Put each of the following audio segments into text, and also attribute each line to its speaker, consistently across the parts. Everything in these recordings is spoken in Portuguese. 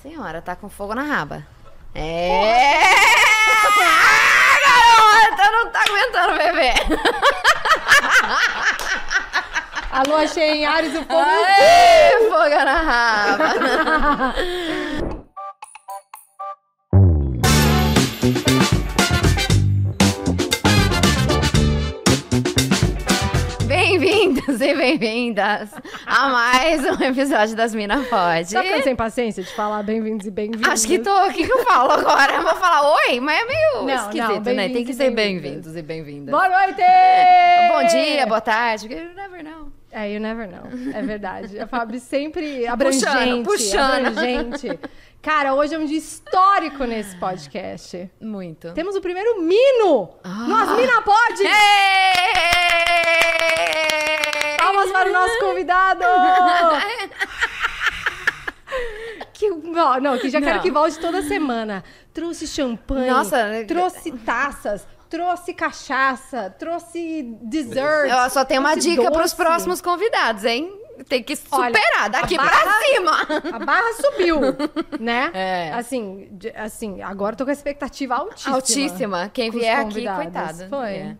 Speaker 1: senhora, tá com fogo na raba. É! Ah, garota, não tá aguentando beber.
Speaker 2: Alô, achei em Ares o povo.
Speaker 1: Ah, Aê, fogo na raba. Bem-vindos e bem-vindas a mais um episódio das Mina Pode.
Speaker 2: Tá ficando sem paciência de falar bem-vindos e bem-vindos?
Speaker 1: Acho que tá- tô. O que, que eu falo agora? Eu vou falar oi, mas é meio
Speaker 2: Não, não,
Speaker 1: esquisito, né? Tem que
Speaker 2: bem-vindos e
Speaker 1: ser
Speaker 2: bem-vindas.
Speaker 1: bem-vindos e bem-vindas.
Speaker 2: Boa noite!
Speaker 1: Bom dia, boa tarde, porque you never know.
Speaker 2: É, you never know. É verdade. A Fábio sempre abrangente.
Speaker 1: Puxando, puxando.
Speaker 2: Abrangente. Cara, hoje é um dia histórico nesse podcast.
Speaker 1: Muito.
Speaker 2: Temos o primeiro Mino!
Speaker 1: Ah.
Speaker 2: Nós Mina Pod!
Speaker 1: Ei!
Speaker 2: Palmas para o nosso convidado! Que, ó, não, que já quero
Speaker 1: Não.
Speaker 2: que volte toda semana. Trouxe champanhe,
Speaker 1: Nossa, né?
Speaker 2: trouxe taças, trouxe cachaça, trouxe dessert.
Speaker 1: Eu só tenho uma
Speaker 2: trouxe
Speaker 1: dica
Speaker 2: doce.
Speaker 1: pros próximos convidados, hein? Tem que superar
Speaker 2: Olha,
Speaker 1: daqui
Speaker 2: a barra-
Speaker 1: pra cima.
Speaker 2: A barra subiu, né?
Speaker 1: É.
Speaker 2: Assim, de- assim, agora eu tô com a expectativa altíssima.
Speaker 1: Altíssima. Quem
Speaker 2: Com os
Speaker 1: vier aqui,
Speaker 2: convidados.
Speaker 1: coitado.
Speaker 2: Foi.
Speaker 1: É.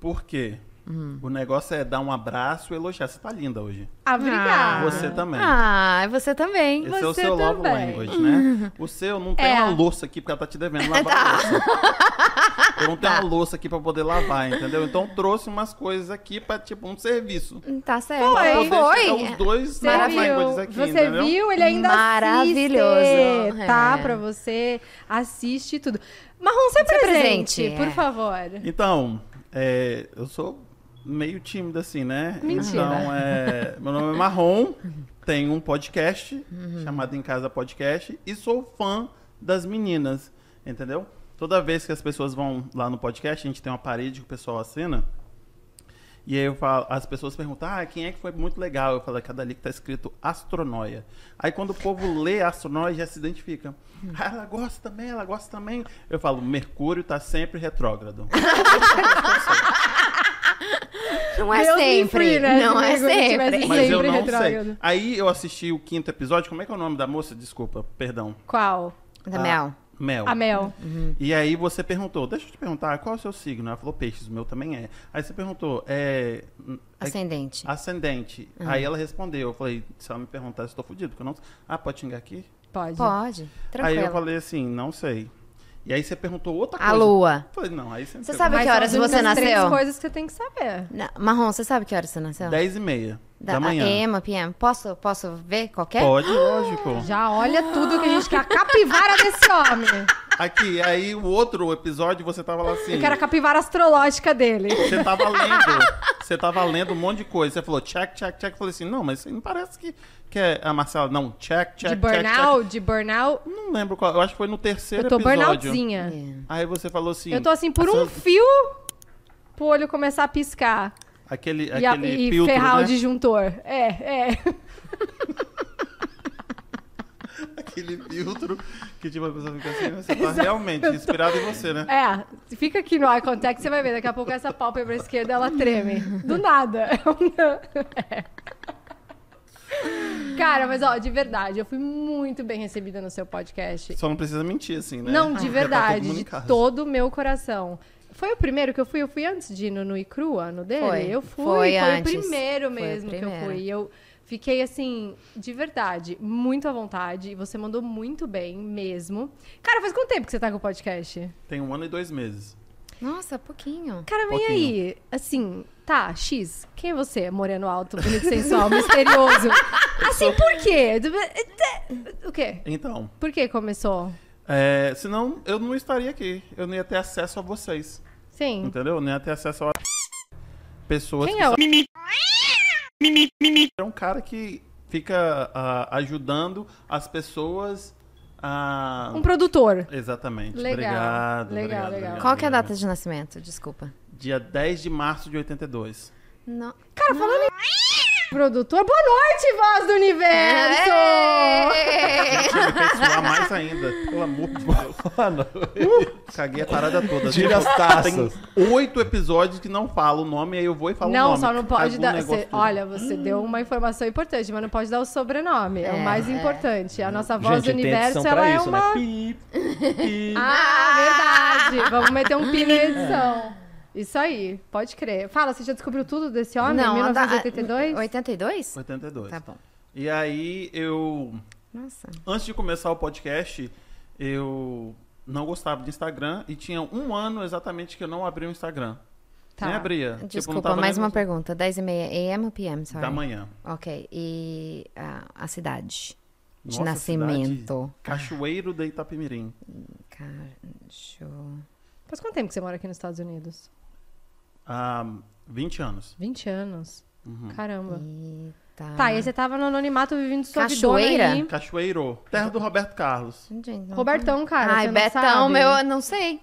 Speaker 3: Por quê?
Speaker 2: Hum.
Speaker 3: O negócio é dar um abraço e elogiar. Você tá linda hoje.
Speaker 2: Ah, obrigada.
Speaker 3: Você também.
Speaker 1: Ah, e você também.
Speaker 3: Esse é o
Speaker 2: você
Speaker 3: seu love
Speaker 2: também.
Speaker 3: language, né? O seu não tem
Speaker 2: É.
Speaker 3: uma louça aqui porque ela tá te devendo lavar a louça. Eu não tenho
Speaker 2: Tá.
Speaker 3: uma louça aqui pra poder lavar, entendeu? Então trouxe umas coisas aqui pra, tipo, um serviço.
Speaker 1: Tá certo.
Speaker 3: Pra
Speaker 2: Foi.
Speaker 3: poder chegar os dois
Speaker 2: Você
Speaker 3: love
Speaker 2: viu?
Speaker 3: languages aqui,
Speaker 2: você
Speaker 3: entendeu?
Speaker 2: viu? Ele ainda
Speaker 1: Maravilhoso.
Speaker 2: assiste, tá?
Speaker 1: É.
Speaker 2: Pra você, assiste tudo. Marrom, você é
Speaker 1: Você é
Speaker 2: presente,
Speaker 1: presente,
Speaker 2: por
Speaker 1: é.
Speaker 2: favor.
Speaker 3: Então, é, eu sou meio tímido assim, né?
Speaker 2: Mentira.
Speaker 3: Então, é, meu nome é Marrom, tenho um podcast chamado Em Casa Podcast e sou fã das meninas, entendeu? Toda vez que as pessoas vão lá no podcast, a gente tem uma parede que o pessoal assina. E aí eu falo, as pessoas perguntam, ah, quem é que foi muito legal? Eu falo, cada ali que tá escrito Astronoia. Aí quando o povo lê Astronoia, já se identifica. Ah, ela gosta também, ela gosta também. Eu falo, Mercúrio tá sempre retrógrado.
Speaker 1: Não é
Speaker 2: Deus me
Speaker 1: sempre.
Speaker 2: free,
Speaker 1: Não
Speaker 2: né, se
Speaker 1: é
Speaker 2: o negócio tivesse
Speaker 1: sempre.
Speaker 3: Mas eu
Speaker 2: Sempre
Speaker 3: não
Speaker 2: retrógrado.
Speaker 3: sei. Aí eu assisti o quinto episódio, como é que é o nome da moça? Desculpa, perdão.
Speaker 2: Qual?
Speaker 1: Da
Speaker 3: Ah,
Speaker 1: Mel.
Speaker 3: Mel.
Speaker 2: A Mel.
Speaker 3: E aí você perguntou, deixa eu te perguntar, qual é o seu signo? Ela falou, peixes, o meu também é. Aí você perguntou, é... é
Speaker 1: Ascendente.
Speaker 3: Ascendente. Aí ela respondeu. Eu falei, se ela me perguntar, eu estou fudido, porque eu não. Ah, pode xingar aqui?
Speaker 2: Pode.
Speaker 1: Pode.
Speaker 3: Aí eu
Speaker 1: Tranquilo.
Speaker 3: falei assim, não sei. E aí você perguntou outra
Speaker 1: A
Speaker 3: coisa.
Speaker 1: lua.
Speaker 3: Eu falei, não, aí você.
Speaker 1: Você
Speaker 3: me
Speaker 1: sabe
Speaker 2: Mas
Speaker 1: que horas
Speaker 2: são as
Speaker 1: você
Speaker 2: únicas três
Speaker 1: nasceu?
Speaker 2: coisas que você tem que saber.
Speaker 1: Na- Marrom, você sabe que horas você nasceu?
Speaker 3: perguntou. 10 e meia da,
Speaker 1: a
Speaker 3: manhã.
Speaker 1: AM, PM. Posso, posso ver qualquer?
Speaker 3: Pode, lógico.
Speaker 2: Ah, Já olha tudo que a gente quer. A capivara desse homem.
Speaker 3: Aqui, aí o outro episódio você tava lá assim.
Speaker 2: Eu quero a capivara astrológica dele.
Speaker 3: Você tava lendo. Você tava lendo um monte de coisa. Você falou check, check, check. Eu falei assim, não, mas isso aí não parece que, que é a Marcela. Não, check, check,
Speaker 2: De
Speaker 3: check,
Speaker 2: burnout, de burnout.
Speaker 3: check. Não lembro qual. Eu acho que foi no terceiro
Speaker 2: Eu tô
Speaker 3: episódio.
Speaker 2: burnoutzinha.
Speaker 1: É.
Speaker 3: Aí você falou assim.
Speaker 2: Eu tô assim, por um
Speaker 3: "Essa-
Speaker 2: fio, pro olho começar a piscar.
Speaker 3: Aquele,
Speaker 2: e, a-
Speaker 3: É aquele
Speaker 2: e
Speaker 3: filtro,
Speaker 2: ferrar
Speaker 3: né?
Speaker 2: o disjuntor. É, é.
Speaker 3: Aquele filtro que tipo, a pessoa fica assim, você tá realmente inspirado em você, né?
Speaker 2: É, fica aqui no eye contact, você vai ver. Daqui a pouco essa pálpebra esquerda, ela treme. Do nada. É um- É. Cara, mas ó, de verdade, eu fui muito bem recebida no seu podcast.
Speaker 3: Só não precisa mentir, assim, né?
Speaker 2: Não, de
Speaker 3: Já tá
Speaker 2: verdade,
Speaker 3: todo mundo em
Speaker 2: de
Speaker 3: casa.
Speaker 2: todo o meu coração. Foi o primeiro que eu fui, eu fui antes de ir no Nu e Crua, no dele?
Speaker 1: Foi,
Speaker 2: Eu fui,
Speaker 1: foi
Speaker 2: foi
Speaker 1: antes,
Speaker 2: o primeiro
Speaker 1: foi o
Speaker 2: mesmo que eu
Speaker 1: primeiro.
Speaker 2: fui. Eu fiquei assim, de verdade, muito à vontade. E você mandou muito bem mesmo. Cara, faz quanto tempo que você tá com o podcast?
Speaker 3: Tem um ano e dois meses.
Speaker 1: Nossa, pouquinho.
Speaker 2: Cara, mas e
Speaker 3: Pouquinho.
Speaker 2: aí? Assim, tá, X, quem é você? Moreno alto, bonito, sensual, misterioso. Assim, por quê? Do- é, O quê?
Speaker 3: Então,
Speaker 2: Por que começou?
Speaker 3: é, senão eu não estaria aqui. Eu não ia ter acesso a vocês,
Speaker 2: Sim.
Speaker 3: entendeu? Eu não ia ter acesso a pessoas
Speaker 2: Quem
Speaker 3: que
Speaker 2: é o...
Speaker 3: é um cara que fica ah, ajudando as pessoas a...
Speaker 2: Um produtor.
Speaker 3: Exatamente.
Speaker 2: Legal,
Speaker 3: Obrigado,
Speaker 2: legal,
Speaker 3: obrigado,
Speaker 2: legal.
Speaker 3: obrigado,
Speaker 1: Qual que é a
Speaker 3: obrigado.
Speaker 1: data de nascimento? Desculpa.
Speaker 3: Dia 10 de março de 82.
Speaker 1: Não.
Speaker 2: Cara, falando em... produtor. Boa noite, voz do universo!
Speaker 1: É.
Speaker 3: Ele fez suar mais ainda. Pelo amor de Deus.
Speaker 4: Mano,
Speaker 2: Uh!
Speaker 3: Caguei a parada toda.
Speaker 4: Tira as
Speaker 3: Tipo,
Speaker 4: taças.
Speaker 3: Tem oito episódios que não falo o nome, aí eu vou e falo o
Speaker 2: Não,
Speaker 3: nome.
Speaker 2: só não pode
Speaker 3: Cagou o
Speaker 2: dar.
Speaker 3: negócio
Speaker 2: cê-
Speaker 3: todo.
Speaker 2: olha, você deu uma informação importante, mas não pode dar o sobrenome. É, o
Speaker 1: É,
Speaker 2: mais
Speaker 1: é.
Speaker 2: importante. A nossa voz
Speaker 4: gente,
Speaker 2: do
Speaker 4: tem edição
Speaker 2: universo, ela
Speaker 4: pra
Speaker 2: é
Speaker 4: isso,
Speaker 2: uma.
Speaker 4: né? Pi, pi.
Speaker 2: Ah, verdade. Vamos meter um pi na edição. Isso aí, pode crer. Fala, você já descobriu tudo desse homem em
Speaker 1: Não, da-
Speaker 2: 1982?
Speaker 1: 82?
Speaker 3: 82.
Speaker 1: Tá bom.
Speaker 3: E aí eu
Speaker 1: Nossa.
Speaker 3: Antes de começar o podcast, eu não gostava de Instagram e tinha um ano exatamente que eu não abri o Instagram.
Speaker 2: Tá.
Speaker 3: Nem abria. Tipo, não
Speaker 1: Desculpa,
Speaker 3: tava
Speaker 1: mais
Speaker 3: nem
Speaker 1: uma
Speaker 3: no-
Speaker 1: pergunta. 10 e meia AM ou PM, sorry?
Speaker 3: Da manhã.
Speaker 1: Ok. E ah, a, cidade de
Speaker 3: Nossa,
Speaker 1: nascimento?
Speaker 3: cidade. Cachoeiro da Itapemirim.
Speaker 1: Cacho...
Speaker 2: Faz quanto tempo que você mora aqui nos Estados Unidos?
Speaker 3: Há 20 anos.
Speaker 2: 20 anos.
Speaker 3: Uhum.
Speaker 2: Caramba.
Speaker 1: Ita...
Speaker 2: Tá, e aí você tava no anonimato vivendo sua
Speaker 1: Cachoeira?
Speaker 2: vidona aí.
Speaker 3: Cachoeiro. Terra do Roberto Carlos.
Speaker 1: Gente, não-
Speaker 2: Robertão, cara.
Speaker 1: Ai,
Speaker 2: você não
Speaker 1: Betão,
Speaker 2: sabe.
Speaker 1: meu, eu não sei.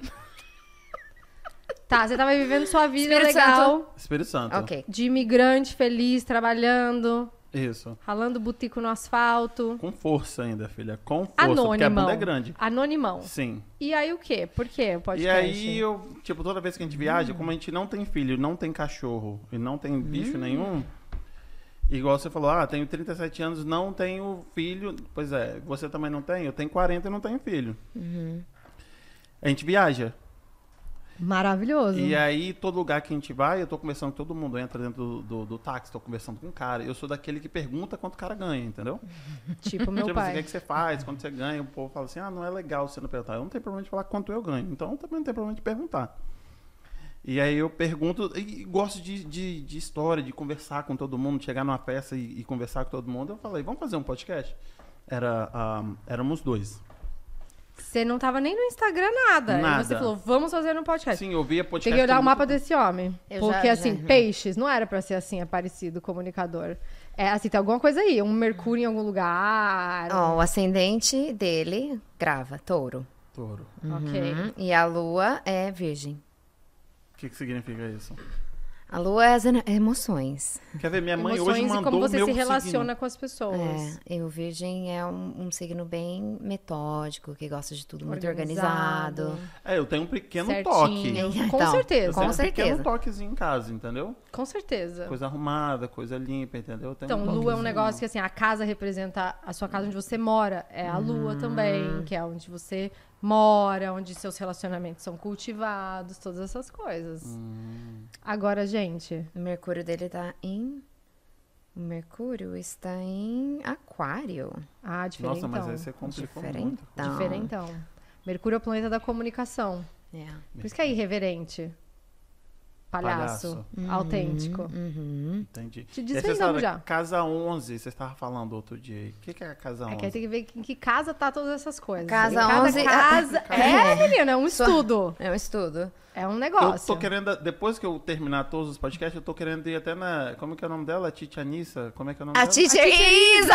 Speaker 2: Tá, você tava vivendo sua vida
Speaker 1: Espírito
Speaker 2: legal.
Speaker 3: Espírito Santo.
Speaker 1: Ok.
Speaker 2: De imigrante feliz, trabalhando,
Speaker 3: Isso.
Speaker 2: ralando butico no asfalto.
Speaker 3: Com força ainda, filha. Com força. Porque a
Speaker 2: Anônimo.
Speaker 3: bunda é grande.
Speaker 2: Anonimão.
Speaker 3: Sim.
Speaker 2: E aí o quê? Por quê? O
Speaker 3: E
Speaker 2: podcast?
Speaker 3: aí eu, tipo, toda vez que a gente viaja, como a gente não tem filho, não tem cachorro e não tem bicho nenhum, igual você falou, ah, tenho 37 anos, não tenho filho. Pois é, você também não tem? Eu tenho 40 e não tenho filho. A gente viaja.
Speaker 2: Maravilhoso.
Speaker 3: E aí, todo lugar que a gente vai, eu tô conversando com todo mundo, entra dentro do, do, do táxi, tô conversando com o cara. Eu sou daquele que pergunta quanto o cara ganha, entendeu?
Speaker 2: Tipo meu
Speaker 3: tipo, assim, o que, é
Speaker 2: pai.
Speaker 3: que você faz, quando você ganha, o povo fala assim, ah, não é legal você não perguntar. Eu não tenho problema de falar quanto eu ganho, então eu também não tenho problema de perguntar. E aí eu pergunto, e gosto de, de, de história, de conversar com todo mundo, chegar numa peça e, e conversar com todo mundo. Eu falei, vamos fazer um podcast? Era, ah, éramos dois.
Speaker 2: Você não tava nem no Instagram nada.
Speaker 3: Nada.
Speaker 2: E você falou, vamos fazer um podcast.
Speaker 3: Sim, é eu via podcast...
Speaker 2: Tem que olhar o
Speaker 3: todo
Speaker 2: mapa
Speaker 3: mundo-
Speaker 2: desse homem.
Speaker 1: Eu
Speaker 2: porque,
Speaker 1: já-
Speaker 2: assim,
Speaker 1: já-
Speaker 2: peixes não era pra ser assim, aparecido, comunicador. É, assim, tem alguma coisa aí. Um mercúrio em algum lugar.
Speaker 1: Ó, o ascendente dele, grava, touro.
Speaker 3: Touro.
Speaker 2: Ok.
Speaker 1: Uhum. E a lua é virgem.
Speaker 3: O que, que significa isso?
Speaker 1: A lua é as eno- emoções.
Speaker 3: Quer ver, minha mãe
Speaker 2: Emoções
Speaker 3: hoje
Speaker 2: e
Speaker 3: mandou
Speaker 2: como você
Speaker 3: o meu
Speaker 2: se
Speaker 3: signo.
Speaker 2: relaciona com as pessoas.
Speaker 1: É, e o virgem é um, um signo bem metódico, que gosta de tudo muito
Speaker 2: Organizado.
Speaker 1: organizado.
Speaker 3: É, eu tenho um pequeno
Speaker 2: Certinho.
Speaker 3: toque.
Speaker 2: Eu-
Speaker 3: Eu
Speaker 2: com
Speaker 1: Então,
Speaker 2: certeza.
Speaker 1: Com
Speaker 3: tenho um
Speaker 1: certeza.
Speaker 3: pequeno toquezinho em casa, entendeu?
Speaker 2: Com certeza.
Speaker 3: Coisa arrumada, coisa limpa, entendeu? Eu tenho
Speaker 2: Então,
Speaker 3: um
Speaker 2: lua é um
Speaker 3: toquezinho.
Speaker 2: negócio que, assim, a casa representa a sua casa onde você mora. É a
Speaker 3: Ah.
Speaker 2: lua também, que é onde você mora, onde seus relacionamentos são cultivados, todas essas coisas.
Speaker 3: Hum.
Speaker 2: Agora, gente,
Speaker 1: O Mercúrio dele tá em. O Mercúrio está em Aquário.
Speaker 2: ah, diferentão.
Speaker 3: Nossa, mas aí você complicou muito.
Speaker 1: Diferentão.
Speaker 2: Diferentão. Mercúrio é o planeta da comunicação.
Speaker 1: É.
Speaker 2: Por isso que é irreverente. Palhaço. Autêntico.
Speaker 1: Uhum.
Speaker 3: Entendi.
Speaker 2: Te
Speaker 3: E aí você
Speaker 2: desvendamos
Speaker 3: estava-
Speaker 2: já.
Speaker 3: Casa 11, você estava falando outro dia aí. O que, que é a Casa
Speaker 2: É
Speaker 3: 11?
Speaker 2: que aí tem que ver em que casa tá todas essas coisas.
Speaker 1: Casa
Speaker 2: em cada
Speaker 1: 11
Speaker 2: casa... É, menina, é um
Speaker 1: Sua-
Speaker 2: estudo.
Speaker 1: É um estudo.
Speaker 2: É um
Speaker 3: Eu
Speaker 2: negócio.
Speaker 3: tô querendo, depois que eu terminar todos os podcasts, eu tô querendo ir até na. Como é que é o nome dela? Titi Anissa? Como é que é o nome
Speaker 1: A
Speaker 3: dela?
Speaker 1: Teacher Isa!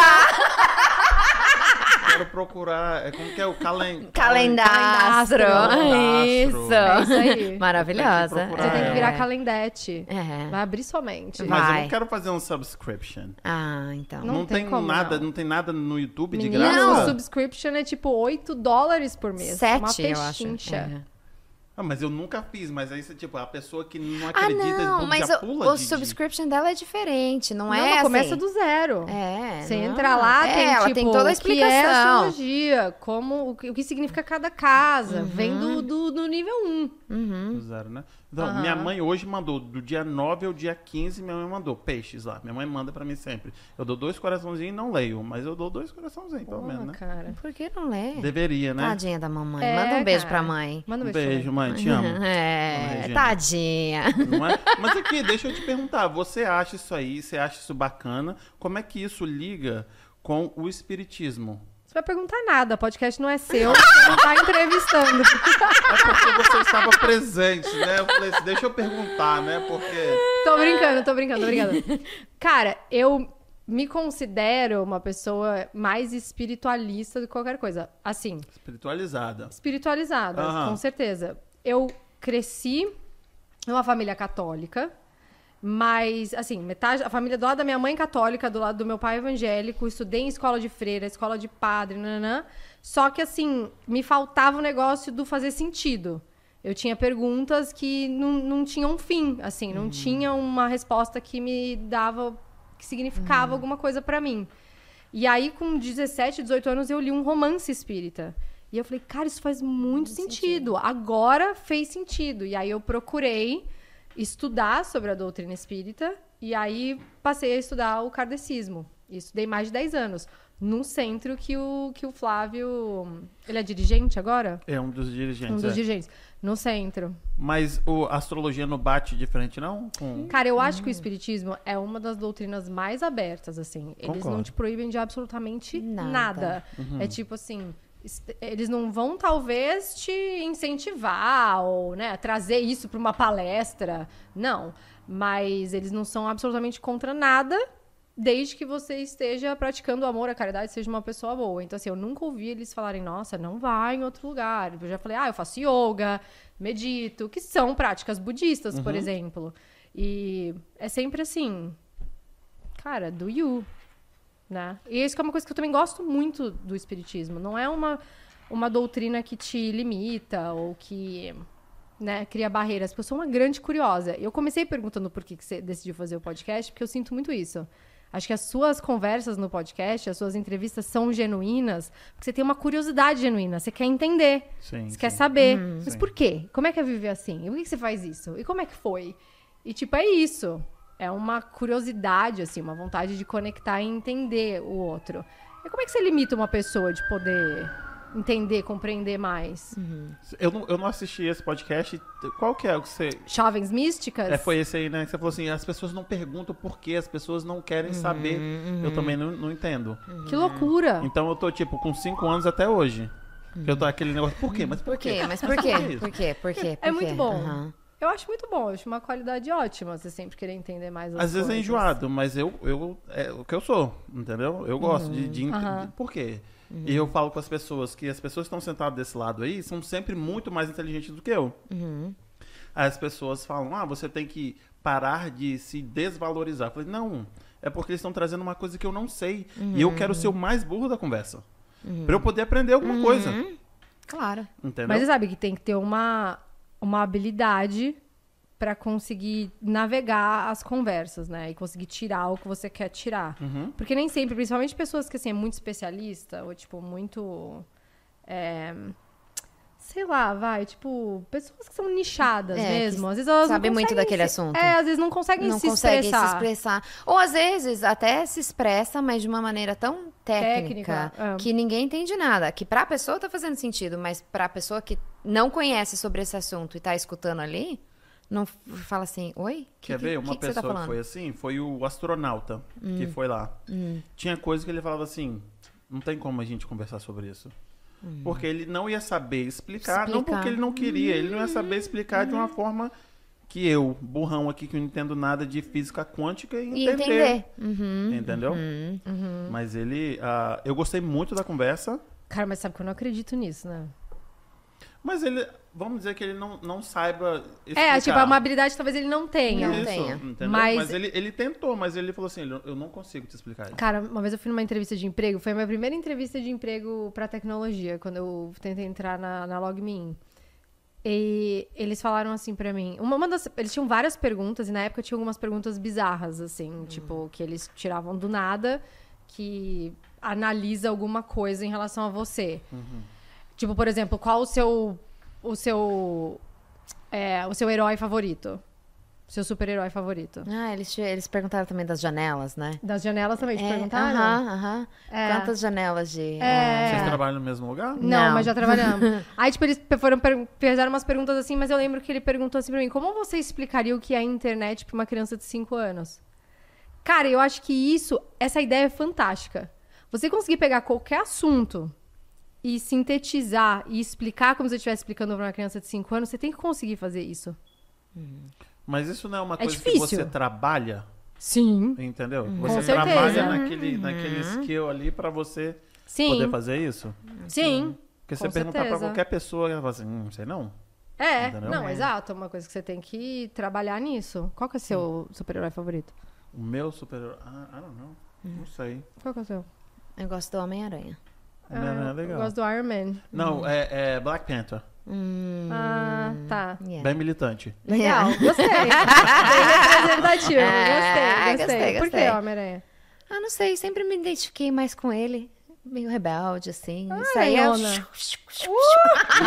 Speaker 3: Eu Quero procurar. É, como que é o calen...
Speaker 1: Calendastro.
Speaker 3: Calendastro.
Speaker 2: É
Speaker 1: Isso.
Speaker 2: isso aí.
Speaker 1: Maravilhosa.
Speaker 3: Tem que
Speaker 2: Você tem que
Speaker 3: É.
Speaker 2: virar calendete.
Speaker 1: É.
Speaker 2: Vai abrir somente.
Speaker 1: Vai.
Speaker 3: Mas eu não quero fazer um subscription.
Speaker 1: Ah, então.
Speaker 2: Não
Speaker 3: Não,
Speaker 2: tem
Speaker 3: tem,
Speaker 2: como,
Speaker 3: nada,
Speaker 2: não.
Speaker 3: não. tem nada no YouTube de
Speaker 2: Menino, o
Speaker 3: graça.
Speaker 2: subscription é tipo 8 dólares
Speaker 1: é
Speaker 2: por mês. Uma
Speaker 1: Sete, eu acho.
Speaker 2: pechincha.
Speaker 1: É.
Speaker 3: Ah, mas eu nunca fiz, mas aí você, tipo, a pessoa que não
Speaker 1: Ah,
Speaker 3: acredita
Speaker 1: não,
Speaker 3: já
Speaker 1: mas o,
Speaker 3: pula
Speaker 1: o
Speaker 3: de- de-
Speaker 1: subscription dela é diferente, não,
Speaker 2: Não,
Speaker 1: é assim.
Speaker 2: começa do zero.
Speaker 1: É.
Speaker 2: Você
Speaker 1: não.
Speaker 2: entra lá,
Speaker 1: é, um
Speaker 2: tem
Speaker 1: ela
Speaker 2: tipo
Speaker 1: tem toda a explicação.
Speaker 2: o que é astrologia, como, o, que, o que significa cada casa.
Speaker 1: Uhum.
Speaker 2: Vem do, do, do nível 1.
Speaker 3: Usaram, né? Então,
Speaker 2: Uhum. Aham.
Speaker 3: Minha mãe hoje mandou, do dia 9 ao dia 15, minha mãe mandou peixes lá. Minha mãe manda pra mim sempre. Eu dou dois coraçãozinhos e não leio, mas eu dou dois coraçãozinhos, pelo
Speaker 2: Pô,
Speaker 3: menos, né?
Speaker 2: cara.
Speaker 1: Por que não lê?
Speaker 3: Deveria, né?
Speaker 1: Tadinha da mamãe.
Speaker 2: É,
Speaker 1: Manda um beijo
Speaker 2: cara.
Speaker 1: pra mãe.
Speaker 2: Manda
Speaker 3: Um
Speaker 2: um
Speaker 3: beijo,
Speaker 2: beijo.
Speaker 3: mãe, te amo. Dona
Speaker 1: É,
Speaker 3: Regina.
Speaker 1: tadinha.
Speaker 3: Não é? Mas aqui, deixa eu te perguntar, você acha isso aí, você acha isso bacana? Como é que isso liga com o espiritismo?
Speaker 2: Você vai perguntar nada, podcast não é seu, você não tá entrevistando.
Speaker 3: É porque você estava presente, né? Eu falei assim, deixa eu perguntar, né? Porque...
Speaker 2: Tô brincando, tô brincando, obrigada. Cara, eu me considero uma pessoa mais espiritualista do que qualquer coisa. Assim,
Speaker 3: Espiritualizada.
Speaker 2: espiritualizada,
Speaker 3: Aham.
Speaker 2: com certeza. Eu cresci numa família católica. Mas, assim, metade. A família do lado da minha mãe católica, do lado do meu pai evangélico, estudei em escola de freira, escola de padre, nananã. Só que, assim, me faltava o negócio do fazer sentido. Eu tinha perguntas que não, não tinham um fim, assim, não tinha uma resposta que me dava, que significava alguma coisa pra mim. E aí, com 17, 18 anos, eu li um romance espírita. E eu falei, cara, isso faz muito sentido. Agora fez sentido. E aí eu procurei estudar sobre a doutrina espírita. E aí passei a estudar o kardecismo. E estudei mais de 10 anos. Num centro que o, que o Flávio. Ele é dirigente agora?
Speaker 3: É um dos dirigentes.
Speaker 2: um dos
Speaker 3: é.
Speaker 2: dirigentes. No centro.
Speaker 3: Mas o, a astrologia não bate de frente, não? Com...
Speaker 2: Cara, eu acho que o espiritismo é uma das doutrinas mais abertas, assim. Eles
Speaker 3: Concordo.
Speaker 2: não te proíbem de absolutamente
Speaker 1: Nada.
Speaker 2: nada. É tipo assim, est- eles não vão talvez te incentivar ou, né, trazer isso para uma palestra. Não, mas eles não são absolutamente contra nada. Desde que você esteja praticando o amor, a caridade, seja uma pessoa boa. Então, assim, eu nunca ouvi eles falarem, nossa, não vá em outro lugar. Eu já falei, ah, eu faço yoga, medito, que são práticas budistas, por exemplo. E é sempre assim, cara, do you, né? E isso que é uma coisa que eu também gosto muito do espiritismo. Não é uma, uma doutrina que te limita ou que né, cria barreiras, porque eu sou uma grande curiosa. Eu comecei perguntando por que, que você decidiu fazer o podcast, porque eu sinto muito isso. Acho que as suas conversas no podcast, as suas entrevistas são genuínas, porque você tem uma curiosidade genuína, você quer entender.
Speaker 3: Sim,
Speaker 2: Você quer
Speaker 3: sim.
Speaker 2: saber. mas
Speaker 3: Sim.
Speaker 2: por quê? Como é que é viver assim? E por que que você faz isso? E como é que foi? E, tipo, é isso. É uma curiosidade, assim, uma vontade de conectar e entender o outro. E como é que você limita uma pessoa de poder entender, compreender mais?
Speaker 3: Eu, não, eu não assisti esse podcast. Qual que é o que você...
Speaker 2: Jovens místicas?
Speaker 3: É, foi esse aí, né? Que você falou assim, as pessoas não perguntam por quê, as pessoas não querem saber. Eu também não, não entendo.
Speaker 2: Que loucura!
Speaker 3: Então eu tô, tipo, com 5 anos até hoje. Que Eu tô aquele negócio, por quê? Mas por,
Speaker 1: Por quê? Mas por
Speaker 3: Mas
Speaker 1: quê?
Speaker 3: É isso?
Speaker 1: Por quê? Por quê?
Speaker 2: É
Speaker 1: Por
Speaker 2: muito
Speaker 1: quê?
Speaker 2: bom.
Speaker 1: Aham.
Speaker 2: Eu acho muito bom, eu acho uma qualidade ótima você sempre querer entender mais as
Speaker 3: Às vezes é
Speaker 2: coisas.
Speaker 3: enjoado, mas eu, eu é o que eu sou, entendeu? Eu gosto de, de, ent-
Speaker 2: Aham.
Speaker 3: de- por quê?
Speaker 2: Uhum.
Speaker 3: E eu falo com as pessoas que as pessoas que estão sentadas desse lado aí são sempre muito mais inteligentes do que eu.
Speaker 2: Uhum.
Speaker 3: Aí As pessoas falam, ah, você tem que parar de se desvalorizar. Eu falei, não, é porque eles estão trazendo uma coisa que eu não sei. E eu
Speaker 2: Uhum.
Speaker 3: quero ser o mais burro da conversa. Pra eu poder aprender alguma coisa.
Speaker 1: Claro.
Speaker 3: Entendeu?
Speaker 2: Uhum. Mas você sabe que tem que ter uma, uma habilidade pra conseguir navegar as conversas, né? E conseguir tirar o que você quer tirar.
Speaker 3: Uhum.
Speaker 2: Porque nem sempre, principalmente pessoas que assim, é muito especialista, ou tipo, muito. é, sei lá, vai, tipo, pessoas que são nichadas
Speaker 1: É, que
Speaker 2: mesmo. Às vezes elas não
Speaker 1: sabem muito
Speaker 2: conseguem
Speaker 1: daquele
Speaker 2: se-
Speaker 1: assunto.
Speaker 2: É, às vezes não conseguem
Speaker 1: não
Speaker 2: se
Speaker 1: consegue
Speaker 2: expressar.
Speaker 1: se expressar. Ou às vezes até se expressa, mas de uma maneira tão técnica,
Speaker 2: Técnica, é.
Speaker 1: que ninguém entende nada. Que pra pessoa tá fazendo sentido, mas pra pessoa que não conhece sobre esse assunto e tá escutando ali, não f- fala assim, oi? Que-
Speaker 3: Quer
Speaker 1: que-
Speaker 3: ver? Uma
Speaker 1: que que você tá
Speaker 3: pessoa que
Speaker 1: falando? Hum.
Speaker 3: foi assim foi o astronauta que foi lá. Tinha coisa que ele falava assim: não tem como a gente conversar sobre isso. Porque ele não ia saber explicar, não
Speaker 1: Hum. Explicar. Hum.
Speaker 3: porque ele não queria, ele não ia saber explicar de uma forma que eu, burrão aqui, que não entendo nada de física quântica, e
Speaker 1: E
Speaker 3: entender.
Speaker 1: entender. Uhum.
Speaker 3: Entendeu? Mas ele. ah, eu gostei muito da conversa,
Speaker 2: Cara, mas sabe que eu não acredito nisso, né?
Speaker 3: mas ele. Vamos dizer que ele não, não saiba explicar.
Speaker 2: É, tipo, é uma habilidade que talvez ele não tenha.
Speaker 1: Não
Speaker 3: Isso,
Speaker 1: tenha.
Speaker 3: entendeu? Mas,
Speaker 2: Mas-
Speaker 3: ele, ele tentou, mas ele falou assim: "Eu- eu não consigo te explicar isso.
Speaker 2: Cara, uma vez eu fui numa entrevista de emprego, foi a minha primeira entrevista de emprego pra tecnologia, quando eu tentei entrar na, na LogMeIn. E eles falaram assim pra mim, uma, uma das, eles tinham várias perguntas e na época tinha algumas perguntas bizarras assim, tipo que eles tiravam do nada, que analisa alguma coisa em relação a você. Tipo, por exemplo, qual o seu o seu é, o seu herói favorito? Seu super-herói favorito?
Speaker 1: Ah, eles, te- eles perguntaram também das janelas, né?
Speaker 2: Das janelas também te
Speaker 1: É,
Speaker 2: perguntaram?
Speaker 1: Aham, aham.
Speaker 2: É.
Speaker 1: Quantas janelas de.
Speaker 2: É.
Speaker 3: Vocês trabalham no mesmo lugar?
Speaker 2: Não,
Speaker 1: Não.
Speaker 2: mas já trabalhamos. Aí, tipo, eles pe- foram per- fizeram umas perguntas assim, mas eu lembro que ele perguntou assim pra mim: como você explicaria o que é a internet pra uma criança de 5 anos? Cara, eu acho que isso, essa ideia é fantástica. Você conseguir pegar qualquer assunto e sintetizar e explicar como se eu estivesse explicando pra uma criança de 5 anos, você tem que conseguir fazer isso.
Speaker 3: Mas isso não é uma
Speaker 2: É
Speaker 3: coisa que
Speaker 2: difícil.
Speaker 3: você trabalha,
Speaker 2: Sim.
Speaker 3: entendeu? Você
Speaker 2: certeza. Uhum.
Speaker 3: trabalha naquele, naquele skill ali pra você
Speaker 2: Sim.
Speaker 3: poder fazer isso.
Speaker 2: Sim.
Speaker 3: Porque se
Speaker 2: Com
Speaker 3: você perguntar pra
Speaker 2: certeza.
Speaker 3: qualquer pessoa, ela fala assim, "Hum, não sei não.
Speaker 2: É,
Speaker 3: Entendeu?
Speaker 2: não,
Speaker 1: É.
Speaker 2: exato. Uma coisa que você tem que trabalhar nisso. Qual que é o seu super-herói favorito?
Speaker 3: O meu super-herói. Ah, I don't know. Não sei.
Speaker 2: Qual que é o seu?
Speaker 1: Eu gosto do Homem-Aranha.
Speaker 3: Não, não, é
Speaker 2: Ah, eu-
Speaker 3: legal.
Speaker 2: Eu gosto do Iron Man.
Speaker 3: Não, é, é Black Panther.
Speaker 1: Hum,
Speaker 2: Ah, tá.
Speaker 1: yeah.
Speaker 3: Bem militante.
Speaker 2: Legal, gostei. Bem representativo,
Speaker 1: É,
Speaker 2: gostei, gostei.
Speaker 1: gostei,
Speaker 2: Por que
Speaker 1: gostei.
Speaker 2: Homem-Aranha?
Speaker 1: Ah, não sei, sempre me identifiquei mais com ele. Meio rebelde, assim.
Speaker 2: Ah,
Speaker 1: Isso aí é.
Speaker 2: Leona.
Speaker 1: Uh!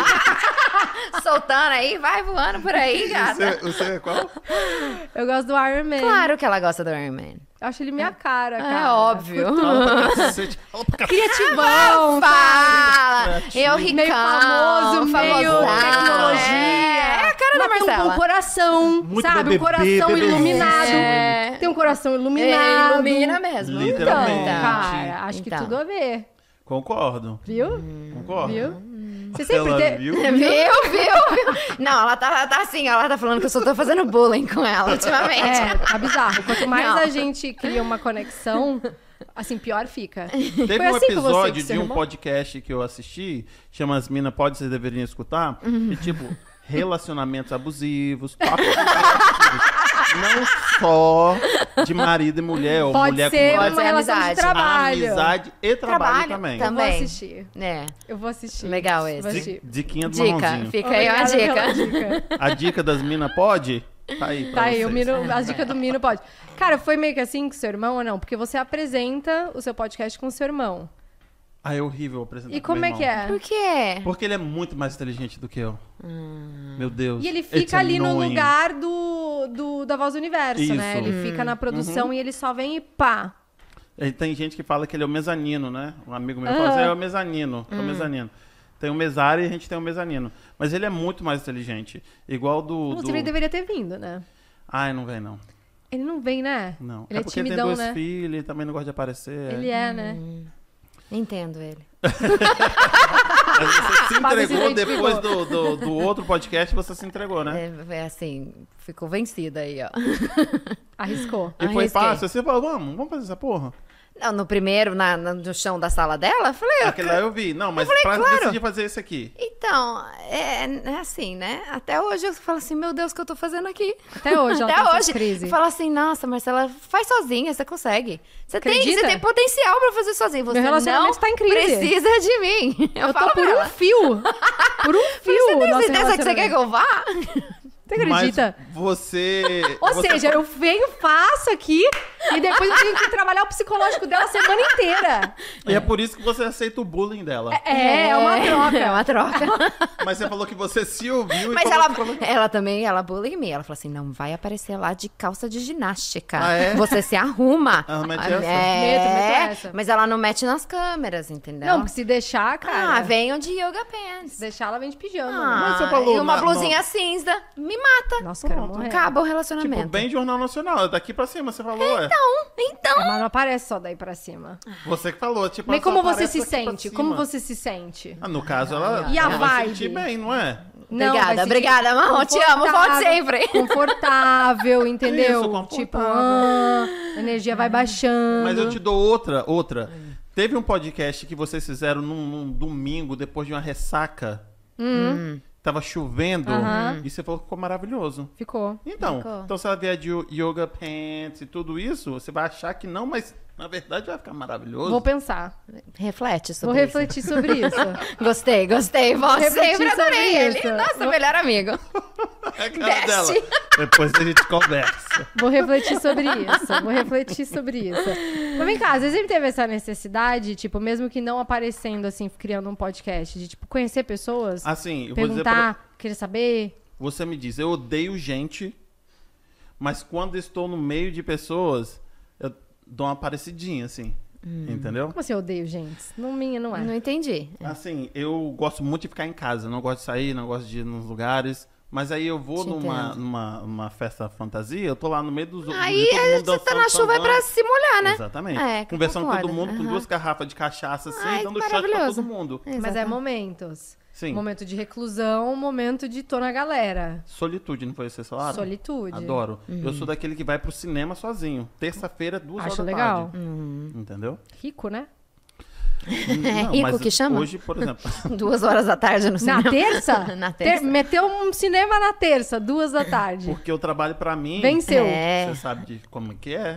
Speaker 1: Soltando aí, vai voando por aí, gata.
Speaker 3: Você é qual?
Speaker 2: Eu gosto do Iron Man.
Speaker 1: Claro que ela gosta do Iron Man.
Speaker 2: Eu acho ele minha cara,
Speaker 1: É
Speaker 2: cara.
Speaker 1: óbvio.
Speaker 2: Criativão,
Speaker 1: Fala! Eu ricão.
Speaker 2: Meio famoso, meio
Speaker 1: famosão.
Speaker 2: tecnologia.
Speaker 1: É, é a cara da
Speaker 2: Mas tem um
Speaker 1: Marcela.
Speaker 2: bom coração,
Speaker 3: Muito
Speaker 2: sabe?
Speaker 3: BBB,
Speaker 2: um coração
Speaker 3: BBB.
Speaker 2: iluminado.
Speaker 1: É.
Speaker 2: Tem um coração
Speaker 1: É,
Speaker 2: iluminado.
Speaker 1: ilumina mesmo.
Speaker 2: Então,
Speaker 3: Literalmente.
Speaker 2: cara, acho
Speaker 1: Então.
Speaker 2: que tudo a ver.
Speaker 3: Concordo.
Speaker 2: Viu?
Speaker 3: Concordo.
Speaker 2: Hum. Viu? Você sempre
Speaker 3: Ela
Speaker 2: teve...
Speaker 3: Hum.
Speaker 1: Viu,
Speaker 3: viu?
Speaker 1: viu, viu? Não, ela tá, ela tá assim, ela tá falando que eu só tô fazendo bullying com ela ultimamente.
Speaker 2: É, tá bizarro. Quanto mais
Speaker 1: Não.
Speaker 2: a gente cria uma conexão, assim, pior fica.
Speaker 3: Teve
Speaker 2: Foi
Speaker 3: um
Speaker 2: assim que você
Speaker 3: episódio
Speaker 2: que se
Speaker 3: de um
Speaker 2: arrumou?
Speaker 3: podcast que eu assisti, chama As Minas Pode, vocês deveriam escutar.
Speaker 2: Uhum.
Speaker 3: E tipo, relacionamentos abusivos, papos abusivos. Não só de marido e mulher, ou
Speaker 2: Pode
Speaker 3: mulher
Speaker 2: ser
Speaker 1: com
Speaker 2: uma
Speaker 1: mulher.
Speaker 2: relação
Speaker 1: Amizade.
Speaker 2: de trabalho.
Speaker 3: amizade e trabalho,
Speaker 1: Trabalho
Speaker 3: também.
Speaker 2: Eu vou
Speaker 1: Também.
Speaker 2: assistir.
Speaker 1: É. Tipo assim.
Speaker 2: Eu vou assistir.
Speaker 1: Legal esse.
Speaker 2: Vou
Speaker 3: Di-
Speaker 2: assistir.
Speaker 3: Diquinha do
Speaker 1: Dica,
Speaker 3: Marronzinho.
Speaker 1: fica aí uma
Speaker 2: Obrigada
Speaker 1: dica.
Speaker 2: pela dica.
Speaker 3: A dica das Minas Pode? Tá aí pra
Speaker 2: Tá aí, o
Speaker 3: vocês.
Speaker 2: Mino, as dicas do Mino pode. Cara, foi meio que assim com seu irmão ou não? Porque você apresenta o seu podcast com seu irmão.
Speaker 3: Ah, é horrível apresentar
Speaker 2: E
Speaker 3: pro
Speaker 2: como
Speaker 3: meu
Speaker 2: é que
Speaker 3: irmão.
Speaker 2: é? Ah.
Speaker 1: Por quê?
Speaker 3: Porque ele é muito mais inteligente do que eu. Meu Deus. é
Speaker 2: E ele
Speaker 3: It's
Speaker 2: fica ali no
Speaker 3: annoying.
Speaker 2: lugar do, do da Voz do Universo, né?
Speaker 3: Isso. Uhum.
Speaker 2: Ele fica na produção e ele só vem e pá.
Speaker 3: E Tem gente que fala que ele é o mezanino, né? Um amigo meu
Speaker 2: Ah.
Speaker 3: fala assim, é o mezanino,
Speaker 2: Hum.
Speaker 3: é o mezanino. Tem o mesário e a gente tem o mezanino. Mas ele é muito mais inteligente. Igual do... do...
Speaker 2: Inclusive, ele é deveria ter vindo, né?
Speaker 3: Ai, não vem não.
Speaker 2: Ele não vem, né?
Speaker 3: não.
Speaker 2: Ele é,
Speaker 3: é porque tem
Speaker 2: timidão,
Speaker 3: dois
Speaker 2: né?
Speaker 3: filhos e também não gosta de aparecer.
Speaker 2: Ele é, né?
Speaker 1: Entendo ele.
Speaker 3: Mas você se
Speaker 2: Mas é se
Speaker 3: entregou
Speaker 2: identificou.
Speaker 3: depois do, do, do outro podcast, você se entregou, né?
Speaker 1: É, é assim, ficou vencida aí, ó.
Speaker 2: Arriscou.
Speaker 3: E foi
Speaker 1: Arrisquei.
Speaker 3: fácil. Você falou, vamos, vamos fazer essa porra.
Speaker 1: Não, no primeiro, na, na- no chão da sala dela, eu falei, eu-
Speaker 3: Aquele lá eu vi. Não, mas
Speaker 1: falei,
Speaker 3: pra
Speaker 1: claro.
Speaker 3: decidir fazer isso aqui.
Speaker 1: então, é, é assim, né? Até hoje eu falo assim, meu Deus, o que eu tô fazendo aqui?
Speaker 2: Até hoje, ela
Speaker 1: Até
Speaker 2: tem essas
Speaker 1: hoje.
Speaker 2: crises.
Speaker 1: Eu falo assim, nossa, Marcela, faz sozinha, você consegue. Você tem,
Speaker 2: Acredita?
Speaker 1: você tem potencial pra fazer sozinha. Você
Speaker 2: relacionamento
Speaker 1: não
Speaker 2: tá em crise.
Speaker 1: precisa de mim. Eu,
Speaker 2: Eu
Speaker 1: falo
Speaker 2: tô
Speaker 1: pra
Speaker 2: por um
Speaker 1: ela.
Speaker 2: fio. Por um fio.
Speaker 1: Você tem
Speaker 2: nosso
Speaker 1: certeza que você quer que
Speaker 2: relacionamento.
Speaker 1: eu vá?
Speaker 2: Você acredita?
Speaker 3: Mas você...
Speaker 2: Ou
Speaker 3: você-
Speaker 2: seja, eu venho, faço aqui e depois eu tenho que trabalhar o psicológico dela a semana inteira.
Speaker 3: E é por isso que você aceita o bullying dela.
Speaker 2: É, é uma troca.
Speaker 1: É uma troca.
Speaker 3: Mas você falou que você se ouviu e
Speaker 1: Mas
Speaker 3: falou
Speaker 1: ela,
Speaker 3: que falou-
Speaker 1: ela também, ela bullying me. Ela falou assim: não vai aparecer lá de calça de ginástica.
Speaker 3: Ah, é?
Speaker 1: Você se arruma.
Speaker 3: Ela mete
Speaker 1: Ah,
Speaker 3: essa?
Speaker 1: É,
Speaker 2: Meto, meto essa.
Speaker 1: Mas ela não mete nas câmeras, entendeu?
Speaker 2: Não, porque se deixar, cara.
Speaker 1: Ah, venham de yoga pants.
Speaker 2: Se deixar, ela vem de pijama.
Speaker 3: Mas
Speaker 1: Ah,
Speaker 3: você falou
Speaker 1: e uma
Speaker 3: na-
Speaker 1: blusinha cinza. Me mata.
Speaker 2: Nossa, cara,
Speaker 3: Pronto.
Speaker 2: morrer.
Speaker 1: Acaba o
Speaker 3: Tipo,
Speaker 1: relacionamento.
Speaker 3: bem Jornal Nacional, é daqui pra cima, você
Speaker 2: É,
Speaker 3: falou, ué.
Speaker 1: Então, então.
Speaker 2: Mas não aparece só daí pra cima.
Speaker 3: Você que falou, tipo...
Speaker 2: Mas
Speaker 3: ela só
Speaker 2: como você
Speaker 3: aparece
Speaker 2: se
Speaker 3: daqui pra
Speaker 2: sente?
Speaker 3: cima.
Speaker 2: Como você se sente?
Speaker 3: Ah, no caso, ela,
Speaker 2: E a
Speaker 3: ela vai
Speaker 2: vibe? Uhum.
Speaker 3: sentir bem, não é?
Speaker 2: Não, vai
Speaker 1: Obrigada,
Speaker 2: se-
Speaker 1: obrigada, Marrom. Te amo,
Speaker 2: confortável,
Speaker 1: volte sempre.
Speaker 2: Confortável, entendeu?
Speaker 3: Isso, confortável.
Speaker 2: Tipo, ah, a energia vai baixando.
Speaker 3: Mas eu te dou outra, outra. Teve um podcast que vocês fizeram num, num domingo, depois de uma ressaca. Tava chovendo.
Speaker 2: Hum. Aham.
Speaker 3: E você falou que ficou maravilhoso.
Speaker 2: Ficou.
Speaker 3: Então,
Speaker 1: Ficou.
Speaker 3: então se ela vier de yoga pants e tudo isso, você vai achar que não, mas na verdade vai ficar maravilhoso.
Speaker 2: Vou pensar.
Speaker 1: Reflete sobre
Speaker 2: Vou
Speaker 1: isso.
Speaker 2: refletir sobre isso.
Speaker 1: Gostei, gostei. Volte
Speaker 2: Refletir
Speaker 1: sempre, adorei
Speaker 2: sobre
Speaker 1: ele.
Speaker 2: isso.
Speaker 1: Nossa,
Speaker 2: Vou-
Speaker 1: melhor amigo.
Speaker 3: É a cara
Speaker 1: Investe.
Speaker 3: dela. Depois a gente conversa.
Speaker 2: Vou refletir sobre isso. Vou refletir sobre isso. Mas vem cá, às vezes sempre teve essa necessidade, tipo, mesmo que não aparecendo, assim, criando um podcast, de, tipo, conhecer pessoas,
Speaker 3: Assim, eu vou dizer pra,
Speaker 2: perguntar, querer saber.
Speaker 3: Você me diz, eu odeio gente, mas quando estou no meio de pessoas, eu dou uma parecidinha, assim.
Speaker 1: Hum.
Speaker 3: Entendeu?
Speaker 2: Como assim eu odeio gente? Não minha, não é.
Speaker 1: Não entendi.
Speaker 3: Assim, eu gosto muito de ficar em casa, não gosto de sair, não gosto de ir nos lugares. Mas aí eu vou
Speaker 1: Te
Speaker 3: numa,
Speaker 1: entendo.
Speaker 3: numa, numa festa fantasia, eu tô lá no meio dos outros.
Speaker 1: Aí você tá na chuva é pra se molhar, né?
Speaker 3: Exatamente.
Speaker 1: É, que eu
Speaker 3: Conversando com todo
Speaker 1: concordo.
Speaker 3: mundo, com
Speaker 1: Aham.
Speaker 3: duas garrafas de cachaça, assim,
Speaker 1: Ai,
Speaker 3: dando shot pra
Speaker 1: maravilhoso.
Speaker 3: todo mundo.
Speaker 2: Mas é
Speaker 1: Exatamente.
Speaker 2: momentos.
Speaker 3: Sim.
Speaker 2: Momento de reclusão, momento de tô na galera.
Speaker 3: Solitude, não foi esse salário?
Speaker 2: Solitude.
Speaker 3: Adoro. Eu
Speaker 1: Uhum.
Speaker 3: sou daquele que vai pro cinema sozinho. Terça-feira, duas
Speaker 2: Acho
Speaker 3: horas da
Speaker 2: legal.
Speaker 3: tarde. Entendeu?
Speaker 2: Rico, né?
Speaker 1: É Uhum. rico que chama?
Speaker 3: Hoje, por exemplo.
Speaker 1: Duas horas da tarde no
Speaker 2: Na
Speaker 1: cinema.
Speaker 2: terça?
Speaker 1: Na
Speaker 2: Ter-
Speaker 1: terça.
Speaker 2: meteu um cinema na terça, duas da tarde.
Speaker 3: Porque o trabalho pra mim.
Speaker 2: Venceu.
Speaker 1: É. Uhum.
Speaker 3: Você sabe de como que é.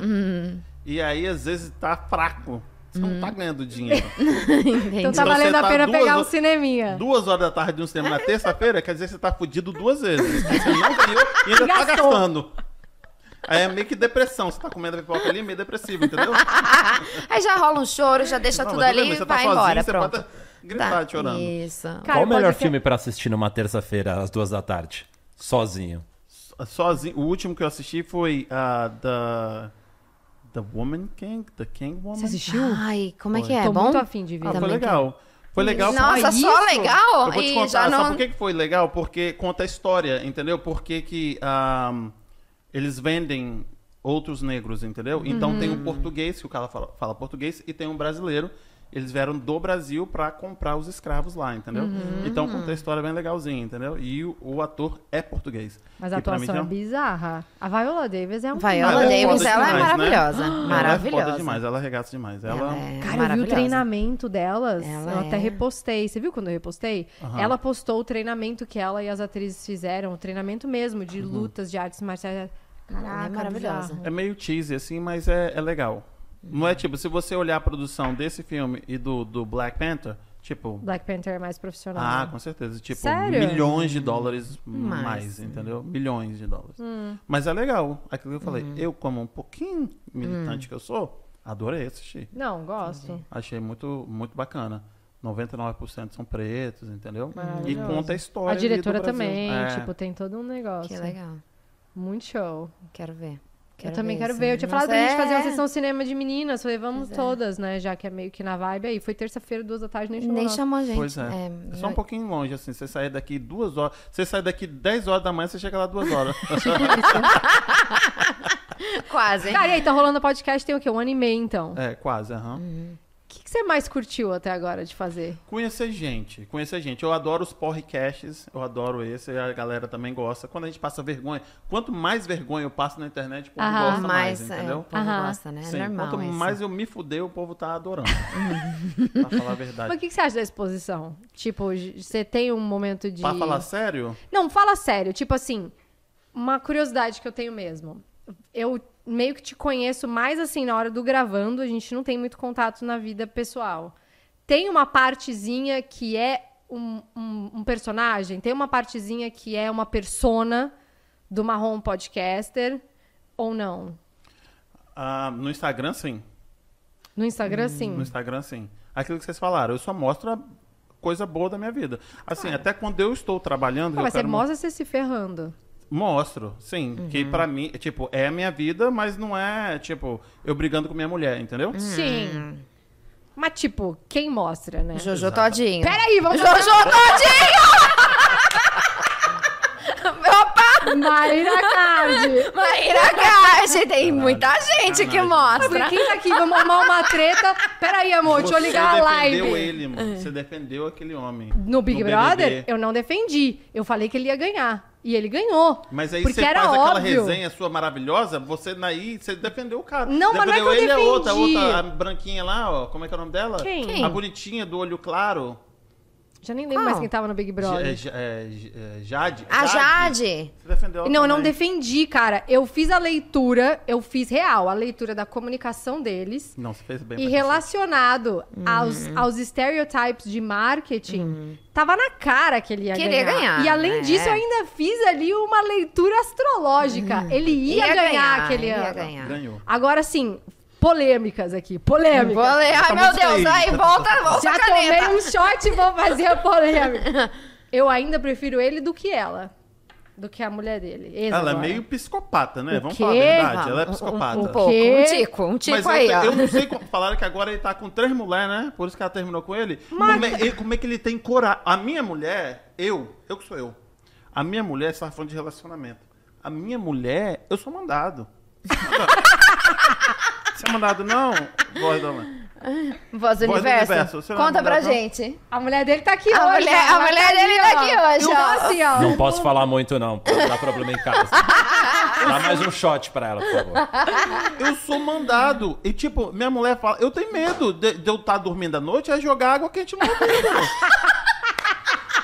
Speaker 3: E aí, às vezes, tá fraco. Você não tá ganhando dinheiro.
Speaker 2: Então
Speaker 1: Entendi.
Speaker 2: tá
Speaker 3: Então
Speaker 2: valendo
Speaker 3: você
Speaker 2: a
Speaker 3: tá
Speaker 2: pena
Speaker 3: duas
Speaker 2: pegar um
Speaker 3: horas-
Speaker 1: É.
Speaker 2: cineminha.
Speaker 3: Duas horas da tarde no cinema na terça-feira, quer dizer que você tá fudido duas vezes. Você não ganhou e ainda tá
Speaker 2: Gastou.
Speaker 3: gastando. Aí é meio que depressão. Você tá comendo pipoca ali, meio depressivo, entendeu?
Speaker 1: Aí já rola um choro, já deixa Tá
Speaker 3: Não,
Speaker 1: tudo
Speaker 3: mas
Speaker 1: ali
Speaker 3: bem,
Speaker 1: e
Speaker 3: você tá
Speaker 1: vai
Speaker 3: sozinho,
Speaker 1: embora.
Speaker 3: você
Speaker 1: Pronto.
Speaker 3: pode gritar
Speaker 1: Tá,
Speaker 3: chorando.
Speaker 1: Isso.
Speaker 2: Cara,
Speaker 5: Qual o melhor
Speaker 2: pode-
Speaker 5: filme pra assistir numa terça-feira, às duas da tarde? Sozinho.
Speaker 3: Sozinho. O último que eu assisti foi a da. The Woman King? The King Woman?
Speaker 2: Você assistiu?
Speaker 1: Ai, como é que é?
Speaker 2: Ah, Tô
Speaker 1: bom?
Speaker 2: muito afim de ver.
Speaker 3: Ah, foi
Speaker 1: Também então.
Speaker 3: legal. Foi legal.
Speaker 1: Nossa,
Speaker 3: porque-
Speaker 1: só legal?
Speaker 3: Eu vou te
Speaker 1: E
Speaker 3: contar,
Speaker 1: já
Speaker 3: sabe
Speaker 1: não-
Speaker 3: por que que foi legal? Porque conta a história, entendeu? Por que que, ahm, eles vendem outros negros, entendeu? Então tem
Speaker 1: Uhum.
Speaker 3: um português, que o cara fala, fala português, e tem um brasileiro. Eles vieram do Brasil pra comprar os escravos lá, entendeu?
Speaker 1: Uhum.
Speaker 3: Então conta a história bem legalzinha, entendeu? E o, o ator é português.
Speaker 2: Mas a
Speaker 3: E pra mim um-
Speaker 2: atuação é
Speaker 3: já-
Speaker 2: bizarra. A Viola Davis é um
Speaker 1: Viola
Speaker 3: Ela é
Speaker 1: Davis,
Speaker 3: foda
Speaker 1: ela é
Speaker 3: demais, né?
Speaker 1: maravilhosa.
Speaker 3: Ela é
Speaker 1: Maravilhosa.
Speaker 3: foda demais, ela arregaça demais. Ela,
Speaker 1: Ela é
Speaker 2: Cara, eu vi o
Speaker 1: maravilhosa.
Speaker 2: treinamento delas.
Speaker 1: Ela
Speaker 2: eu até
Speaker 1: é.
Speaker 2: repostei. Você viu quando eu repostei? Ela postou o treinamento que ela e as atrizes fizeram, o treinamento mesmo
Speaker 3: Uhum.
Speaker 2: de lutas de artes marciais. Caraca,
Speaker 1: é maravilhosa.
Speaker 2: bizarro.
Speaker 3: É meio cheesy, assim, mas é, é legal. Não é tipo, se você olhar a produção desse filme e do, do Black Panther, tipo.
Speaker 2: Black Panther é mais profissional.
Speaker 3: Ah,
Speaker 2: né?
Speaker 3: com certeza. Tipo,
Speaker 2: Sério? Hum.
Speaker 3: milhões de dólares
Speaker 1: Mais,
Speaker 3: mais, entendeu? Milhões de dólares. Mas é legal. Aquilo que eu falei,
Speaker 2: Hum.
Speaker 3: eu, como um pouquinho militante que eu sou, adorei assistir.
Speaker 2: Não, gosto.
Speaker 3: Achei muito, muito bacana. 99% são pretos, entendeu? E
Speaker 2: Maravilhoso.
Speaker 3: conta a história.
Speaker 2: A
Speaker 3: ali do
Speaker 2: diretora
Speaker 3: Brasil.
Speaker 2: também,
Speaker 3: É.
Speaker 2: tipo, tem todo um negócio.
Speaker 3: assim.
Speaker 1: Que legal.
Speaker 2: Muito show.
Speaker 1: Quero ver.
Speaker 2: eu também quero
Speaker 1: esse.
Speaker 2: ver. Eu tinha falado
Speaker 1: Nossa,
Speaker 2: pra gente fazer uma
Speaker 1: é.
Speaker 2: sessão cinema de meninas. Falei, vamos todas, né? Já que é meio que na vibe aí. Foi terça-feira, duas da tarde, nem chamou.
Speaker 1: Nem
Speaker 2: nós.
Speaker 1: chamou a gente.
Speaker 3: Pois é.
Speaker 1: É,
Speaker 3: É só um pouquinho longe, assim. Você sai daqui duas horas. Você sai daqui 10 horas da manhã, você chega lá duas horas.
Speaker 1: é, Quase. hein?
Speaker 2: Cara, e aí, tá rolando podcast, tem o quê? Um ano e meio, então.
Speaker 3: é, quase, aham.
Speaker 1: Hum.
Speaker 2: O que, que você mais curtiu até agora de fazer?
Speaker 3: Conhecer gente, conhecer gente. Eu adoro os podcasts, eu adoro esse, a galera também gosta. Quando a gente passa vergonha, quanto mais vergonha eu passo na internet, o povo
Speaker 2: Aham.
Speaker 3: gosta mais,
Speaker 1: Mas, é, o
Speaker 3: entendeu?
Speaker 1: povo
Speaker 2: Aham.
Speaker 1: gosta, né? É
Speaker 3: Sim,
Speaker 1: normal.
Speaker 3: quanto
Speaker 1: isso.
Speaker 3: mais eu me fuder, o povo tá adorando. pra falar a
Speaker 2: Mas o
Speaker 3: verdade.
Speaker 2: que, que você acha da exposição? Tipo, j- você tem um momento de.
Speaker 3: Pra falar sério,
Speaker 2: Não, fala sério. Tipo assim, uma curiosidade que eu tenho mesmo. Eu meio que te conheço mais assim na hora do gravando, a gente não tem muito contato na vida pessoal. Tem uma partezinha que é um, um- um personagem, tem uma partezinha que é uma persona do Marrom Podcaster, ou não?
Speaker 3: ah, no Instagram, sim.
Speaker 2: No Instagram, sim.
Speaker 3: Hum, No Instagram, sim. Aquilo que vocês falaram, eu só mostro a coisa boa da minha vida. Assim, até quando eu estou trabalhando.
Speaker 2: Ah,
Speaker 3: eu
Speaker 2: mas você
Speaker 3: quero mo-
Speaker 2: mostra Uhum. você se ferrando.
Speaker 3: Mostro, sim. Que pra mim, é, tipo, é a minha vida, mas não é, tipo, eu brigando com minha mulher, entendeu?
Speaker 2: Uhum. Sim. Mas, tipo, quem mostra, né?
Speaker 1: Jojo
Speaker 3: Exato.
Speaker 1: Todinho.
Speaker 2: Peraí, vamos
Speaker 1: Jojo Todinho! Opa!
Speaker 2: Mayra Card.
Speaker 1: Maíra Caixa! Tem muita gente que
Speaker 3: Caralho.
Speaker 2: Por
Speaker 1: mostra.
Speaker 2: quem tá aqui? Vamos arrumar uma treta. Peraí, amor, deixa eu ligar a
Speaker 3: Você
Speaker 2: live. Uhum.
Speaker 3: defendeu ele, mano. Você defendeu aquele homem.
Speaker 2: No Big Brother, eu não defendi. Eu falei que ele ia ganhar. E ele ganhou.
Speaker 3: Mas aí
Speaker 2: porque
Speaker 3: você
Speaker 2: era
Speaker 3: faz
Speaker 2: óbvio.
Speaker 3: aquela resenha sua maravilhosa, você naí, você defendeu o cara.
Speaker 2: Não, mas não é
Speaker 3: defendeu
Speaker 2: que eu
Speaker 3: ele, a outra, a
Speaker 2: defendi.
Speaker 3: outra, a branquinha lá, ó. Como é que é o nome dela?
Speaker 2: Quem?
Speaker 1: Quem?
Speaker 3: A bonitinha do olho claro.
Speaker 2: Já nem lembro
Speaker 1: Qual?
Speaker 2: mais quem tava no Big
Speaker 3: É,
Speaker 2: Brother.
Speaker 3: J- é, J- é, Jade.
Speaker 1: A Ah, Jade.
Speaker 3: Você defendeu ela
Speaker 2: Não, eu não
Speaker 3: também.
Speaker 2: defendi, cara. Eu fiz a leitura, eu fiz real, a leitura da comunicação deles.
Speaker 3: Não, você fez bem.
Speaker 2: E
Speaker 3: pra cacete.
Speaker 2: relacionado
Speaker 1: Uhum.
Speaker 2: aos, aos stereotypes de marketing, tava na cara que ele ia
Speaker 1: Que ele ia
Speaker 2: ganhar.
Speaker 1: Uhum. ganhar,
Speaker 2: E além
Speaker 1: né?
Speaker 2: disso, eu ainda fiz ali uma leitura astrológica. Ele ia, ganhar, aquele
Speaker 1: Uhum. ele
Speaker 2: ano.
Speaker 1: ia ganhar.
Speaker 3: Ganhou.
Speaker 2: Agora sim, polêmicas aqui. Polêmicas.
Speaker 1: Vou ler. Ai,
Speaker 3: Tá
Speaker 1: meu
Speaker 3: muito
Speaker 1: Deus.
Speaker 3: bem.
Speaker 1: Aí, volta, volta
Speaker 2: Já
Speaker 1: a caneta.
Speaker 2: tomei um shot e vou fazer a polêmica. Eu ainda prefiro ele do que ela. Do que a mulher dele. Ex
Speaker 3: Ela é
Speaker 2: agora.
Speaker 3: meio psicopata, né?
Speaker 2: O
Speaker 3: Vamos
Speaker 2: quê?
Speaker 3: falar a verdade. Ela é
Speaker 1: Um- um-
Speaker 3: psicopata.
Speaker 1: Um, pouco. Um
Speaker 2: Quê?
Speaker 1: tico. Um tico
Speaker 3: Mas
Speaker 1: aí,
Speaker 3: eu,
Speaker 1: ó.
Speaker 3: eu não sei como. Falaram que agora ele tá com três mulheres, né? Por isso que ela terminou com ele. Como, é, ele- como é que ele tem coragem? A minha mulher, eu, eu que sou eu. A minha mulher, você tava falando de relacionamento. A minha mulher, eu sou mandado. você é mandado, não? Voz da mãe.
Speaker 1: Voz do
Speaker 3: Voz do
Speaker 1: Universo.
Speaker 3: Universo, você não
Speaker 1: Conta
Speaker 3: lembra,
Speaker 1: pra
Speaker 3: não?
Speaker 1: gente.
Speaker 2: A mulher dele tá aqui
Speaker 1: A
Speaker 2: hoje.
Speaker 1: mulher-
Speaker 2: ó.
Speaker 1: a
Speaker 2: Ela
Speaker 1: mulher dele tá aqui hoje,
Speaker 2: Não
Speaker 1: ó.
Speaker 2: tá assim, ó.
Speaker 5: Não posso falar muito, não, pra não dar problema em casa. Dá mais um shot pra ela, por favor.
Speaker 3: Eu sou mandado. E tipo, minha mulher fala, eu tenho medo de, de eu estar dormindo à noite é jogar água quente no meu umbigo.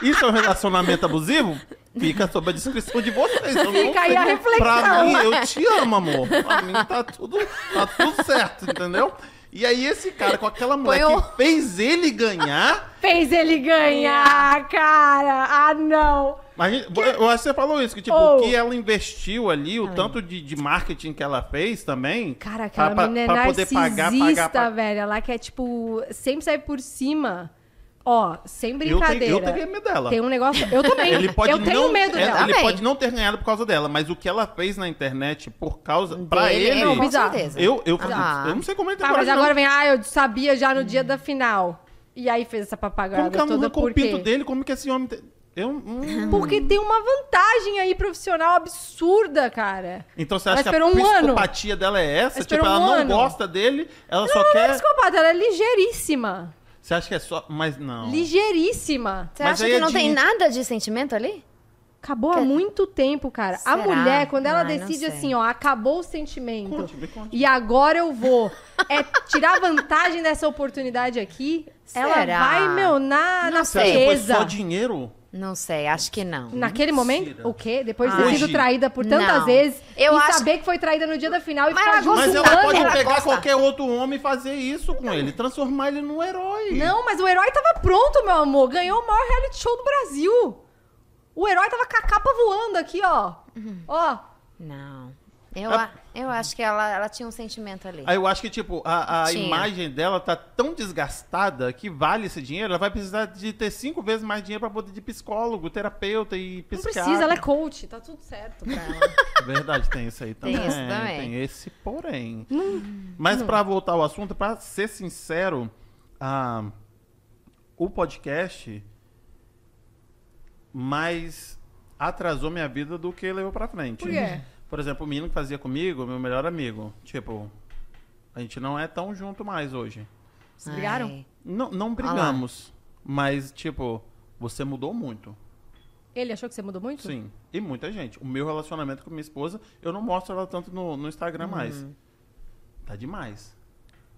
Speaker 3: Isso é um relacionamento abusivo? Fica sob a descrição de vocês. eu não
Speaker 2: Fica aí a
Speaker 3: tenho-
Speaker 2: reflexão.
Speaker 3: Pra mim, eu te amo, amor. Pra mim tá tudo, tá tudo certo, entendeu? E aí esse cara com aquela mulher
Speaker 1: Põe o-
Speaker 2: um-
Speaker 3: que fez ele ganhar...
Speaker 2: Fez ele ganhar, cara! Ah, não!
Speaker 3: Mas gente, eu acho que você falou isso, que tipo,
Speaker 2: Oh.
Speaker 3: o que ela investiu ali, o tanto de, de marketing que ela fez também...
Speaker 2: Cara, aquela
Speaker 3: pra-
Speaker 2: menina
Speaker 3: pra
Speaker 2: é
Speaker 3: poder
Speaker 2: narcisista,
Speaker 3: pagar, pagar, pagar.
Speaker 2: velho. Ela quer, tipo, sempre sair por cima. Ó, sem
Speaker 3: Eu,
Speaker 2: brincadeira.
Speaker 3: tenho, eu teria medo dela.
Speaker 2: Tem um negócio... Eu também.
Speaker 3: Ele pode
Speaker 2: eu
Speaker 3: não,
Speaker 2: tenho medo
Speaker 3: é,
Speaker 2: dela.
Speaker 3: Ele
Speaker 1: Também.
Speaker 3: pode não ter ganhado por causa dela, mas o que ela fez na internet por causa. Pra
Speaker 1: Dele,
Speaker 3: ele.
Speaker 1: eu, com
Speaker 2: bizarro.
Speaker 1: certeza.
Speaker 3: eu, eu, fiz
Speaker 1: é um Ah.
Speaker 3: isso. eu não sei como ele tem
Speaker 2: Tá, mas
Speaker 3: coragem, não.
Speaker 2: agora vem... Ah, eu sabia já no dia da final. E aí fez essa
Speaker 3: Como
Speaker 2: papagaiada
Speaker 3: que ela não
Speaker 2: toda
Speaker 3: arrancou
Speaker 2: por
Speaker 3: o pinto
Speaker 2: quê?
Speaker 3: dele? Como que esse homem. tem- Eu. hum.
Speaker 2: Porque tem uma vantagem aí profissional absurda, cara.
Speaker 3: Então você
Speaker 2: Ela
Speaker 3: acha que a
Speaker 2: esperou um ano.
Speaker 3: psicopatia dela é essa?
Speaker 2: Ela
Speaker 3: tipo,
Speaker 2: esperou
Speaker 3: ela
Speaker 2: um
Speaker 3: não
Speaker 2: ano.
Speaker 3: gosta dele, ela só
Speaker 2: Ela não é
Speaker 3: quer.
Speaker 2: psicopata, ela é ligeiríssima.
Speaker 3: Você acha que é só. Mas não.
Speaker 2: Ligeiríssima.
Speaker 1: Você
Speaker 3: Mas
Speaker 1: acha
Speaker 3: aí
Speaker 1: que
Speaker 3: é
Speaker 1: não
Speaker 3: de-
Speaker 1: tem nada de sentimento ali?
Speaker 2: Acabou há muito tempo, cara. A
Speaker 1: Será?
Speaker 2: mulher, quando ela
Speaker 1: Ai, não
Speaker 2: decide
Speaker 1: sei.
Speaker 2: assim, ó, acabou o sentimento.
Speaker 3: Conte, me conte.
Speaker 2: E agora eu vou. É tirar vantagem dessa oportunidade aqui.
Speaker 1: Será?
Speaker 2: Ela vai, meu, na, na
Speaker 3: Você acha que foi
Speaker 2: frieza.
Speaker 3: só dinheiro?
Speaker 1: Não sei, acho que não.
Speaker 2: Naquele momento? O quê? Depois de ter
Speaker 3: Hoje?
Speaker 2: sido traída por tantas
Speaker 1: Não.
Speaker 2: vezes
Speaker 1: Eu
Speaker 2: e
Speaker 1: acho-
Speaker 2: saber que foi traída no dia da final e
Speaker 1: Mas
Speaker 2: ficar
Speaker 1: ela
Speaker 2: junto
Speaker 3: Mas
Speaker 1: Nossa,
Speaker 2: um ano.
Speaker 3: ela
Speaker 1: fulano,
Speaker 3: pode
Speaker 1: ela
Speaker 3: pegar
Speaker 1: gosta.
Speaker 3: qualquer outro homem e fazer isso com ele, transformar ele num herói.
Speaker 2: Não, mas o herói tava pronto, meu amor. Ganhou o maior reality show do Brasil. O herói tava com a capa voando aqui, ó.
Speaker 1: Uhum.
Speaker 2: Ó.
Speaker 1: Não. Eu, a- eu acho que ela, ela tinha um sentimento ali.
Speaker 3: Ah. Aí eu acho que, tipo, a, a
Speaker 1: Tinha.
Speaker 3: imagem dela tá tão desgastada que vale esse dinheiro. Ela vai precisar de ter cinco vezes mais dinheiro pra poder de psicólogo, terapeuta e
Speaker 2: Não
Speaker 3: psiquiatra.
Speaker 2: precisa, ela é coach, tá tudo certo pra ela.
Speaker 3: Verdade, tem isso aí também.
Speaker 1: isso também.
Speaker 3: Tem esse porém. Mas pra voltar ao assunto, pra ser sincero, ah, o podcast mais atrasou minha vida do que levou pra frente.
Speaker 2: Por quê?
Speaker 3: Por exemplo, o menino que fazia comigo, meu melhor amigo. Tipo, a gente não é tão junto mais hoje.
Speaker 2: Se brigaram?
Speaker 1: Ai.
Speaker 3: Não, não
Speaker 1: lá.
Speaker 3: brigamos. Mas, tipo, você mudou muito.
Speaker 2: Ele achou que você mudou muito?
Speaker 3: Sim. E muita gente. O meu relacionamento com minha esposa, eu não mostro ela tanto no, no Instagram
Speaker 2: Uhum.
Speaker 3: mais. Tá demais.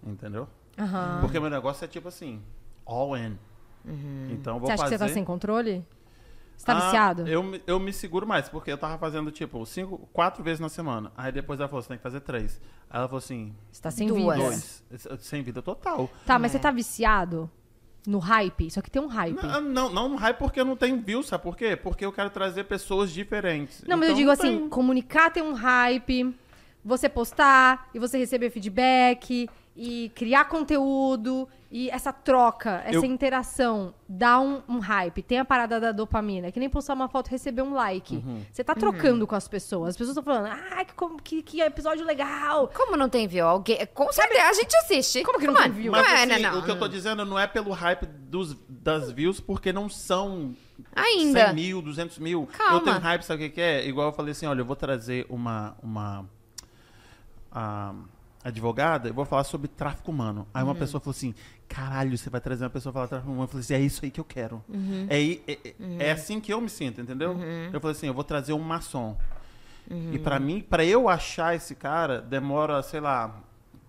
Speaker 3: Entendeu?
Speaker 2: Aham.
Speaker 3: Porque meu negócio é tipo assim, all in. Então eu vou
Speaker 2: Você acha
Speaker 3: fazer...
Speaker 2: que você tá sem controle? Você tá
Speaker 3: Ah,
Speaker 2: viciado?
Speaker 3: eu, me- eu me seguro mais, porque eu tava fazendo, tipo, cinco, quatro vezes na semana. Aí depois ela falou, você tem que fazer três. Aí ela falou assim,
Speaker 2: Você tá sem
Speaker 1: Duas.
Speaker 2: vida?
Speaker 3: dois. Sem vida total.
Speaker 2: Tá,
Speaker 1: É.
Speaker 2: mas você tá viciado no hype? Só que tem um hype.
Speaker 3: Não, não, não raio porque não tem view, sabe por quê? Porque eu quero trazer pessoas diferentes.
Speaker 2: Não, mas eu
Speaker 3: Então,
Speaker 2: digo
Speaker 3: não
Speaker 2: assim,
Speaker 3: tem.
Speaker 2: comunicar tem um hype, você postar e você receber feedback e criar conteúdo e essa troca, essa
Speaker 3: Eu-
Speaker 2: interação dá um, um hype. Tem a parada da dopamina, que nem postar uma foto e receber um like.
Speaker 3: Uhum.
Speaker 2: Você tá
Speaker 1: Uhum.
Speaker 2: trocando com as pessoas. As pessoas estão falando, ah, que, como- que, que episódio legal.
Speaker 1: Como não tem view? Alguém... Com certeza a gente assiste.
Speaker 2: Como que não
Speaker 1: Mano,
Speaker 2: tem view?
Speaker 1: Não
Speaker 3: Mas
Speaker 1: é,
Speaker 3: assim,
Speaker 1: não, não.
Speaker 3: o que eu tô dizendo não é pelo hype dos, das views, porque não são
Speaker 1: Ainda.
Speaker 3: 100 mil, 200 mil.
Speaker 1: Calma.
Speaker 3: Eu tenho hype, sabe o que que é? Igual eu falei assim, olha, eu vou trazer uma, uma a, advogada e vou falar sobre tráfico humano. Aí
Speaker 1: Uhum.
Speaker 3: uma pessoa falou assim, caralho, você vai trazer uma pessoa falar tráfico humano? Eu falei assim, é isso aí que eu quero.
Speaker 1: Uhum.
Speaker 3: É, aí- é, é- é assim que eu me sinto, entendeu? Eu falei assim, eu vou trazer um maçom. E pra mim, pra eu achar esse cara, demora, sei lá,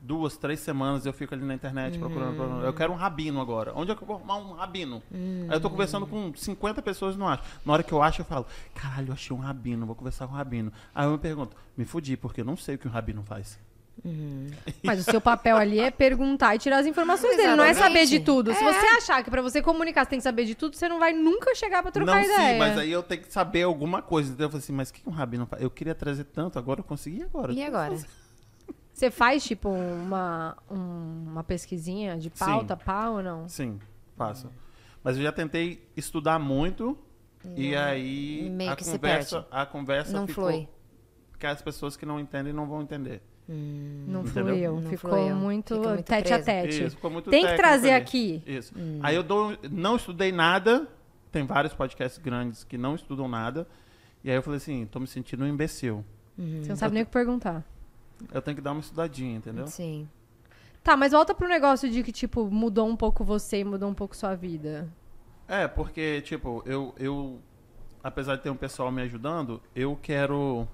Speaker 3: duas, três semanas eu fico ali na internet procurando, procurando. Eu quero um rabino agora. Onde é que eu vou arrumar um rabino? Aí eu tô conversando com 50 pessoas e não acho. Na hora que eu acho, eu falo, caralho, eu achei um rabino, vou conversar com um rabino. Aí eu me pergunto, me fudi, porque eu não sei o que um rabino faz.
Speaker 2: Mas o seu papel ali é perguntar e tirar as informações dele, não é saber de
Speaker 1: Exatamente.
Speaker 2: tudo. Se você achar que pra você comunicar você tem que saber de tudo, você não vai nunca chegar pra trocar
Speaker 3: não,
Speaker 2: ideia.
Speaker 3: sim, mas aí eu tenho que saber alguma coisa. Então eu falei assim, mas o que que um rabino faz? Eu queria trazer tanto, agora eu consegui agora.
Speaker 1: E agora?
Speaker 2: Você faz, tipo, uma, um- uma pesquisinha de pauta, pá ou não?
Speaker 3: Sim, faço. Mas eu já tentei estudar muito e aí
Speaker 1: meio
Speaker 3: a
Speaker 1: que se
Speaker 3: conversa, a conversa
Speaker 1: Não
Speaker 3: ficou
Speaker 1: flui.
Speaker 3: que as pessoas que não entendem não vão entender.
Speaker 2: Não
Speaker 3: Entendeu?
Speaker 2: fluiu.
Speaker 1: Não
Speaker 2: ficou
Speaker 1: fluiu.
Speaker 2: muito
Speaker 1: Fica muito
Speaker 2: tete a
Speaker 1: preso.
Speaker 2: tete.
Speaker 3: Isso, ficou muito
Speaker 2: É, Tem que
Speaker 3: técnico
Speaker 2: trazer
Speaker 3: ali.
Speaker 2: aqui.
Speaker 3: Isso. Aí eu dou- não estudei nada. Tem vários podcasts grandes que não estudam nada. E aí eu falei assim, tô me sentindo um imbecil.
Speaker 1: Hum.
Speaker 2: Você não sabe nem o que perguntar.
Speaker 3: Eu tenho que dar uma estudadinha, entendeu?
Speaker 1: Sim.
Speaker 2: Tá, mas volta pro negócio de que, tipo, mudou um pouco você e mudou um pouco sua vida.
Speaker 3: É, porque, tipo, eu, eu apesar de ter um pessoal me ajudando, eu quero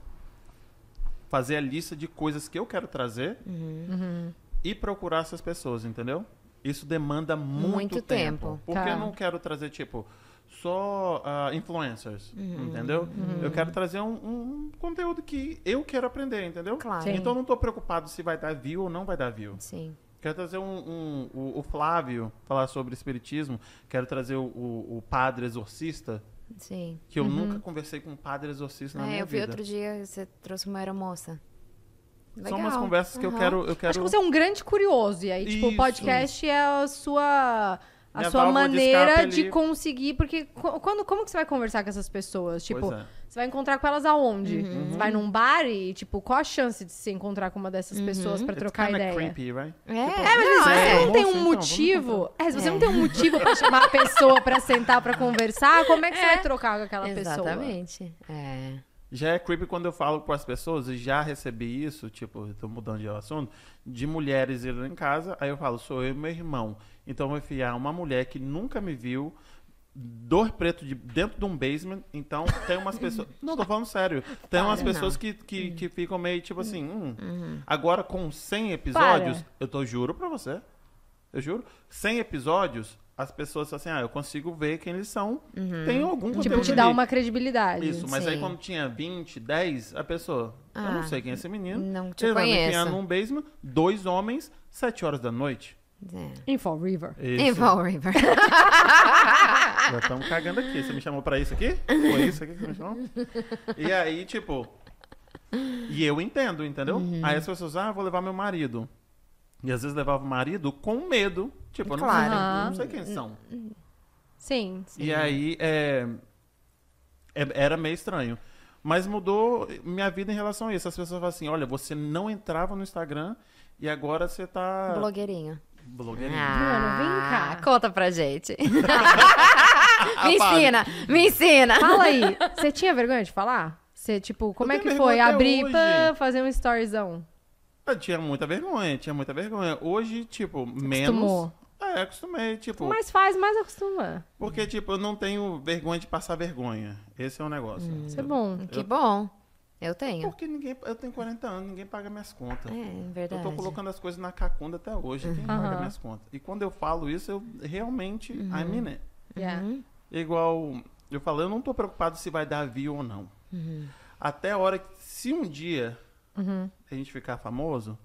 Speaker 3: fazer a lista de coisas que eu quero trazer
Speaker 1: Uhum.
Speaker 3: e procurar essas pessoas, entendeu? Isso demanda muito,
Speaker 1: Muito tempo.
Speaker 3: Porque
Speaker 2: Tá.
Speaker 3: eu não quero trazer, tipo, só ah, influencers, entendeu?
Speaker 1: Uhum.
Speaker 3: Eu quero trazer um, um conteúdo que eu quero aprender, entendeu?
Speaker 1: Claro.
Speaker 2: Sim.
Speaker 3: Então eu não tô preocupado se vai dar view ou não vai dar view.
Speaker 1: Sim.
Speaker 3: Quero trazer um, um- o, o Flávio falar sobre espiritismo. Quero trazer o, o- o padre exorcista,
Speaker 1: Sim.
Speaker 3: que eu
Speaker 2: Uhum.
Speaker 3: nunca conversei com um padre exorcista na
Speaker 1: É,
Speaker 3: minha
Speaker 1: eu vi
Speaker 3: vida.
Speaker 1: outro dia, você trouxe uma aeromoça. Legal.
Speaker 3: São umas conversas que eu
Speaker 1: Aham.
Speaker 3: quero. Eu quero...
Speaker 2: Acho que você é um grande curioso. E aí, tipo, o
Speaker 3: Isso.
Speaker 2: podcast é a sua. A
Speaker 3: Minha
Speaker 2: sua
Speaker 3: válvula de escape
Speaker 2: maneira de,
Speaker 3: ali.
Speaker 2: conseguir, porque co- quando, como que você vai conversar com essas pessoas?
Speaker 3: Pois
Speaker 2: Tipo,
Speaker 3: é.
Speaker 2: você vai encontrar com elas aonde?
Speaker 1: Uhum.
Speaker 2: Você vai num bar e, tipo, qual a chance de se encontrar com uma
Speaker 1: Uhum.
Speaker 2: dessas pessoas pra
Speaker 3: It's
Speaker 2: trocar
Speaker 3: kinda
Speaker 2: ideia?
Speaker 3: creepy, right?
Speaker 1: É,
Speaker 2: É,
Speaker 1: não,
Speaker 2: mas se
Speaker 1: é.
Speaker 2: você não
Speaker 3: Moça,
Speaker 2: tem um
Speaker 3: então, vamos
Speaker 2: motivo. É, se você
Speaker 1: É.
Speaker 2: não tem um motivo pra chamar a pessoa pra sentar pra conversar, como é que você vai trocar com aquela pessoa?
Speaker 1: Exatamente. É.
Speaker 3: Já é creepy quando eu falo com as pessoas, e já recebi isso, tipo, tô mudando de assunto, de mulheres irem lá em casa, aí eu falo, sou eu e meu irmão. Então eu vou enfiar uma mulher que nunca me viu, dor preto de, dentro de um basement, então tem umas pessoas. Não, tô falando sério. Tem umas
Speaker 1: Para,
Speaker 3: pessoas que, que, que ficam meio tipo assim, hum. Agora com 100 episódios,
Speaker 2: Uhum. Para.
Speaker 3: eu tô juro pra você. Eu juro. 100 episódios, as pessoas falam assim, ah, eu consigo ver quem eles são. Tem algum
Speaker 2: Tipo,
Speaker 3: conteúdo
Speaker 2: te dá
Speaker 3: ali.
Speaker 2: uma credibilidade.
Speaker 3: Isso, mas aí
Speaker 1: Sim.
Speaker 3: quando tinha 20, 10, a pessoa, eu
Speaker 1: Ah,
Speaker 3: não sei quem é esse menino.
Speaker 1: não te
Speaker 3: ele vai me
Speaker 1: conheço.
Speaker 3: enfiar num basement, dois homens, 7 horas da noite.
Speaker 1: é.
Speaker 2: Info River.
Speaker 1: Em Fall River.
Speaker 3: Já estamos cagando aqui. Você me chamou pra isso aqui? Foi isso aqui que você me chamou? E aí, tipo. E eu entendo, entendeu?
Speaker 1: Uhum.
Speaker 3: Aí as pessoas, ah, vou levar meu marido. E às vezes levava o marido com medo. Tipo, eu não,
Speaker 1: Claro.
Speaker 3: sei, quem- não sei quem são.
Speaker 2: Sim.
Speaker 3: E aí, é, é- era meio estranho. Mas mudou minha vida em relação a isso. As pessoas falam assim, olha, você não entrava no Instagram e agora você tá...
Speaker 1: Blogueirinha.
Speaker 3: Blogueirinha.
Speaker 2: Ah. Bruno, vem cá.
Speaker 1: Ah. Conta pra gente.
Speaker 3: Ah,
Speaker 1: me
Speaker 3: padre.
Speaker 1: ensina, me ensina.
Speaker 2: Fala aí, você tinha vergonha de falar? Você, tipo, como
Speaker 3: Eu
Speaker 2: é que
Speaker 3: tenho
Speaker 2: foi?
Speaker 3: vergonha até
Speaker 2: Abrir
Speaker 3: hoje.
Speaker 2: pra fazer um storyzão.
Speaker 3: Eu tinha muita vergonha, tinha muita vergonha. Hoje, tipo, menos...
Speaker 2: Acostumou.
Speaker 3: É, acostumei, tipo...
Speaker 2: Mas faz, mais acostuma.
Speaker 3: Porque, tipo, eu não tenho vergonha de passar vergonha. Esse é o negócio.
Speaker 2: Isso é bom.
Speaker 1: Que bom. Eu tenho.
Speaker 3: Porque ninguém... Eu tenho 40 anos, ninguém paga minhas contas.
Speaker 1: É, verdade.
Speaker 3: Eu tô colocando as coisas na cacunda até hoje, quem paga
Speaker 2: Uhum. Aham. Uhum.
Speaker 3: minhas contas? E quando eu falo isso, eu realmente... I mean it.
Speaker 2: Yeah.
Speaker 3: É Igual eu falo, eu não tô preocupado se vai dar view ou não.
Speaker 2: Uhum.
Speaker 3: Até a hora que, se um dia a gente ficar famoso,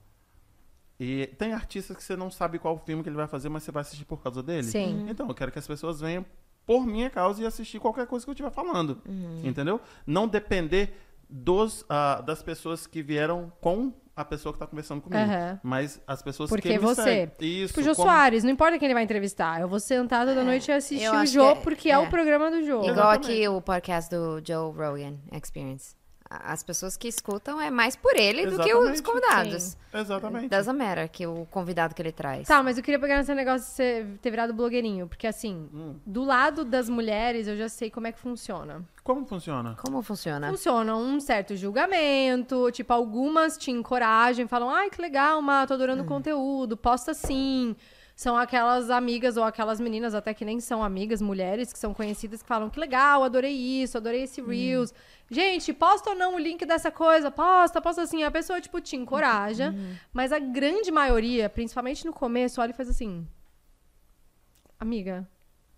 Speaker 3: e tem artistas que você não sabe qual filme que ele vai fazer, mas você vai assistir por causa dele.
Speaker 2: Sim.
Speaker 3: Então, eu quero que as pessoas venham por minha causa e assistir qualquer coisa que eu estiver falando.
Speaker 2: Uhum.
Speaker 3: Entendeu? Não depender dos, ah, das pessoas que vieram com a pessoa que tá conversando comigo.
Speaker 2: Aham.
Speaker 3: Mas as pessoas
Speaker 2: Porque
Speaker 3: que me
Speaker 2: você.
Speaker 3: seguem. Isso.
Speaker 2: Tipo, o Jô
Speaker 3: como-
Speaker 2: Soares, não importa quem ele vai entrevistar. Eu vou sentar toda noite e assistir
Speaker 1: É, eu
Speaker 2: o
Speaker 1: acho
Speaker 2: Jô,
Speaker 1: que é-
Speaker 2: porque é,
Speaker 1: é.
Speaker 2: o programa do Jô.
Speaker 1: Igual
Speaker 3: Exatamente.
Speaker 1: aqui o podcast do Joe Rogan Experience. A- As pessoas que escutam é mais por ele do que os
Speaker 3: Exatamente.
Speaker 1: convidados.
Speaker 3: Exatamente.
Speaker 1: Doesn't matter que o convidado que ele traz.
Speaker 2: Tá, mas eu queria pegar nesse negócio de você ter virado blogueirinho. Porque, assim,
Speaker 3: Hum.
Speaker 2: do lado das mulheres, eu já sei como é que funciona.
Speaker 3: Como funciona?
Speaker 1: Como funciona?
Speaker 2: Funciona um certo julgamento, tipo, algumas te encorajam, falam, ai, que legal, Má, tô adorando o conteúdo, posta sim. São aquelas amigas ou aquelas meninas, até que nem são amigas, mulheres, que são conhecidas, que falam, que legal, adorei isso, adorei esse Reels. Gente, posta ou não o link dessa coisa? Posta, posta assim. A pessoa, tipo, te encoraja, mas a grande maioria, principalmente no começo, olha e faz assim, amiga,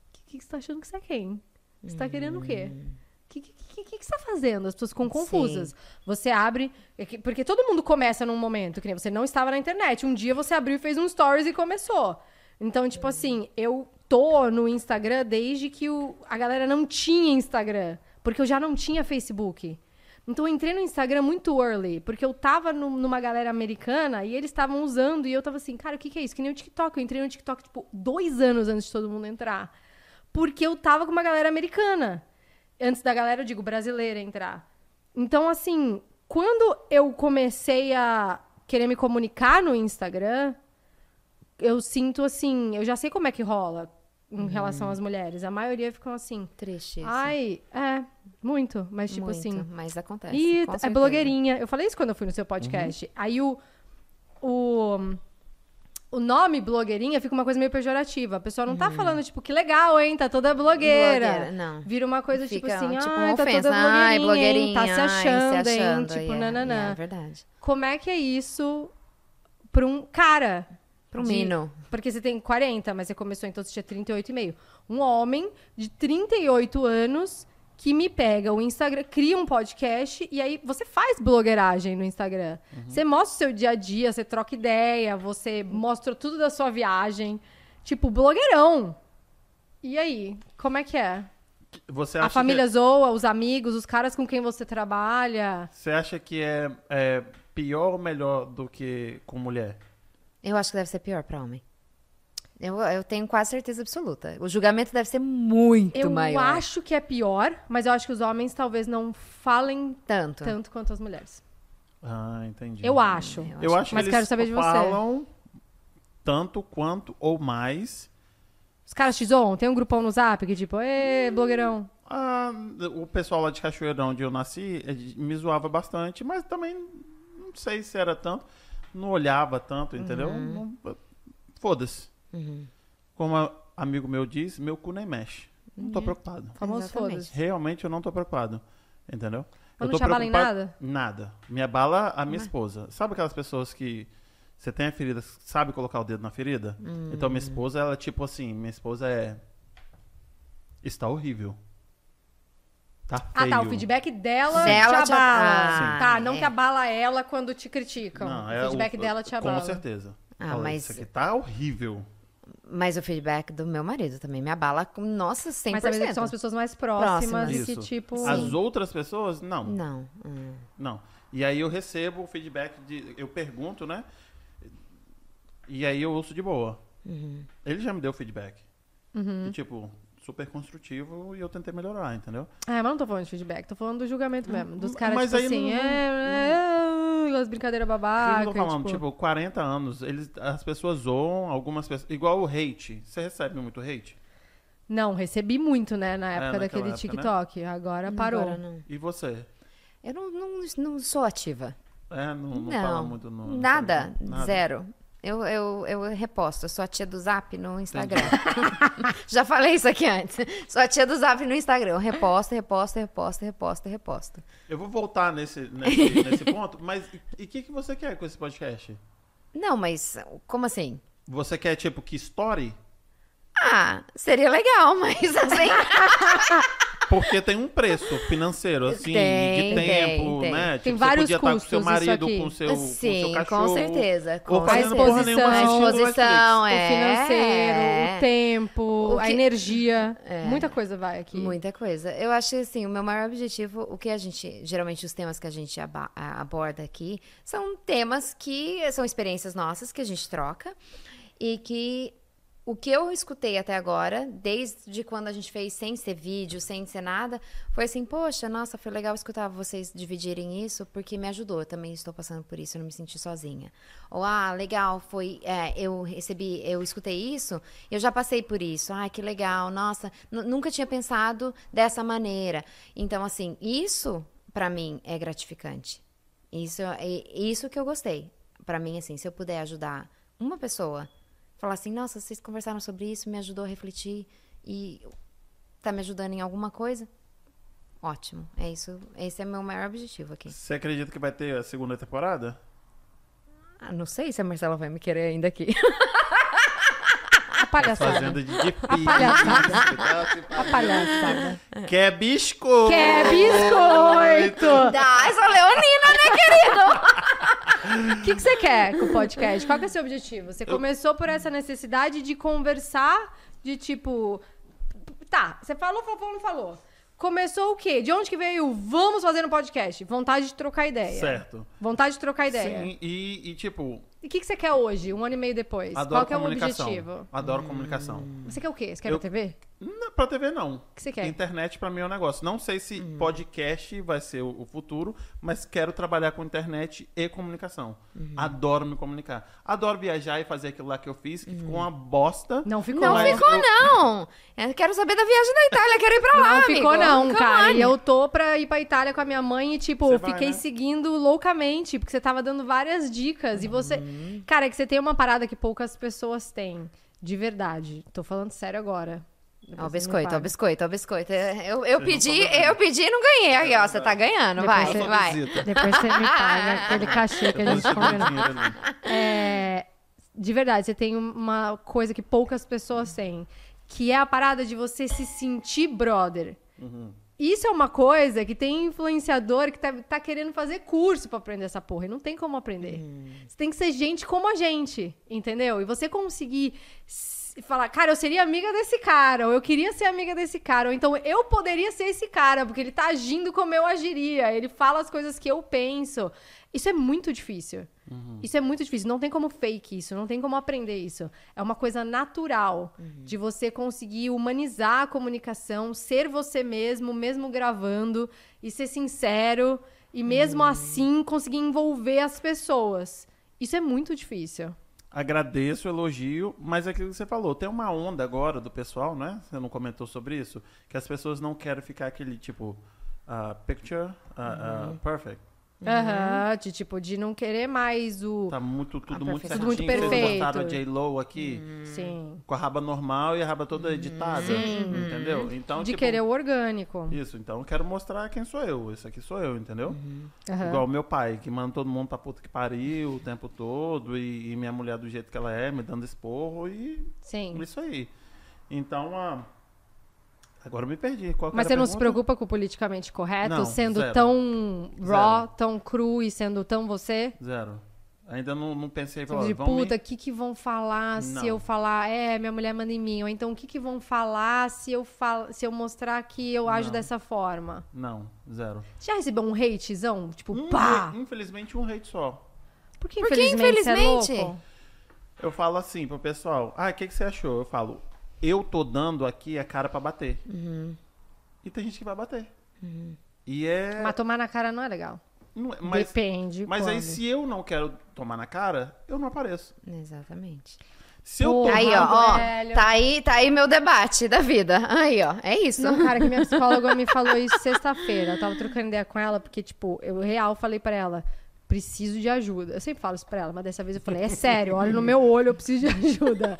Speaker 2: o que, que você tá achando que você é quem? Você tá querendo o quê? O que, que, que, que- que você tá fazendo? As pessoas ficam confusas. Você abre. é que- Porque todo mundo começa num momento, que nem você não estava na internet. Um dia você abriu e fez um stories e começou. Então, tipo assim, eu tô no Instagram desde que o- a galera não tinha Instagram. Porque eu já não tinha Facebook. Então eu entrei no Instagram muito early, porque eu tava num- numa galera americana e eles estavam usando, e eu tava assim, cara, o que, que é isso? Que nem o TikTok. Eu entrei no TikTok, tipo, dois anos antes de todo mundo entrar. Porque eu tava com uma galera americana. Antes da galera, eu digo, brasileira entrar. Então, assim, quando eu comecei a querer me comunicar no Instagram, eu sinto assim, eu já sei como é que rola em relação às mulheres. A maioria ficam assim.
Speaker 1: Triste Uhum. isso.
Speaker 2: Ai, é, muito. Mas, tipo
Speaker 1: Muito,
Speaker 2: assim,
Speaker 1: Mas acontece.
Speaker 2: Ih,
Speaker 1: com
Speaker 2: é
Speaker 1: certeza. Uhum.
Speaker 2: blogueirinha. Eu falei isso quando eu fui no seu podcast. Aí o. O. o nome blogueirinha fica uma coisa meio pejorativa. A pessoa não tá falando, tipo, que legal, hein? Tá toda blogueira.
Speaker 1: Uhum. Blogueira, não.
Speaker 2: Vira uma coisa, tipo
Speaker 1: Fica,
Speaker 2: assim,
Speaker 1: tipo,
Speaker 2: ai,
Speaker 1: uma
Speaker 2: tá
Speaker 1: ofensa.
Speaker 2: toda blogueirinha,
Speaker 1: Ai,
Speaker 2: hein?
Speaker 1: blogueirinha.
Speaker 2: Tá se
Speaker 1: ai, se achando.
Speaker 2: achando, hein? Tipo,
Speaker 1: yeah, yeah,
Speaker 2: nananã.
Speaker 1: É verdade.
Speaker 2: Como é que é isso pra um cara?
Speaker 1: Pra um
Speaker 2: de-
Speaker 1: menino.
Speaker 2: Porque você tem 40, mas você começou, então você tinha 38,5. Um homem de 38 anos que me pega o Instagram, cria um podcast e aí você faz blogueiragem no Instagram.
Speaker 3: Uhum.
Speaker 2: Você mostra o seu dia a dia, você troca ideia, você mostra tudo da sua viagem. Tipo, blogueirão. E aí, como é que é?
Speaker 3: Você acha é-
Speaker 2: A família zoa, os amigos, os caras com quem você trabalha.
Speaker 3: que, Você acha que é, é pior ou melhor do que com mulher?
Speaker 1: Eu acho que deve ser pior pra homem. Eu, eu tenho quase certeza absoluta. O julgamento deve ser muito
Speaker 2: Eu
Speaker 1: maior.
Speaker 2: acho que é pior, mas eu acho que os homens talvez não falem
Speaker 1: Tanto.
Speaker 2: tanto quanto as mulheres.
Speaker 3: Ah, entendi.
Speaker 2: Eu acho.
Speaker 3: Eu acho que
Speaker 2: Mas
Speaker 3: eles
Speaker 2: quero saber de você.
Speaker 3: falam tanto quanto ou mais.
Speaker 2: Os caras te zoam? Tem um grupão no zap que tipo, ê, blogueirão.
Speaker 3: Ah, o pessoal lá de Cachoeirão, onde eu nasci, eh, me zoava bastante, mas também não sei se era tanto. Não olhava tanto, entendeu?
Speaker 2: Uhum.
Speaker 3: Não- Foda-se. Como a- amigo meu diz, meu cu nem mexe. Não
Speaker 2: Uhum.
Speaker 3: tô preocupado.
Speaker 2: Famoso
Speaker 1: Exatamente.
Speaker 2: foda-se.
Speaker 3: Realmente eu não tô preocupado. Entendeu?
Speaker 2: Mas
Speaker 3: eu
Speaker 2: não
Speaker 3: tô
Speaker 2: te abala em
Speaker 3: preocupado-
Speaker 2: nada? é?
Speaker 3: Nada. Me abala a minha esposa. Sabe aquelas pessoas que você tem a ferida, sabe colocar o dedo na ferida?
Speaker 2: Hum.
Speaker 3: Então minha esposa, ela tipo assim, minha esposa é. Está horrível. Tá
Speaker 2: Ah,
Speaker 3: feio.
Speaker 2: tá. O feedback dela
Speaker 1: um. Dela
Speaker 2: te
Speaker 1: te
Speaker 2: abala.
Speaker 1: abala. Sim.
Speaker 2: Tá, não
Speaker 1: É.
Speaker 2: te abala ela quando te criticam.
Speaker 3: Não, é
Speaker 2: o feedback dela te abala.
Speaker 3: Com certeza.
Speaker 1: Ah,
Speaker 3: Fala,
Speaker 1: mas-
Speaker 3: Isso aqui tá horrível.
Speaker 1: Mas o feedback do meu marido também me abala com, nossa, 100%.
Speaker 2: Mas às vezes são as pessoas mais próximas,
Speaker 1: Próximas.
Speaker 2: e
Speaker 3: Isso.
Speaker 2: que tipo...
Speaker 3: As outras pessoas, não.
Speaker 1: Não. hum.
Speaker 3: Não. E aí eu recebo o feedback de. Eu pergunto, né? E aí eu ouço de boa.
Speaker 1: Uhum.
Speaker 3: Ele já me deu feedback. E, tipo, super construtivo e eu tentei melhorar, entendeu?
Speaker 2: Ah, mas não tô falando de feedback, tô falando do julgamento mesmo. Dos
Speaker 3: Mas
Speaker 2: caras, tipo
Speaker 3: aí
Speaker 2: assim,
Speaker 3: não-
Speaker 2: é, é, é, as brincadeiras
Speaker 3: Ah,
Speaker 2: babacas.
Speaker 3: eu tô falando,
Speaker 2: tipo...
Speaker 3: tipo, 40 anos, eles, as pessoas zoam, algumas pessoas. Igual o hate. Você recebe muito hate?
Speaker 2: Não, recebi muito, né, na época
Speaker 3: naquela
Speaker 2: daquele
Speaker 3: época, né?
Speaker 2: TikTok. Agora parou.
Speaker 1: Agora não.
Speaker 3: E você?
Speaker 1: Eu não, não, não sou ativa.
Speaker 3: É, não, não,
Speaker 1: Não.
Speaker 3: fala muito no. no
Speaker 1: nada,
Speaker 3: Instagram?
Speaker 1: Zero. Eu, eu, eu reposto. Eu sou a tia do Zap no Instagram. Já falei isso aqui antes. Sou a tia do Zap no Instagram. Eu reposto, reposto, reposto, reposto, reposto.
Speaker 3: Eu vou voltar nesse, nesse, nesse ponto, mas e- e o que, que você quer com esse podcast?
Speaker 1: Não, mas como assim?
Speaker 3: Você quer, tipo, que story?
Speaker 1: Ah, seria legal, mas assim.
Speaker 3: Porque tem um preço financeiro, assim,
Speaker 1: Tem, tem,
Speaker 3: de tempo,
Speaker 1: tem.
Speaker 3: né?
Speaker 2: Tem
Speaker 3: você
Speaker 2: vários
Speaker 3: podia estar com
Speaker 2: custos
Speaker 3: seu
Speaker 2: isso
Speaker 3: marido,
Speaker 2: aqui.
Speaker 3: com seu, com seu
Speaker 1: Sim, com
Speaker 3: cachorro.
Speaker 1: certeza,
Speaker 3: ou
Speaker 1: com
Speaker 3: fazendo porra
Speaker 2: certeza.
Speaker 3: nenhuma
Speaker 2: A
Speaker 3: assistindo
Speaker 1: exposição,
Speaker 3: Netflix.
Speaker 1: É.
Speaker 2: O financeiro, o tempo,
Speaker 1: O
Speaker 2: a
Speaker 1: que- É.
Speaker 2: energia. Muita coisa vai aqui.
Speaker 1: Muita coisa. Eu acho que, assim, o meu maior objetivo, o que a gente, geralmente os temas que a gente aba- a- aborda aqui, são temas que são experiências nossas que a gente troca e que o que eu escutei até agora, desde quando a gente fez sem ser vídeo, sem ser nada, foi assim, poxa, nossa, foi legal escutar vocês dividirem isso, porque me ajudou, eu também estou passando por isso, eu não me senti sozinha. Ou, ah, legal, foi, é, eu recebi, eu escutei isso, eu já passei por isso, ai, que legal, nossa, nu- nunca tinha pensado dessa maneira. Então, assim, isso, pra mim, é gratificante. Isso, é- isso que eu gostei. Pra mim, assim, se eu puder ajudar uma pessoa, falar assim, nossa, vocês conversaram sobre isso, me ajudou a refletir e tá me ajudando em alguma coisa, ótimo. É isso, esse é meu maior objetivo aqui.
Speaker 3: Você acredita que vai ter a segunda temporada?
Speaker 1: Ah, não sei se a Marcela vai me querer ainda aqui.
Speaker 2: A palhaçada.
Speaker 3: Fazenda de difícil.
Speaker 2: palhaçada.
Speaker 3: tá tipo, é se
Speaker 2: A palhaçada.
Speaker 3: fazendo. Quer biscoito?
Speaker 2: Quer biscoito?
Speaker 1: Dá, eu sou leonina, né, querido?
Speaker 2: O que, que você quer com o podcast? Qual que é o seu objetivo? Você começou por essa necessidade de conversar, de tipo... Tá, você falou, falou, não falou. Começou o quê? De onde que veio o vamos fazer um podcast? Vontade de trocar ideia.
Speaker 3: Certo.
Speaker 2: Vontade de trocar ideia.
Speaker 3: Sim, e, e, tipo,
Speaker 2: E o que, que você quer hoje, um ano e meio depois?
Speaker 3: adoro
Speaker 2: Qual que é o
Speaker 3: comunicação.
Speaker 2: objetivo?
Speaker 3: Adoro comunicação.
Speaker 2: Você quer o quê? Você quer
Speaker 3: Eu-
Speaker 2: ir pra TV?
Speaker 3: Não, pra TV, não.
Speaker 2: O que você quer? Hum.
Speaker 3: Internet, pra mim, é um negócio. Não sei se podcast vai ser o, o futuro, mas quero trabalhar com internet e comunicação.
Speaker 2: Uhum.
Speaker 3: Adoro me comunicar. Adoro viajar e fazer aquilo lá que eu fiz, que ficou uma bosta.
Speaker 2: Uhum. Não ficou. né?
Speaker 1: Não
Speaker 3: Mas
Speaker 1: ficou,
Speaker 3: eu-
Speaker 1: não. Eu quero saber da viagem da Itália, quero ir pra lá,
Speaker 2: Não
Speaker 1: Ah, amigo.
Speaker 2: ficou, não,
Speaker 1: Come on.
Speaker 2: cara. E eu tô pra ir pra Itália com a minha mãe e, tipo,
Speaker 3: Você
Speaker 2: eu fiquei
Speaker 3: vai, né?
Speaker 2: seguindo loucamente, porque você tava dando várias dicas. E você.
Speaker 3: Uhum.
Speaker 2: Cara, é que você tem uma parada que poucas pessoas têm. De verdade. Tô falando sério agora.
Speaker 1: Ó, o
Speaker 2: Depois você me
Speaker 1: biscoito, ó, o
Speaker 2: paga.
Speaker 1: biscoito, ó, o biscoito. Eu, eu
Speaker 3: Vocês
Speaker 1: pedi,
Speaker 3: não tão ganhando.
Speaker 1: eu pedi e não ganhei. Aí, ó, você tá ganhando, vai,
Speaker 2: Depois
Speaker 1: vai.
Speaker 3: Visita.
Speaker 2: Depois você me paga aquele cachê que a
Speaker 3: Depois
Speaker 2: gente
Speaker 3: eu te dou
Speaker 2: combinou.
Speaker 3: dinheiro ali.
Speaker 2: É, de verdade, você tem um, uma coisa que poucas pessoas têm, que é a parada de você se sentir brother. Isso é uma coisa que tem influenciador que tá, tá querendo fazer curso pra aprender essa porra e não tem como aprender. Você tem que ser gente como a gente, entendeu? E você conseguir s- falar, cara, eu seria amiga desse cara, ou eu queria ser amiga desse cara, ou então eu poderia ser esse cara, porque ele tá agindo como eu agiria, ele fala as coisas que eu penso. Isso é muito difícil. Isso é muito difícil. Não tem como fake isso, não tem como aprender isso. É uma coisa natural
Speaker 3: Uhum.
Speaker 2: de você conseguir humanizar a comunicação, ser você mesmo, mesmo gravando, e ser sincero, e mesmo
Speaker 3: Uhum.
Speaker 2: assim conseguir envolver as pessoas. Isso é muito difícil.
Speaker 3: Agradeço o elogio, mas é aquilo que você falou, tem uma onda agora do pessoal, né? Você não comentou sobre isso? Que as pessoas não querem ficar aquele tipo, ah, picture, ah, ah,
Speaker 2: Uhum.
Speaker 3: perfect.
Speaker 2: Aham, de tipo, de não querer mais o.
Speaker 3: Tá muito, tudo
Speaker 1: Ah, perfeito.
Speaker 3: muito certinho.
Speaker 1: Tudo
Speaker 2: muito perfeito. Uhum.
Speaker 3: Vocês botaram a J-Lo aqui,
Speaker 2: Sim.
Speaker 3: com a raba normal e a raba toda editada,
Speaker 2: Sim. Uhum.
Speaker 3: entendeu? Então,
Speaker 2: de
Speaker 3: tipo,
Speaker 2: querer o orgânico.
Speaker 3: Isso, então eu quero mostrar quem sou eu. Esse aqui sou eu, entendeu?
Speaker 2: Uhum. Aham.
Speaker 3: Igual meu pai, que manda todo mundo pra puta que pariu o tempo todo, e, e minha mulher do jeito que ela é, me dando esporro, e
Speaker 2: Sim.
Speaker 3: isso aí. Então, ah, agora eu me perdi. Qual que
Speaker 2: Mas você
Speaker 3: era a
Speaker 2: não se
Speaker 3: pergunta?
Speaker 2: preocupa com o politicamente correto,
Speaker 3: Não,
Speaker 2: sendo
Speaker 3: zero.
Speaker 2: tão raw, tão cru e sendo tão você?
Speaker 3: Zero. Ainda não, não pensei
Speaker 2: Tipo
Speaker 3: falar,
Speaker 2: de
Speaker 3: vão me-
Speaker 2: puta, o que, que vão falar
Speaker 3: Não.
Speaker 2: se eu falar, é, minha mulher manda em mim? Ou então, o que, que vão falar se eu, fal... se eu mostrar que eu ajo
Speaker 3: Não.
Speaker 2: dessa forma?
Speaker 3: Não, zero.
Speaker 2: Já recebeu um hatezão? Tipo,
Speaker 3: Um
Speaker 2: pá!
Speaker 3: hate- infelizmente, um hate só.
Speaker 2: Porque,
Speaker 1: Porque,
Speaker 2: infelizmente, você
Speaker 1: infelizmente,
Speaker 2: é louco.
Speaker 3: Eu falo assim pro pessoal: ah, o que, que você achou? Eu falo: eu tô dando aqui a cara pra bater.
Speaker 2: Uhum.
Speaker 3: E tem gente que vai bater. E é.
Speaker 2: Mas tomar na cara não é legal.
Speaker 3: não é- mas
Speaker 2: Depende.
Speaker 3: mas aí,
Speaker 2: quando.
Speaker 3: se eu não quero tomar na cara, eu não apareço.
Speaker 1: Exatamente.
Speaker 3: Se eu ah, tô.
Speaker 2: Porra.
Speaker 1: Aí, ó, ó,
Speaker 2: velho.
Speaker 1: tá aí, tá aí meu debate da vida. Aí, ó, é isso.
Speaker 2: Não, um cara, que minha psicóloga me falou isso sexta-feira. Eu tava trocando ideia com ela, porque, tipo, eu real falei pra ela, preciso de ajuda. Eu sempre falo isso pra ela, mas dessa vez eu falei, é sério, olha no meu olho, eu preciso de ajuda.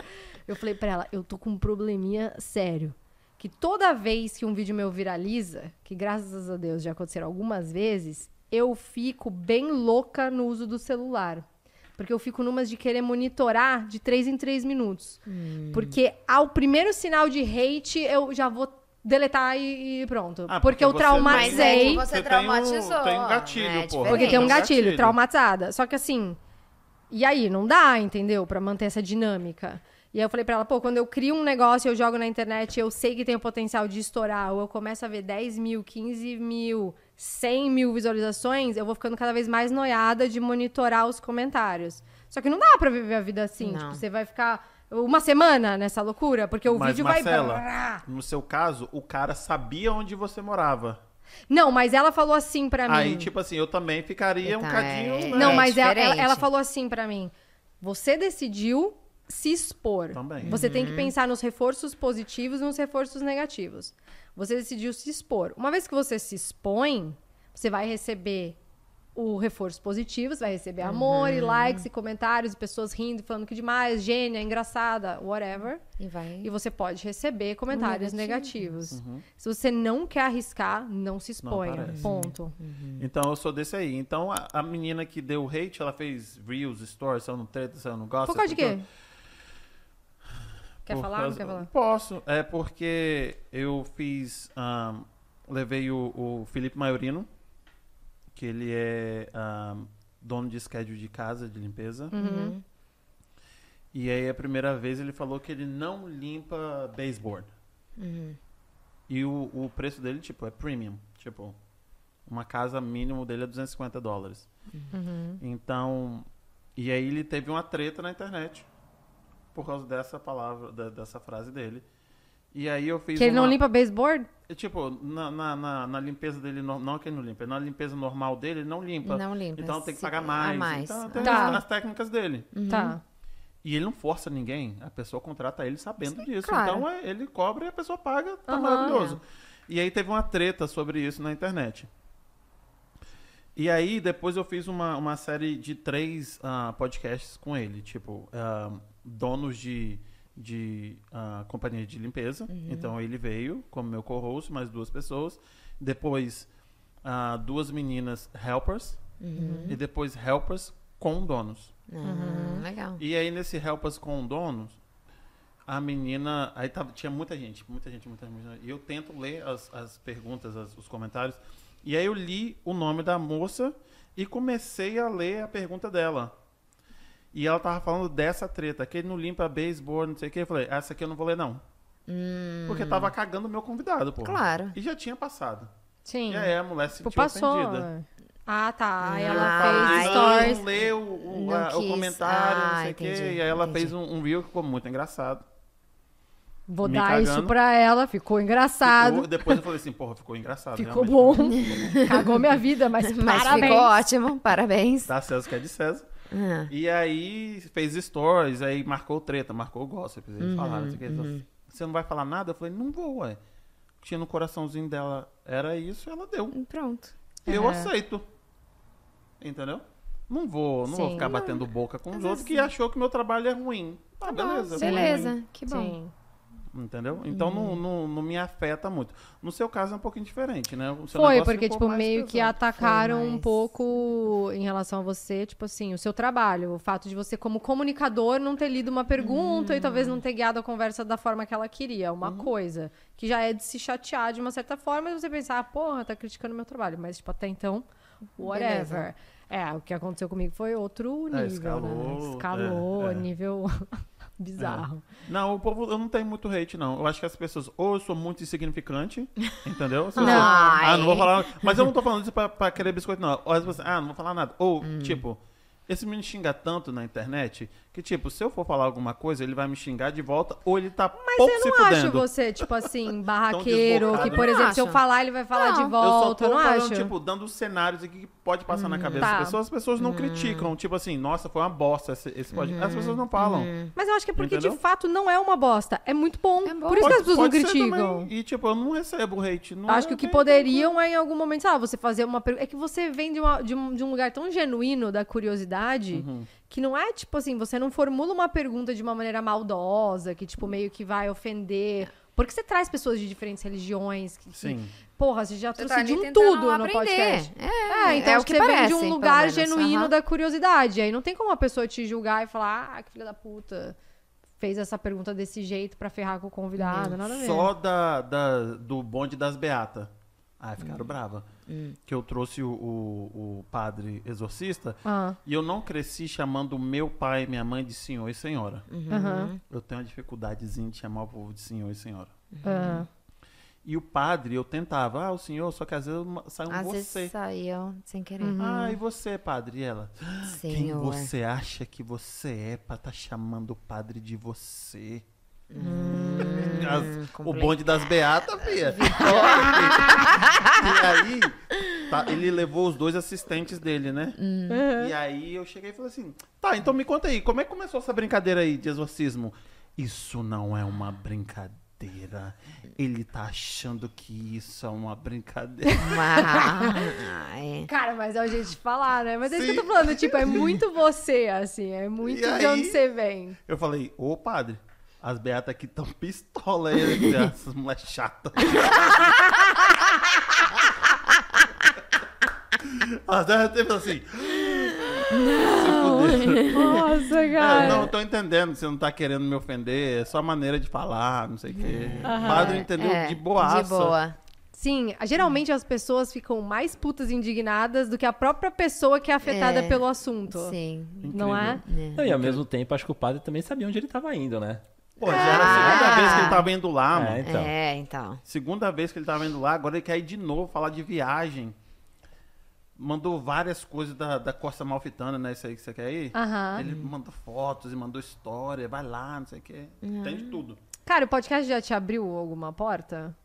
Speaker 2: Eu falei pra ela, eu tô com um probleminha sério. Que toda vez que um vídeo meu viraliza, que graças a Deus já aconteceram algumas vezes, eu fico bem louca no uso do celular. Porque eu fico numas de querer monitorar de três em três minutos.
Speaker 3: Hum.
Speaker 2: Porque ao primeiro sinal de hate, eu já vou deletar e, e pronto.
Speaker 3: Ah,
Speaker 2: porque, eu
Speaker 3: você-
Speaker 1: Mas é que
Speaker 2: traumatizei.
Speaker 1: você
Speaker 3: tem um-
Speaker 1: traumatizou,
Speaker 3: Tem um gatilho,
Speaker 1: né? É
Speaker 3: porra.
Speaker 2: Porque tem um
Speaker 1: diferente.
Speaker 2: gatilho, traumatizada. Só que assim. E aí, não dá, entendeu? Pra manter essa dinâmica. E aí eu falei pra ela, pô, quando eu crio um negócio, eu jogo na internet, eu sei que tem o potencial de estourar, ou eu começo a ver 10 mil, 15 mil, 100 mil visualizações, eu vou ficando cada vez mais noiada de monitorar os comentários. Só que não dá pra viver a vida assim.
Speaker 1: Não.
Speaker 2: Tipo, você vai ficar uma semana nessa loucura, porque o
Speaker 3: Mas,
Speaker 2: vídeo
Speaker 3: Marcela,
Speaker 2: vai.
Speaker 3: No seu caso, o cara sabia onde você morava.
Speaker 2: Não, mas ela falou assim pra mim.
Speaker 3: Aí, tipo assim, eu também ficaria um
Speaker 1: Então,
Speaker 3: cadinho.
Speaker 1: é-
Speaker 3: né?
Speaker 2: Não, mas ela,
Speaker 1: diferente.
Speaker 2: ela- ela falou assim pra mim: você decidiu se expor.
Speaker 3: Também.
Speaker 2: Você tem que
Speaker 1: Uhum.
Speaker 2: pensar nos reforços positivos e nos reforços negativos. Você decidiu se expor. Uma vez que você se expõe, você vai receber o reforço positivo, você vai receber amor
Speaker 1: Uhum.
Speaker 2: e likes e comentários, e pessoas rindo, falando que demais, gênia, engraçada, whatever.
Speaker 1: E vai.
Speaker 2: E você pode receber comentários
Speaker 1: negativo.
Speaker 2: negativos. Se você não quer arriscar, não se
Speaker 3: Uhum. Não
Speaker 2: exponha.
Speaker 3: aparece.
Speaker 2: ponto.
Speaker 3: Então eu sou desse aí. Então a, a menina que deu hate, ela fez reels, stories, se eu não treta, se eu não gosto.
Speaker 2: Por causa de quê? Quer
Speaker 3: Por
Speaker 2: falar ou não
Speaker 3: causa-
Speaker 2: quer falar?
Speaker 3: Posso. É porque eu fiz. ahn, levei o, o Felipe Maiorino, que ele é ahn, dono de schedule de casa, de limpeza.
Speaker 2: Uhum.
Speaker 3: E aí a primeira vez ele falou que ele não limpa baseboard.
Speaker 2: Uhum.
Speaker 3: E o, o preço dele, tipo, é premium. Tipo, uma casa mínimo dele é 250 dólares.
Speaker 2: Uhum.
Speaker 3: Então. E aí ele teve uma treta na internet. Por causa dessa palavra, da- dessa frase dele. E aí eu fiz.
Speaker 2: Que ele não
Speaker 3: uma-
Speaker 2: limpa baseboard?
Speaker 3: Tipo, na, na, na- na limpeza dele. no- Não que ele não limpa, na limpeza normal dele, ele não limpa.
Speaker 1: Não limpa.
Speaker 3: Então tem que
Speaker 1: se-
Speaker 3: pagar
Speaker 1: a
Speaker 3: mais.
Speaker 1: mais. Ah,
Speaker 3: Então tem
Speaker 2: Tá.
Speaker 3: as- as técnicas dele.
Speaker 2: Tá.
Speaker 3: E ele não força ninguém, a pessoa contrata ele sabendo disso.
Speaker 1: claro.
Speaker 3: Então é, ele cobra e a pessoa paga, tá
Speaker 2: Aham.
Speaker 3: maravilhoso. E aí teve uma treta sobre isso na internet. E aí, depois eu fiz uma, uma série de três ah, podcasts com ele. Tipo, ah, donos de, de ah, companhia de limpeza. Então, ele veio como meu co-host, mais duas pessoas. Depois, ah, duas meninas helpers. E depois, helpers com donos.
Speaker 1: Hum,
Speaker 2: Uhum.
Speaker 1: legal.
Speaker 3: E aí, nesse Helpas com donos, a menina. Aí tava, tinha muita gente, muita gente, muita gente. E eu tento ler as, as perguntas, as- os comentários. E aí eu li o nome da moça e comecei a ler a pergunta dela. E ela tava falando dessa treta, que ele não limpa beisebol, não sei o que. Eu falei, essa aqui eu não vou ler, não.
Speaker 2: Hum.
Speaker 3: Porque tava cagando o meu convidado, pô.
Speaker 1: Claro.
Speaker 3: E já tinha passado.
Speaker 2: Sim.
Speaker 3: E aí a mulher se
Speaker 2: Tipo,
Speaker 3: sentiu
Speaker 2: passou.
Speaker 3: É, ofendida.
Speaker 2: Ah, tá. Aí
Speaker 1: Ah,
Speaker 2: ela fez
Speaker 1: ai,
Speaker 2: stories.
Speaker 3: Não leu o, o-
Speaker 1: Não
Speaker 3: a- o
Speaker 1: quis.
Speaker 3: comentário,
Speaker 1: Ah,
Speaker 3: não sei o quê.
Speaker 1: entendi,
Speaker 3: E aí ela
Speaker 1: entendi.
Speaker 3: fez um, um reel que ficou muito engraçado.
Speaker 2: Vou
Speaker 3: me
Speaker 2: dar isso
Speaker 3: cagando.
Speaker 2: pra ela. Ficou engraçado.
Speaker 3: Ficou- depois eu falei assim, porra, ficou Tá engraçado.
Speaker 2: Ficou,
Speaker 3: realmente. né?
Speaker 2: bom. Cagou minha vida, mas,
Speaker 1: Mas
Speaker 2: parabéns.
Speaker 1: ficou ótimo, parabéns.
Speaker 3: Tá, César que é de César.
Speaker 1: Ah,
Speaker 3: E aí fez stories, aí marcou treta, marcou gossip. Eles
Speaker 2: Uhum,
Speaker 3: falaram, não sei o quê. Eles falaram, Você não vai falar nada? Eu falei, não vou, ué. Tinha no coraçãozinho dela, era isso, ela deu.
Speaker 1: pronto.
Speaker 3: Eu
Speaker 2: Uhum.
Speaker 3: aceito. Entendeu? Não vou, não vou
Speaker 2: Sim.
Speaker 3: ficar batendo boca com os
Speaker 1: Às
Speaker 3: outros
Speaker 1: vezes
Speaker 3: que achou que meu trabalho é ruim. Ah, beleza. foi ruim.
Speaker 1: Beleza, que bom.
Speaker 2: Sim.
Speaker 3: Entendeu? Então
Speaker 2: Uhum.
Speaker 3: não, não, não me afeta muito. No seu caso é um pouquinho diferente, né? O seu
Speaker 2: Foi,
Speaker 3: negócio
Speaker 2: porque,
Speaker 3: ficou
Speaker 2: tipo,
Speaker 3: mais
Speaker 2: meio que
Speaker 3: pesado.
Speaker 2: atacaram
Speaker 1: Foi
Speaker 2: um
Speaker 1: mais-
Speaker 2: pouco em relação a você, tipo assim, o seu trabalho. O fato de você, como comunicador, não ter lido uma pergunta e talvez
Speaker 3: Hum.
Speaker 2: não ter guiado a conversa da forma que ela queria. Uma
Speaker 3: Uhum.
Speaker 2: coisa. Que já é de se chatear de uma certa forma e você pensar, ah, porra, tá criticando meu trabalho. Mas, tipo, até então, whatever.
Speaker 1: Beleza.
Speaker 2: É, o que aconteceu comigo foi outro nível,
Speaker 3: É,
Speaker 2: né?
Speaker 3: escalou,
Speaker 2: Escalou,
Speaker 3: é, é.
Speaker 2: nível bizarro.
Speaker 3: Não, o povo, eu não tenho muito hate, não. Eu acho que as pessoas, ou eu sou muito insignificante, entendeu? As pessoas,
Speaker 1: Não.
Speaker 3: ah, não vou falar. Mas eu não tô falando isso pra, pra querer biscoito, não. Ou as pessoas, ah, não vou falar nada. Ou,
Speaker 2: Hum.
Speaker 3: tipo, esse menino xinga tanto na internet que, tipo, se eu for falar alguma coisa, ele vai me xingar de volta, ou ele tá pouco
Speaker 2: Eu
Speaker 3: se
Speaker 2: não acho
Speaker 3: fudendo.
Speaker 2: você, tipo assim, barraqueiro, que,
Speaker 3: desbocado.
Speaker 2: por
Speaker 1: Não
Speaker 2: exemplo, se eu
Speaker 1: acho.
Speaker 2: falar, ele vai falar
Speaker 1: Não.
Speaker 2: de
Speaker 3: Eu só
Speaker 2: volta,
Speaker 3: tô
Speaker 2: eu não
Speaker 3: falando,
Speaker 2: acho?
Speaker 3: tipo, dando cenários aqui que pode passar na cabeça
Speaker 2: Tá.
Speaker 3: das pessoas. As pessoas não criticam. Tipo assim, nossa, foi uma bosta esse, esse
Speaker 2: Hum.
Speaker 3: podcast. As pessoas não falam.
Speaker 2: Mas eu acho que é porque de
Speaker 3: Entendeu?
Speaker 2: fato não é uma bosta. É muito bom.
Speaker 1: É bom.
Speaker 2: Por isso que as pessoas não
Speaker 3: ser
Speaker 2: criticam.
Speaker 3: também. E, tipo, eu não recebo hate. Não
Speaker 2: Acho
Speaker 3: é
Speaker 2: que o que
Speaker 3: bem-
Speaker 2: poderiam é em algum momento, sei lá, você fazer uma pergunta. É que você vem de, uma- de um, de um lugar tão genuíno da curiosidade
Speaker 3: Uhum.
Speaker 2: que não é tipo assim, você não formula uma pergunta de uma maneira maldosa, que tipo meio que vai ofender. Porque você traz pessoas de diferentes religiões. Que, que-
Speaker 3: Sim.
Speaker 2: porra, você já
Speaker 1: Você
Speaker 2: trouxe
Speaker 1: tá
Speaker 2: de
Speaker 1: ali
Speaker 2: um
Speaker 1: tentando
Speaker 2: tudo no
Speaker 1: aprender.
Speaker 2: podcast.
Speaker 1: É,
Speaker 2: É, então
Speaker 1: é
Speaker 2: acho
Speaker 1: o que
Speaker 2: você
Speaker 1: parece,
Speaker 2: vem de um
Speaker 1: pelo
Speaker 2: lugar
Speaker 1: menos.
Speaker 2: genuíno
Speaker 1: Aham.
Speaker 2: da curiosidade. Aí não tem como a pessoa te julgar e falar, ah, que filha da puta, fez essa pergunta desse jeito pra ferrar com o
Speaker 1: Uhum.
Speaker 2: convidado, nada a ver.
Speaker 3: Só da, da- do bonde das beatas. Ah, ficaram
Speaker 2: Hum.
Speaker 3: brava. Que eu trouxe o, o- o padre exorcista.
Speaker 2: Ah,
Speaker 3: E eu não cresci chamando meu pai e minha mãe de senhor e senhora.
Speaker 2: Uhum. aham,
Speaker 3: Eu tenho uma dificuldadezinha de chamar o povo de senhor e senhora.
Speaker 2: aham.
Speaker 3: E o padre, eu tentava. Ah, o senhor, só que às vezes sai um
Speaker 1: Às vezes Uhum.
Speaker 3: você.
Speaker 1: saiu sem querer. Ah,
Speaker 3: Ah, e você, padre? E ela? Quem
Speaker 1: Senhor.
Speaker 3: você acha que você é pra tá chamando o padre de você? As- o
Speaker 1: Hum, complicado.
Speaker 3: bonde das beatas, filha. Olha, filha. e aí, tá, ele levou os dois assistentes dele, né?
Speaker 1: Hum.
Speaker 3: E aí eu cheguei e falei assim: tá, então me conta aí, como é que começou essa brincadeira aí de exorcismo? Isso não é uma brincadeira. Ele tá achando que isso é uma brincadeira.
Speaker 1: Ai.
Speaker 2: Cara, mas é o jeito de falar, né? Mas é isso que eu tô
Speaker 3: Sim.
Speaker 2: falando, tipo, é muito você, assim, é muito
Speaker 3: E
Speaker 2: de
Speaker 3: aí?
Speaker 2: onde você vem.
Speaker 3: Eu falei, ô padre, as beatas aqui tão pistola aí, né, filha? essas mulheres chatas. As beatas teve assim. Se fuder.
Speaker 2: Nossa,
Speaker 3: É,
Speaker 2: cara.
Speaker 3: não, eu tô entendendo, você não tá querendo me ofender, é só maneira de falar, não sei o quê. O padre entendeu
Speaker 1: É,
Speaker 3: de boaça.
Speaker 1: De boa.
Speaker 2: Sim, geralmente as pessoas ficam mais putas e indignadas do que a própria pessoa que é afetada
Speaker 1: É,
Speaker 2: pelo assunto.
Speaker 1: Sim.
Speaker 2: Não é?
Speaker 5: Não, e ao mesmo tempo, acho que o padre também sabia onde ele tava indo, né?
Speaker 3: Pô, já era a
Speaker 1: Ah.
Speaker 3: segunda vez que ele tava indo lá,
Speaker 5: É,
Speaker 3: mano.
Speaker 5: então.
Speaker 1: É, então.
Speaker 3: Segunda vez que ele tava indo lá, agora ele quer ir de novo falar de viagem. Mandou várias coisas da, da Costa Malfitana, né? Isso aí que você quer ir?
Speaker 2: Aham.
Speaker 3: Ele mandou fotos e mandou história, vai lá, não sei o quê.
Speaker 1: Uhum.
Speaker 3: Tem de tudo.
Speaker 2: Cara, o podcast já te abriu alguma porta?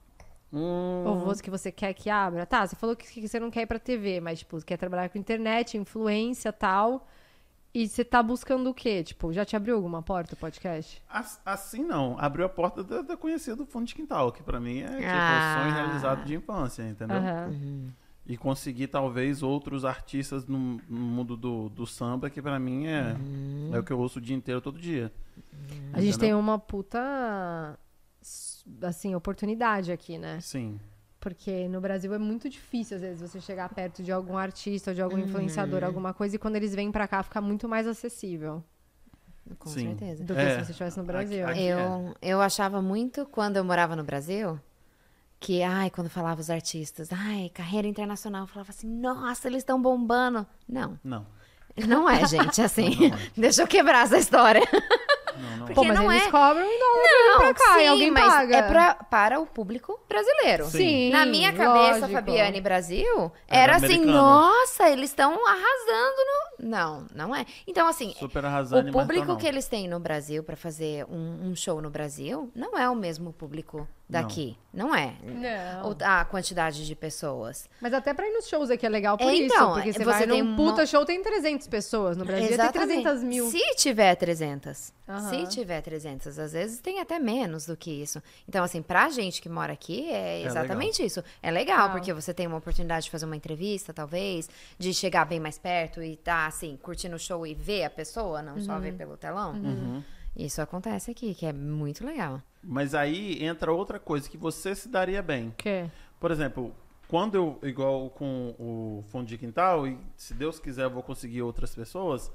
Speaker 1: Hum.
Speaker 2: Ou você que você quer que abra? Tá, você falou que, que você não quer ir pra TV, mas, tipo, quer trabalhar com internet, influência tal. E você tá buscando o quê? Tipo, já te abriu alguma porta o podcast?
Speaker 3: As- Assim não, abriu a porta da, da conhecida fundo de quintal, que pra mim é tipo
Speaker 1: Ah. Uhum.
Speaker 3: sonho realizado de infância, entendeu?
Speaker 2: Aham.
Speaker 3: e conseguir talvez outros artistas no, no mundo do, do samba, que pra mim é,
Speaker 1: Uhum.
Speaker 3: é o que eu ouço o dia inteiro, todo dia.
Speaker 2: A gente
Speaker 3: Entendeu?
Speaker 2: tem uma puta s- assim, oportunidade aqui, né?
Speaker 3: Sim.
Speaker 2: Porque no Brasil é muito difícil, às vezes, você chegar perto de algum artista ou de algum
Speaker 1: Uhum.
Speaker 2: influenciador, alguma coisa, e quando eles vêm pra cá fica muito mais acessível
Speaker 1: Com
Speaker 3: Sim.
Speaker 1: certeza.
Speaker 2: do que
Speaker 3: É.
Speaker 2: se você estivesse no
Speaker 3: Aqui-
Speaker 2: Brasil.
Speaker 3: aqui- é.
Speaker 1: Eu, eu achava muito quando eu morava no Brasil que, ai, quando falava os artistas, ai, carreira internacional, eu falava assim, nossa, eles estão bombando. Não,
Speaker 3: Não.
Speaker 1: não é, gente, assim.
Speaker 3: Não é.
Speaker 1: Deixa eu quebrar essa história.
Speaker 3: Não, não.
Speaker 2: Pô,
Speaker 1: Porque
Speaker 2: mas
Speaker 1: não
Speaker 2: eles
Speaker 1: é-
Speaker 2: cobram em dólar é pra vir pra cá, e alguém
Speaker 1: mas
Speaker 2: paga.
Speaker 1: é pra- para o público brasileiro.
Speaker 2: Sim,
Speaker 1: Na minha cabeça,
Speaker 2: lógico.
Speaker 1: Fabiane Brasil,
Speaker 3: É, Era
Speaker 1: era assim,
Speaker 3: americano.
Speaker 1: nossa, eles estão arrasando no. Não, não é. Então, assim,
Speaker 3: Super arrasando
Speaker 1: o
Speaker 3: mas então
Speaker 1: público
Speaker 3: não.
Speaker 1: que eles têm no Brasil pra fazer um, um show no Brasil não é o mesmo público daqui. Não, é.
Speaker 2: Não.
Speaker 1: O- a quantidade de pessoas.
Speaker 2: Mas até pra ir nos shows aqui é legal por
Speaker 1: É, então,
Speaker 2: isso. Porque
Speaker 1: você
Speaker 2: você, vai
Speaker 1: tem
Speaker 2: num
Speaker 1: uma-
Speaker 2: puta show, tem 300 pessoas. No Brasil tem 300 mil.
Speaker 1: Se tiver 300.
Speaker 2: Aham.
Speaker 1: Se tiver 300, às vezes tem até menos do que isso. Então, assim, pra gente que mora aqui, é
Speaker 3: É
Speaker 1: exatamente isso. É legal,
Speaker 2: Legal.
Speaker 1: porque você tem uma oportunidade de fazer uma entrevista, talvez, de chegar bem mais perto e tá, assim, curtindo o show e ver a pessoa, não
Speaker 2: Uhum.
Speaker 1: só ver pelo telão. Uhum. Isso acontece aqui, que é muito legal.
Speaker 3: Mas aí entra outra coisa que você se daria bem.
Speaker 2: Que?
Speaker 3: Por exemplo, quando eu, igual com o fundo de quintal, e se Deus quiser eu vou conseguir outras pessoas,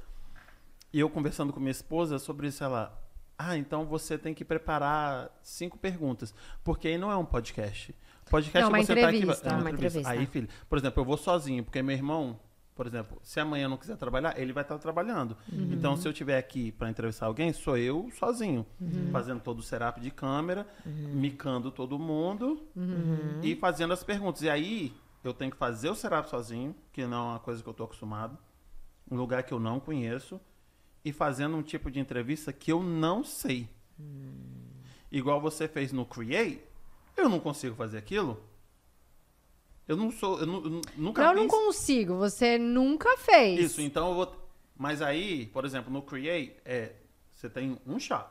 Speaker 3: e eu conversando com minha esposa sobre isso, ela. Ah, então você tem que preparar cinco perguntas. Porque aí não é um podcast. Podcast
Speaker 2: Não, é uma
Speaker 3: você
Speaker 2: entrevista.
Speaker 3: tá aqui.
Speaker 1: Uma entrevista.
Speaker 3: Aí, filho, por exemplo, eu vou sozinho, porque meu irmão, por exemplo, se amanhã não quiser trabalhar, ele vai estar trabalhando.
Speaker 2: Uhum.
Speaker 3: Então, se eu tiver aqui para entrevistar alguém, sou eu sozinho.
Speaker 2: Uhum.
Speaker 3: Fazendo todo o setup de câmera, micando todo mundo
Speaker 2: Uhum.
Speaker 3: e fazendo as perguntas. E aí, eu tenho que fazer o setup sozinho, que não é uma coisa que eu tô acostumado, um lugar que eu não conheço, e fazendo um tipo de entrevista que eu não sei. Igual você fez no Create, eu não consigo fazer aquilo. Eu não sou, eu, nu- eu nu- nunca
Speaker 2: Não, eu
Speaker 3: fiz
Speaker 2: não consigo. Você nunca fez.
Speaker 3: isso, então eu vou. Mas aí, por exemplo, no Create, é, você tem um shot.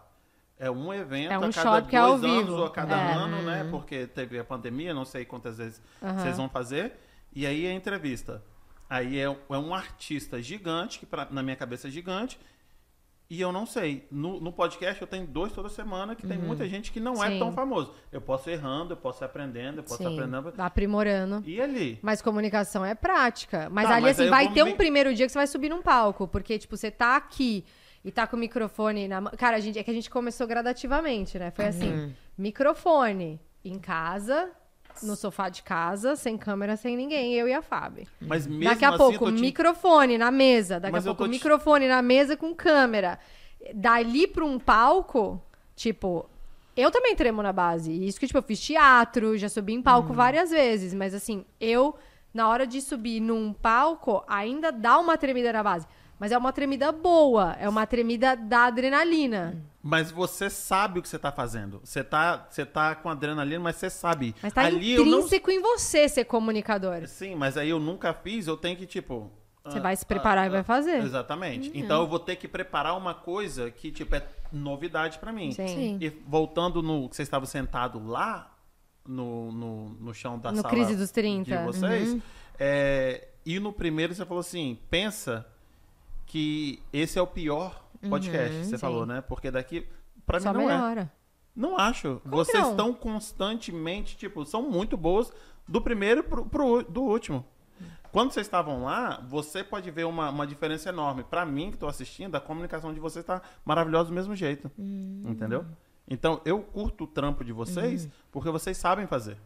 Speaker 3: É um evento
Speaker 2: É um
Speaker 3: a cada
Speaker 2: shot
Speaker 3: dois
Speaker 2: que é ao
Speaker 3: anos
Speaker 2: vivo.
Speaker 3: ou a cada
Speaker 2: É.
Speaker 3: ano, né? Porque teve a pandemia, não sei quantas vezes
Speaker 2: Aham.
Speaker 3: vocês vão fazer. E aí é entrevista. Aí é, é um artista gigante, que pra- na minha cabeça é gigante. E eu não sei. No, no podcast eu tenho dois toda semana, que tem muita gente que não
Speaker 2: Uhum. Sim.
Speaker 3: é tão famoso. Eu posso ir errando, eu posso ir aprendendo, eu posso ir
Speaker 1: Sim.
Speaker 3: aprendendo.
Speaker 2: Aprimorando.
Speaker 3: E ali?
Speaker 2: Mas comunicação é prática. Mas
Speaker 3: Tá,
Speaker 2: ali,
Speaker 3: mas
Speaker 2: assim,
Speaker 3: aí eu
Speaker 2: vai
Speaker 3: vou
Speaker 2: ter
Speaker 3: me-
Speaker 2: um primeiro dia que você vai subir num palco. Porque, tipo, você tá aqui e tá com o microfone na mão. Cara, a gente, é que a gente começou gradativamente, né? Foi assim:
Speaker 1: Hum.
Speaker 2: microfone em casa, no sofá de casa, sem câmera, sem ninguém, eu e a Fábio.
Speaker 3: Mas mesmo
Speaker 2: Uhum. Daqui a
Speaker 3: assim, eu
Speaker 2: pouco,
Speaker 3: tô te
Speaker 2: microfone na mesa. Daqui
Speaker 3: Mas
Speaker 2: a
Speaker 3: eu
Speaker 2: pouco,
Speaker 3: tô te-
Speaker 2: microfone na mesa com câmera. Dali pra um palco, tipo. Eu também tremo na base. E Isso que, tipo, eu fiz teatro, já subi em palco
Speaker 3: Hum.
Speaker 2: várias vezes. Mas, assim, eu, na hora de subir num palco, ainda dá uma tremida na base. Mas é uma tremida boa. É uma tremida da
Speaker 3: Hum.
Speaker 2: adrenalina.
Speaker 3: Mas você sabe o que você tá fazendo. Você tá, você tá com adrenalina, mas você sabe.
Speaker 2: Mas tá
Speaker 3: Ali eu não.
Speaker 2: intrínseco em você ser comunicador.
Speaker 3: Sim, mas aí eu nunca fiz, eu tenho que, tipo.
Speaker 2: Você
Speaker 3: ah,
Speaker 2: vai se preparar e vai fazer.
Speaker 3: Exatamente. Então eu vou ter que preparar uma coisa que, tipo, é novidade pra mim.
Speaker 2: Sim.
Speaker 1: Sim.
Speaker 3: E voltando no que vocês estavam sentado lá no, no, no chão da
Speaker 2: No
Speaker 3: sala
Speaker 2: Crise dos Uhum. 30.
Speaker 3: de vocês. é, e no primeiro você falou assim: pensa que esse é o pior podcast, você falou, né? Porque daqui. Pra
Speaker 2: Uhum, Só
Speaker 3: mim não é.
Speaker 2: melhora.
Speaker 3: Não acho.
Speaker 2: que
Speaker 3: Vocês
Speaker 2: não?
Speaker 3: estão constantemente, tipo, são muito boas do primeiro pro, pro do último. Quando vocês estavam lá, você pode ver uma, uma diferença enorme. Pra mim, que tô assistindo, a comunicação de vocês tá maravilhosa do mesmo jeito.
Speaker 2: Hum.
Speaker 3: Entendeu? Então, eu curto o trampo de vocês porque vocês sabem fazer.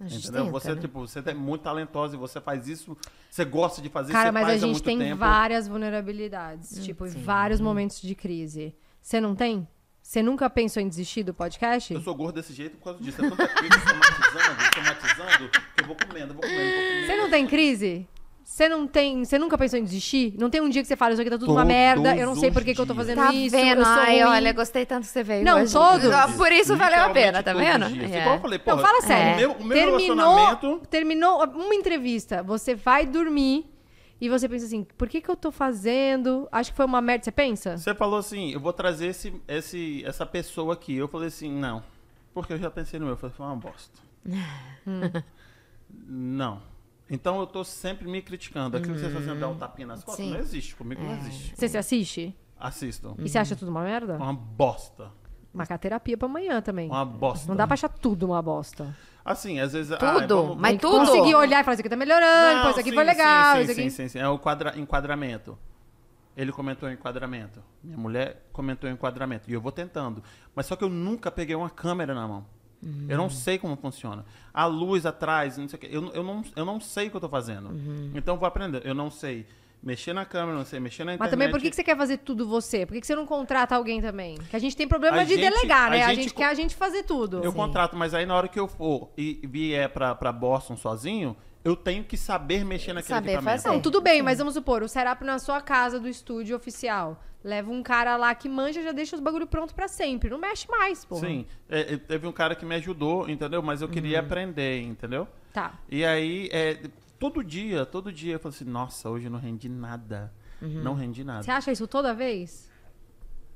Speaker 1: A gente
Speaker 3: entendeu?
Speaker 1: tenta,
Speaker 3: você,
Speaker 1: né?
Speaker 3: tipo, você é muito talentosa e você faz isso, você gosta de fazer
Speaker 2: Cara,
Speaker 3: isso, você
Speaker 2: mas
Speaker 3: faz
Speaker 2: a
Speaker 3: há
Speaker 2: gente
Speaker 3: muito
Speaker 2: tem
Speaker 3: tempo.
Speaker 2: várias
Speaker 1: Hum,
Speaker 2: vulnerabilidades, tipo, em vários
Speaker 1: Uhum.
Speaker 2: momentos de crise. Você não tem? Você nunca pensou em desistir do podcast?
Speaker 3: Eu sou gordo desse jeito por causa disso. É tanta coisa somatizando, somatizando, que eu vou comendo, eu vou comendo, eu vou comendo.
Speaker 2: Você não tem crise? Você não tem, você nunca pensou em desistir? Não tem um dia que você fala isso aqui tá tudo uma
Speaker 3: Todos
Speaker 2: merda, eu não sei por
Speaker 3: os
Speaker 2: que que eu tô
Speaker 3: dias.
Speaker 2: fazendo
Speaker 1: Tá
Speaker 2: isso,
Speaker 1: vendo?
Speaker 2: eu sou
Speaker 1: Ai,
Speaker 2: ruim.
Speaker 1: olha, gostei tanto que você veio.
Speaker 2: Não,
Speaker 1: hoje.
Speaker 2: todos.
Speaker 1: Ah, Por isso valeu a pena,
Speaker 3: Literalmente
Speaker 1: tá
Speaker 3: todos
Speaker 1: vendo?
Speaker 3: os dias.
Speaker 1: É.
Speaker 3: Igual eu falei,
Speaker 2: Não,
Speaker 3: porra,
Speaker 2: fala
Speaker 3: O
Speaker 2: sério.
Speaker 3: meu, o meu
Speaker 2: assim, terminou,
Speaker 3: relacionamento.
Speaker 2: terminou uma entrevista, você vai dormir e você pensa assim, por que que eu tô fazendo? Acho que foi uma merda, você pensa?
Speaker 3: Você falou assim, eu vou trazer esse, esse, essa pessoa aqui. Eu falei assim,
Speaker 1: Hum.
Speaker 3: não. Porque eu já pensei no meu. Eu falei, foi uma bosta. não. Então eu tô sempre me criticando. Aquilo que você fazendo dar um tapinha nas costas
Speaker 1: Hum. Sim. É. Hum.
Speaker 3: não existe, comigo não existe.
Speaker 2: Você se assiste?
Speaker 3: Assisto.
Speaker 2: E
Speaker 1: Uhum.
Speaker 2: você acha tudo uma merda?
Speaker 3: Uma bosta.
Speaker 2: Marcar terapia pra amanhã também.
Speaker 3: Uma bosta.
Speaker 2: Não dá pra achar tudo uma bosta.
Speaker 3: Assim, às vezes.
Speaker 1: Tudo, mas
Speaker 2: Tem que
Speaker 1: tudo.
Speaker 2: conseguir olhar e falar, isso aqui tá melhorando, pô, isso aqui
Speaker 3: sim,
Speaker 2: foi legal,
Speaker 3: Sim,
Speaker 2: isso
Speaker 3: sim,
Speaker 2: aqui...
Speaker 3: sim, sim. É o quadra... enquadramento. Ele comentou enquadramento. Minha mulher comentou enquadramento. E eu vou tentando. Mas só que eu nunca peguei uma câmera na mão.
Speaker 2: Uhum.
Speaker 3: Eu não sei como funciona. A luz atrás, não sei o quê. Eu, eu, não, eu não sei o que eu tô fazendo.
Speaker 2: Uhum.
Speaker 3: Então eu vou aprender. Eu não sei mexer na câmera, não sei mexer na internet.
Speaker 2: Mas também, por que, que você quer fazer tudo você? Por que, que você não contrata alguém também? Que a gente tem problema
Speaker 3: A
Speaker 2: de
Speaker 3: gente-
Speaker 2: delegar,
Speaker 3: a
Speaker 2: né? A
Speaker 3: gente
Speaker 2: gente
Speaker 3: co-
Speaker 2: quer a gente fazer tudo.
Speaker 3: Eu contrato, mas aí na hora que eu for e vier pra, pra Boston sozinho, eu tenho que saber mexer naquele
Speaker 1: Saber
Speaker 3: equipamento.
Speaker 1: fazer.
Speaker 2: Não, tudo bem, mas vamos supor, o Serap na sua casa do estúdio oficial. Leva um cara lá que manja, já deixa os bagulho pronto pra sempre. Não mexe mais, pô.
Speaker 3: Sim. É, é, teve um cara que me ajudou, entendeu? Mas eu queria
Speaker 2: Uhum.
Speaker 3: aprender, entendeu?
Speaker 2: Tá.
Speaker 3: E aí, é, todo dia, todo dia eu falo assim, nossa, hoje eu não rendi nada. Não rendi nada.
Speaker 2: Uhum. Você acha isso toda vez?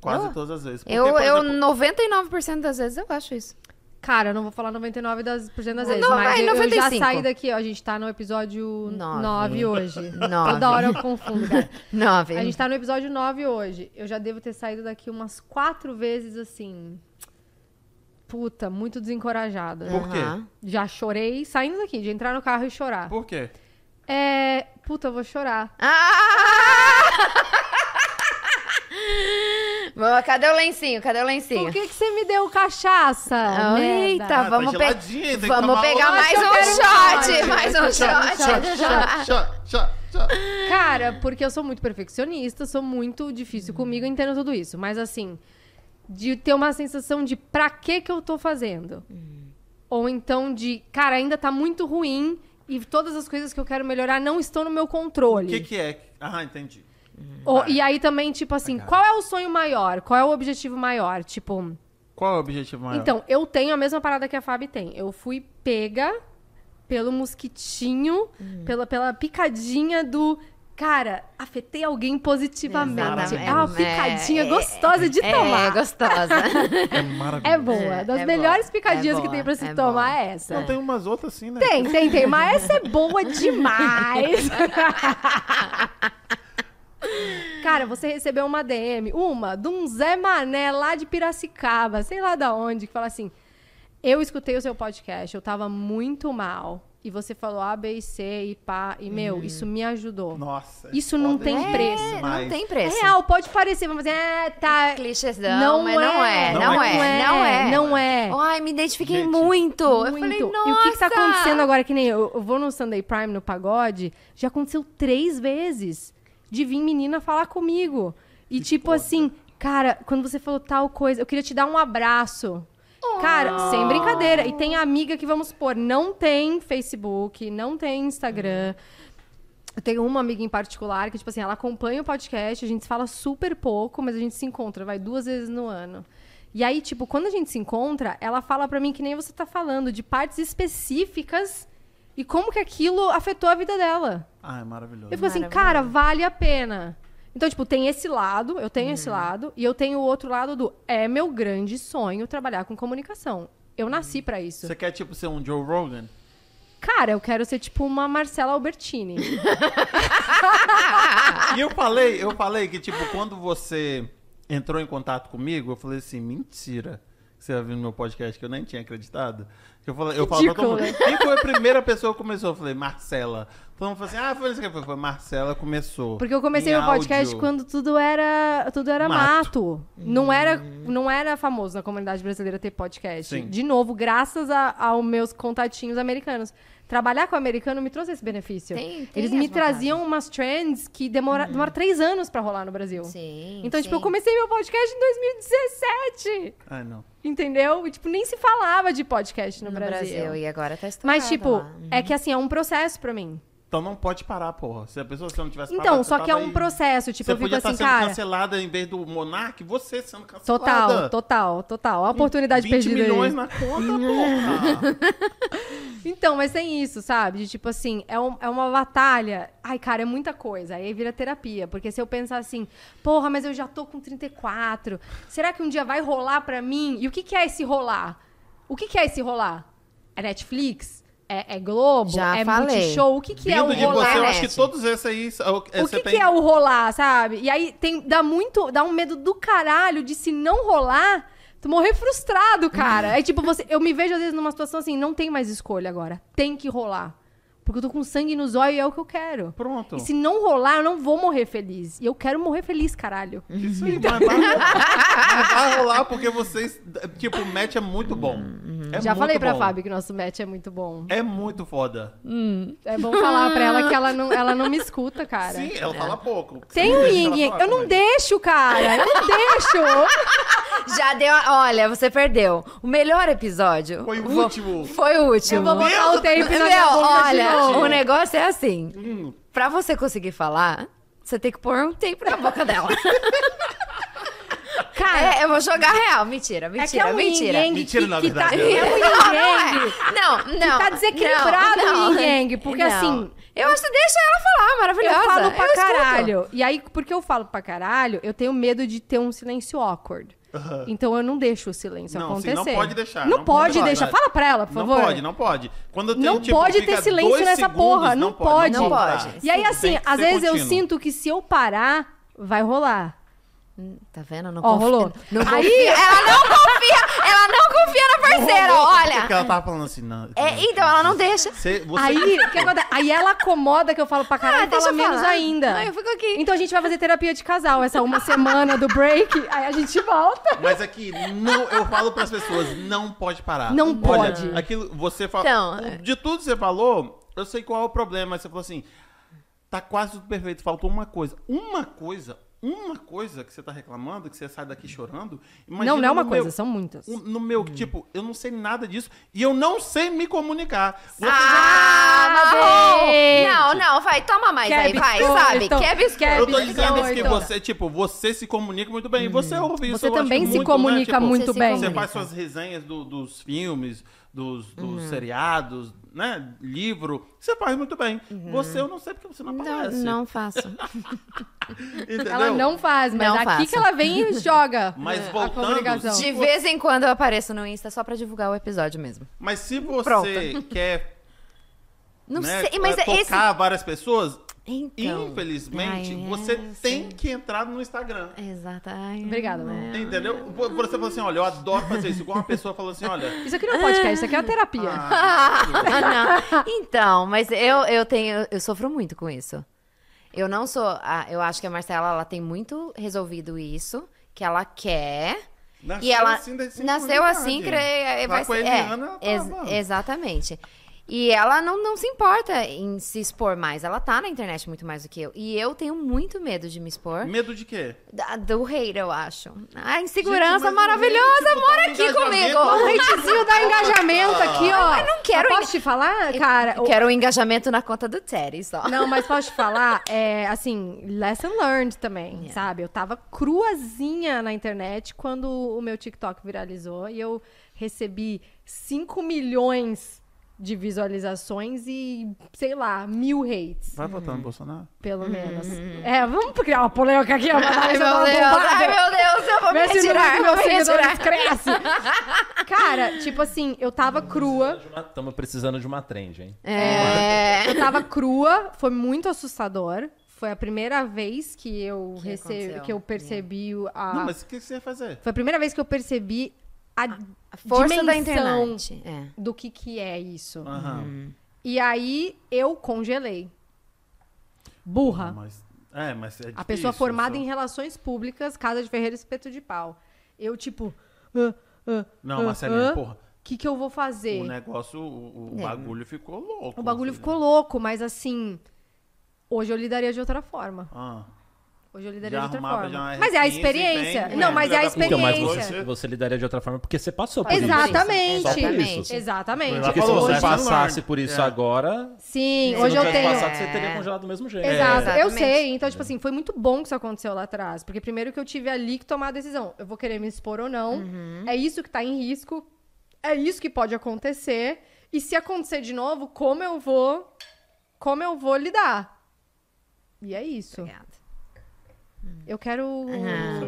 Speaker 3: Quase
Speaker 1: Eu-
Speaker 3: todas as vezes. Porque,
Speaker 1: Eu,
Speaker 3: é por
Speaker 1: eu
Speaker 3: exemplo,
Speaker 1: 99% das vezes eu acho isso.
Speaker 2: Cara, eu não vou falar 99% das, por cento das vezes,
Speaker 1: Não,
Speaker 2: mas
Speaker 1: vai,
Speaker 2: eu, eu já
Speaker 1: 95.
Speaker 2: saí daqui, ó. A gente tá no episódio
Speaker 1: Nove.
Speaker 2: 9 hoje.
Speaker 1: Nove.
Speaker 2: Toda hora eu confundo, cara.
Speaker 1: Nove.
Speaker 2: A gente tá no episódio 9 hoje. Eu já devo ter saído daqui umas quatro vezes assim. Puta, muito desencorajada.
Speaker 3: Por quê?
Speaker 1: Aham.
Speaker 2: Já chorei saindo daqui, de entrar no carro e chorar.
Speaker 3: Por quê?
Speaker 2: É. Puta, eu vou chorar.
Speaker 1: Ah! Boa, Cadê o lencinho? Cadê o lencinho?
Speaker 2: Por que, que você me deu cachaça?
Speaker 1: Ah,
Speaker 2: merda? Ah,
Speaker 1: Eita,
Speaker 3: tá
Speaker 1: vamos, pe-
Speaker 3: geladinha, tem que
Speaker 1: vamos
Speaker 3: tomar
Speaker 1: pegar
Speaker 3: outra.
Speaker 1: mais
Speaker 2: Eu quero
Speaker 1: um shot,
Speaker 2: mais.
Speaker 1: mais um shot.
Speaker 2: Ah.
Speaker 3: Tchá, tchá, tchá.
Speaker 2: Cara, porque eu sou muito perfeccionista, sou muito difícil comigo, eu entendo tudo isso. Mas assim, de ter uma sensação de pra que que eu tô fazendo? Ou então de, cara, ainda tá muito ruim e todas as coisas que eu quero melhorar não estão no meu
Speaker 3: O que Ah.
Speaker 2: controle.
Speaker 3: que é? Ah, entendi.
Speaker 2: Ou- e aí também, tipo
Speaker 3: Ah,
Speaker 2: assim, qual é o sonho maior? Qual é o objetivo maior? Tipo,
Speaker 3: Qual é o objetivo maior?
Speaker 2: então, eu tenho a mesma parada que a Fábio tem. Eu fui pega pelo mosquitinho,
Speaker 1: Uhum.
Speaker 2: pela, pela picadinha do. Cara, afetei alguém positivamente.
Speaker 1: Exatamente.
Speaker 2: É uma
Speaker 1: É,
Speaker 2: picadinha
Speaker 1: é,
Speaker 2: gostosa de
Speaker 1: É
Speaker 2: tomar.
Speaker 1: gostosa.
Speaker 3: É maravilhoso.
Speaker 2: É boa.
Speaker 1: É,
Speaker 2: Das
Speaker 1: é
Speaker 2: melhores
Speaker 1: boa,
Speaker 2: picadinhas
Speaker 1: é
Speaker 2: que tem
Speaker 1: boa,
Speaker 2: pra se
Speaker 1: é
Speaker 2: tomar
Speaker 1: boa.
Speaker 2: é essa.
Speaker 3: Não tem umas outras assim, né?
Speaker 2: Tem, tem, tem. Mas essa é boa demais. Cara, você recebeu uma DM, uma, de um Zé Mané lá de Piracicaba, sei lá da onde, que fala assim: Eu escutei o seu podcast, eu tava muito mal. E você falou A, B e C e pá. E, meu,
Speaker 1: Uhum.
Speaker 2: isso me ajudou.
Speaker 3: Nossa. é
Speaker 2: Isso não
Speaker 3: foda
Speaker 2: tem
Speaker 3: demais.
Speaker 2: preço.
Speaker 1: É, não tem
Speaker 2: É
Speaker 1: preço.
Speaker 2: real, pode parecer, mas é, tá.
Speaker 1: Clichêzão, mas não é,
Speaker 3: Não
Speaker 1: não
Speaker 3: é.
Speaker 1: é, não é.
Speaker 2: Não é.
Speaker 1: Ai, me identifiquei
Speaker 3: Gente,
Speaker 1: muito. Eu
Speaker 2: Muito.
Speaker 1: falei, nossa.
Speaker 2: E o que, que tá acontecendo agora? Que nem eu, eu vou no Sunday Prime, no pagode, já aconteceu três vezes de vir menina falar comigo. E tipo assim, cara, quando você falou tal coisa, eu queria te dar um abraço.
Speaker 1: Oh.
Speaker 2: Cara, sem brincadeira. E tem amiga que, vamos supor, não tem Facebook, não tem Instagram. Eu tenho uma amiga em particular que, tipo assim, ela acompanha o podcast, a gente se fala super pouco, mas a gente se encontra, vai duas vezes no ano. E aí, tipo, quando a gente se encontra, ela fala pra mim que nem você tá falando, de partes específicas e como que aquilo afetou a vida dela.
Speaker 3: Ah, é maravilhoso.
Speaker 2: Eu fico assim,
Speaker 1: Maravilhoso.
Speaker 2: cara, vale a pena. Então, tipo, tem esse lado, eu tenho esse lado, e eu tenho o outro lado do é meu grande sonho trabalhar com comunicação. Eu nasci pra isso.
Speaker 3: Você quer, tipo, ser um Joe Rogan?
Speaker 2: Cara, eu quero ser tipo uma Marcela Albertini.
Speaker 3: E eu falei, eu falei que, tipo, quando você entrou em contato comigo, eu falei assim, mentira. que Você vai vir no meu podcast que eu nem tinha acreditado. Eu falei, eu falo pra todo mundo.
Speaker 2: né?
Speaker 3: Quem foi a primeira pessoa que começou? Eu falei, Marcela. Todo mundo falou assim, ah, foi isso que foi. Foi Marcela, começou.
Speaker 2: Porque eu comecei
Speaker 3: Em
Speaker 2: meu podcast
Speaker 3: áudio.
Speaker 2: quando tudo era tudo era
Speaker 3: Mato. Hum.
Speaker 2: mato. Não era não era famoso na comunidade brasileira ter podcast.
Speaker 3: Sim.
Speaker 2: De novo, graças a- aos meus contatinhos americanos. Trabalhar com o americano me trouxe esse benefício.
Speaker 1: Tem- tem
Speaker 2: Eles
Speaker 1: as
Speaker 2: me traziam umas trends que demora,
Speaker 3: Uhum.
Speaker 2: demora três anos pra rolar no Brasil.
Speaker 1: Sim,
Speaker 2: Então, tipo,
Speaker 1: sim.
Speaker 2: eu comecei meu podcast em 2017.
Speaker 3: Ai, não.
Speaker 2: Entendeu? E, tipo, nem se falava de podcast no,
Speaker 1: no Brasil.
Speaker 2: Brasil.
Speaker 1: E agora tá estourado
Speaker 2: Mas, tipo,
Speaker 1: lá. Uhum.
Speaker 2: é que assim, é um processo pra mim.
Speaker 3: Então não pode parar, porra. Se a pessoa se ela não tivesse
Speaker 2: Então,
Speaker 3: parado,
Speaker 2: só
Speaker 3: você
Speaker 2: que é
Speaker 3: tava
Speaker 2: um
Speaker 3: aí.
Speaker 2: processo. Tipo,
Speaker 3: Você
Speaker 2: eu fico
Speaker 3: podia estar
Speaker 2: assim,
Speaker 3: sendo
Speaker 2: cara.
Speaker 3: cancelada em vez do Monark, você sendo cancelada.
Speaker 2: Total, total, total. A oportunidade
Speaker 3: 20
Speaker 2: perdida. aí.
Speaker 3: milhões na conta, porra.
Speaker 2: Então, mas tem isso, sabe? De tipo assim, é, um- é uma batalha. Ai, cara, é muita coisa. Aí vira terapia. Porque se eu pensar assim, porra, mas eu já tô com 34. Será que um dia vai rolar pra mim? E o que, que é esse rolar? O que, que é esse rolar? É Netflix? É, é Globo?
Speaker 1: Já
Speaker 2: é
Speaker 1: falei.
Speaker 2: Multishow? O que, que é o
Speaker 3: Vindo de você,
Speaker 2: rolar?
Speaker 3: eu
Speaker 1: né,
Speaker 3: acho que
Speaker 1: gente?
Speaker 3: todos esses aí. são-
Speaker 2: O
Speaker 3: você
Speaker 2: que,
Speaker 3: tem-
Speaker 2: que é o rolar, sabe? E aí tem, dá muito, dá um medo do caralho de se não rolar, tu morrer frustrado,
Speaker 3: Uhum.
Speaker 2: cara. É tipo, você, eu me vejo às vezes numa situação assim, não tem mais escolha agora, tem que rolar. Porque eu tô com sangue nos olhos e é o que eu quero.
Speaker 3: Pronto.
Speaker 2: E se não rolar, eu não vou morrer feliz. E eu quero morrer feliz, caralho.
Speaker 3: Isso aí,
Speaker 2: Então,
Speaker 3: mas vai rolar. Mas vai rolar porque vocês. Tipo, o match é muito bom. É
Speaker 2: Uhum. Já
Speaker 3: muito
Speaker 2: falei pra
Speaker 3: bom.
Speaker 2: Fábio que nosso match é muito bom.
Speaker 3: É muito foda.
Speaker 2: É bom falar pra ela que ela não, ela não me escuta, cara.
Speaker 3: Sim, ela fala pouco.
Speaker 2: Tem um
Speaker 3: Você
Speaker 2: yin
Speaker 3: deixa
Speaker 2: yang.
Speaker 3: ela falar
Speaker 2: Eu não
Speaker 3: também.
Speaker 2: deixo, cara. Eu não deixo.
Speaker 1: Já deu. a- Olha, você perdeu. O melhor episódio.
Speaker 3: Foi o
Speaker 1: Vou-
Speaker 3: último.
Speaker 1: Foi o último.
Speaker 2: Eu vou botar o tape na minha
Speaker 1: Meu,
Speaker 2: boca de
Speaker 1: olha,
Speaker 2: novo.
Speaker 1: o negócio é assim.
Speaker 3: Hum.
Speaker 1: Pra você conseguir falar, você tem que pôr um tape na boca dela.
Speaker 2: Cara,
Speaker 1: É, eu vou jogar real. Mentira,
Speaker 2: é que é
Speaker 1: mentira,
Speaker 2: um
Speaker 1: mentira.
Speaker 2: yin-yang
Speaker 3: Mentira,
Speaker 2: que,
Speaker 3: na
Speaker 2: que tá...
Speaker 3: verdade.
Speaker 1: Não, não,
Speaker 2: É um yin-yang
Speaker 1: é. não, não.
Speaker 2: tá desequilibrado
Speaker 1: não,
Speaker 2: o
Speaker 1: não.
Speaker 2: yin-yang, porque assim-
Speaker 1: Eu acho que deixa ela falar, maravilhosa.
Speaker 2: Eu falo pra
Speaker 1: escuto.
Speaker 2: caralho. E aí, porque eu falo pra caralho, eu tenho medo de ter um silêncio awkward. Então eu não deixo o silêncio
Speaker 3: Não, sim,
Speaker 2: acontecer.
Speaker 3: não pode deixar,
Speaker 2: Não,
Speaker 3: não
Speaker 2: pode,
Speaker 3: pode deixar. né?
Speaker 2: deixar. Fala pra ela, por
Speaker 3: Não
Speaker 2: favor.
Speaker 3: pode, não pode. Quando tem,
Speaker 2: Não
Speaker 3: tipo,
Speaker 2: pode ter
Speaker 3: fica
Speaker 2: silêncio
Speaker 3: dois
Speaker 2: nessa
Speaker 3: segundos,
Speaker 2: porra,
Speaker 3: Não
Speaker 2: não
Speaker 3: pode.
Speaker 1: pode.
Speaker 3: parar.
Speaker 1: Não pode.
Speaker 2: E aí, assim,
Speaker 3: Tem que
Speaker 2: às
Speaker 3: ser
Speaker 2: vezes eu
Speaker 3: contínuo.
Speaker 2: sinto que se eu parar, vai rolar.
Speaker 1: Tá vendo? Não
Speaker 2: Ó,
Speaker 1: confia-
Speaker 2: rolou.
Speaker 1: Não
Speaker 2: Aí-
Speaker 1: confia. Ela não confia. Ela não confia na parceira.
Speaker 3: Rolou,
Speaker 1: Olha.
Speaker 3: Porque ela tava falando assim, não.
Speaker 1: É, então, ela não deixa.
Speaker 3: Você, você
Speaker 2: Aí, o que acontece? Aí ela acomoda que eu falo pra caralho
Speaker 1: Ah,
Speaker 2: e fala
Speaker 1: deixa eu
Speaker 2: menos
Speaker 1: falar.
Speaker 2: ainda.
Speaker 1: Ah, eu fico aqui.
Speaker 2: Então a gente vai fazer terapia de casal, essa uma semana do break, aí a gente volta.
Speaker 3: Mas aqui, não, eu falo pras pessoas, não pode parar.
Speaker 2: Não
Speaker 3: Olha,
Speaker 2: pode.
Speaker 3: Aquilo, você fala.
Speaker 1: Então,
Speaker 3: o-
Speaker 1: é.
Speaker 3: de tudo que você falou, eu sei qual é o problema. Você falou assim: tá quase tudo perfeito, faltou uma coisa. Uma coisa, uma coisa que você tá reclamando, que você sai daqui chorando. imagina
Speaker 2: não, não é uma
Speaker 3: no
Speaker 2: coisa, Hum.
Speaker 3: meu-
Speaker 2: são muitas.
Speaker 3: o- No meu, tipo, eu não sei nada disso e eu não sei me comunicar. Você
Speaker 1: Ah,
Speaker 2: mas
Speaker 1: marrom!
Speaker 2: gente.
Speaker 1: Não, não, vai, toma mais
Speaker 2: Quer
Speaker 1: aí, vai,
Speaker 2: biscoito?
Speaker 1: sabe? Quer
Speaker 2: Quer
Speaker 1: biscoito?
Speaker 3: Eu tô
Speaker 2: Biscoito.
Speaker 3: dizendo que você, tipo, você se comunica muito bem. Você ouve isso.
Speaker 2: Hum. Você
Speaker 3: eu acho
Speaker 2: também se
Speaker 3: muito, né?
Speaker 2: comunica
Speaker 3: Tipo,
Speaker 2: muito
Speaker 1: Você se
Speaker 2: bem.
Speaker 3: Você
Speaker 1: comunica.
Speaker 3: faz suas resenhas do- dos filmes, dos,
Speaker 1: Uhum.
Speaker 3: dos seriados, né? Livro. Você faz muito bem. Você, eu não sei porque você não
Speaker 1: Uhum. Não,
Speaker 3: aparece.
Speaker 1: não faço.
Speaker 3: Entendeu?
Speaker 2: Ela não faz, mas
Speaker 1: Não
Speaker 2: aqui
Speaker 1: faço.
Speaker 2: que ela vem e joga é,
Speaker 3: Mas
Speaker 2: a
Speaker 3: voltando,
Speaker 2: comunicação.
Speaker 3: se-
Speaker 1: De vez em quando eu apareço no Insta só pra divulgar o episódio mesmo.
Speaker 3: Mas se você
Speaker 1: Pronto.
Speaker 3: quer
Speaker 1: Não
Speaker 3: né,
Speaker 1: sei, mas é esse.
Speaker 3: tocar várias pessoas,
Speaker 1: Então.
Speaker 3: infelizmente,
Speaker 1: Ai, é,
Speaker 3: você
Speaker 1: eu
Speaker 3: tem
Speaker 1: sei.
Speaker 3: que entrar no Instagram.
Speaker 1: Exato. Ai,
Speaker 2: Obrigada,
Speaker 1: né?
Speaker 2: mãe.
Speaker 3: Entendeu? Por- por Você falou assim, olha, eu adoro fazer isso. Igual uma pessoa falou assim, olha...
Speaker 2: Isso aqui não é um podcast, isso aqui é uma terapia.
Speaker 3: ah,
Speaker 1: Ah, não. Então, mas eu, eu tenho. Eu sofro muito com isso. Eu não sou. ah, Eu acho que a Marcela ela tem muito resolvido isso, que ela quer.
Speaker 3: Nasceu
Speaker 1: e ela
Speaker 3: assim, da
Speaker 1: nasceu assim,
Speaker 3: sincronicidade.
Speaker 1: cre... é,
Speaker 3: Lá
Speaker 1: vai
Speaker 3: com a
Speaker 1: ser.
Speaker 3: Eliana, tá ela
Speaker 1: é, ex-
Speaker 3: tava.
Speaker 1: exatamente. E ela não, não se importa em se expor mais. Ela tá na internet muito mais do que eu. E eu tenho muito medo de me expor.
Speaker 3: Medo de quê?
Speaker 1: Da- do hater, eu acho. A insegurança
Speaker 3: Gente, mas o
Speaker 1: maravilhosa
Speaker 3: hate, tipo,
Speaker 1: mora
Speaker 3: dá um
Speaker 1: aqui
Speaker 3: engajamento,
Speaker 1: comigo.
Speaker 3: mas-
Speaker 1: O hate-
Speaker 2: Hatezinho dá engajamento aqui,
Speaker 3: Ah.
Speaker 2: ó.
Speaker 1: Ah, Ai, mas não quero
Speaker 2: Posso te falar,
Speaker 3: é
Speaker 2: cara?
Speaker 1: Eu Quero o engajamento na conta do Terry só.
Speaker 2: Não, mas posso te falar, é, assim, lesson learned também, sabe? Eu tava cruazinha na internet quando o meu TikTok viralizou e eu recebi 5 milhões de visualizações e, sei lá, mil hates,
Speaker 3: Vai votar no Bolsonaro?
Speaker 2: pelo menos. É, vamos criar uma polêmica aqui, ó.
Speaker 1: Uhum. Ai, meu Deus, ai, meu Deus, eu vou
Speaker 2: Vê
Speaker 1: me
Speaker 2: se o número
Speaker 1: retirar,
Speaker 2: dos
Speaker 1: vou
Speaker 2: meus
Speaker 1: me retirar.
Speaker 2: seguidores cresce. Cara, tipo assim, eu tava crua.
Speaker 5: Estamos precisando de uma trend, hein?
Speaker 1: É...
Speaker 2: Eu tava crua, foi muito assustador. Foi a primeira vez que eu
Speaker 1: Que
Speaker 2: recebi,
Speaker 1: aconteceu?
Speaker 2: que eu percebi o- a.
Speaker 3: Não, mas o que você ia fazer?
Speaker 2: Foi a primeira vez que eu percebi a,
Speaker 1: A força da
Speaker 2: dimensão
Speaker 1: internet. É.
Speaker 2: do que que é isso.
Speaker 3: Aham.
Speaker 2: E aí eu congelei. Burra.
Speaker 3: Mas, é, mas é
Speaker 2: Tá. A pessoa
Speaker 3: difícil,
Speaker 2: formada
Speaker 3: só-
Speaker 2: em relações públicas, casa de ferreiro, espeto de pau. Eu tipo, "Ah, ah,
Speaker 3: Não,
Speaker 2: ah,
Speaker 3: Marcelinha,
Speaker 2: ah,
Speaker 3: porra.
Speaker 2: que que eu vou fazer?
Speaker 3: O negócio, o, o
Speaker 1: É.
Speaker 3: bagulho ficou louco.
Speaker 2: O bagulho
Speaker 3: assim,
Speaker 2: ficou
Speaker 3: né?
Speaker 2: louco, mas assim, hoje eu lidaria de outra forma.
Speaker 3: Ah.
Speaker 2: Hoje eu lidaria
Speaker 3: Já
Speaker 2: de outra
Speaker 3: arrumava
Speaker 2: forma.
Speaker 3: já uma
Speaker 2: mas é a
Speaker 3: R15
Speaker 2: experiência.
Speaker 3: bem,
Speaker 2: não,
Speaker 3: né?
Speaker 2: mas é a
Speaker 3: Filha da puta.
Speaker 5: Então, mas
Speaker 2: experiência.
Speaker 5: você, você lidaria de outra forma porque você passou por
Speaker 1: Exato.
Speaker 5: isso.
Speaker 2: Exatamente.
Speaker 5: Só por isso.
Speaker 2: Exatamente.
Speaker 3: Foi lá,
Speaker 5: Porque se
Speaker 3: Falou,
Speaker 5: você
Speaker 3: lesson
Speaker 5: passasse
Speaker 3: learned.
Speaker 5: por isso
Speaker 3: É.
Speaker 5: agora,
Speaker 2: Sim,
Speaker 5: se
Speaker 2: hoje
Speaker 5: não
Speaker 2: eu
Speaker 5: tivesse
Speaker 2: tenho. É.
Speaker 5: passado, você teria congelado do mesmo jeito.
Speaker 2: Exato,
Speaker 1: É,
Speaker 2: eu
Speaker 1: exatamente.
Speaker 2: sei. Então, tipo assim, foi muito bom que isso aconteceu lá atrás. Porque primeiro que eu tive ali que tomar a decisão. Eu vou querer me expor ou não.
Speaker 1: Uhum.
Speaker 2: É isso que tá em risco. É isso que pode acontecer. E se acontecer de novo, como eu vou. Como eu vou lidar? E é isso.
Speaker 1: Obrigada.
Speaker 2: Eu quero.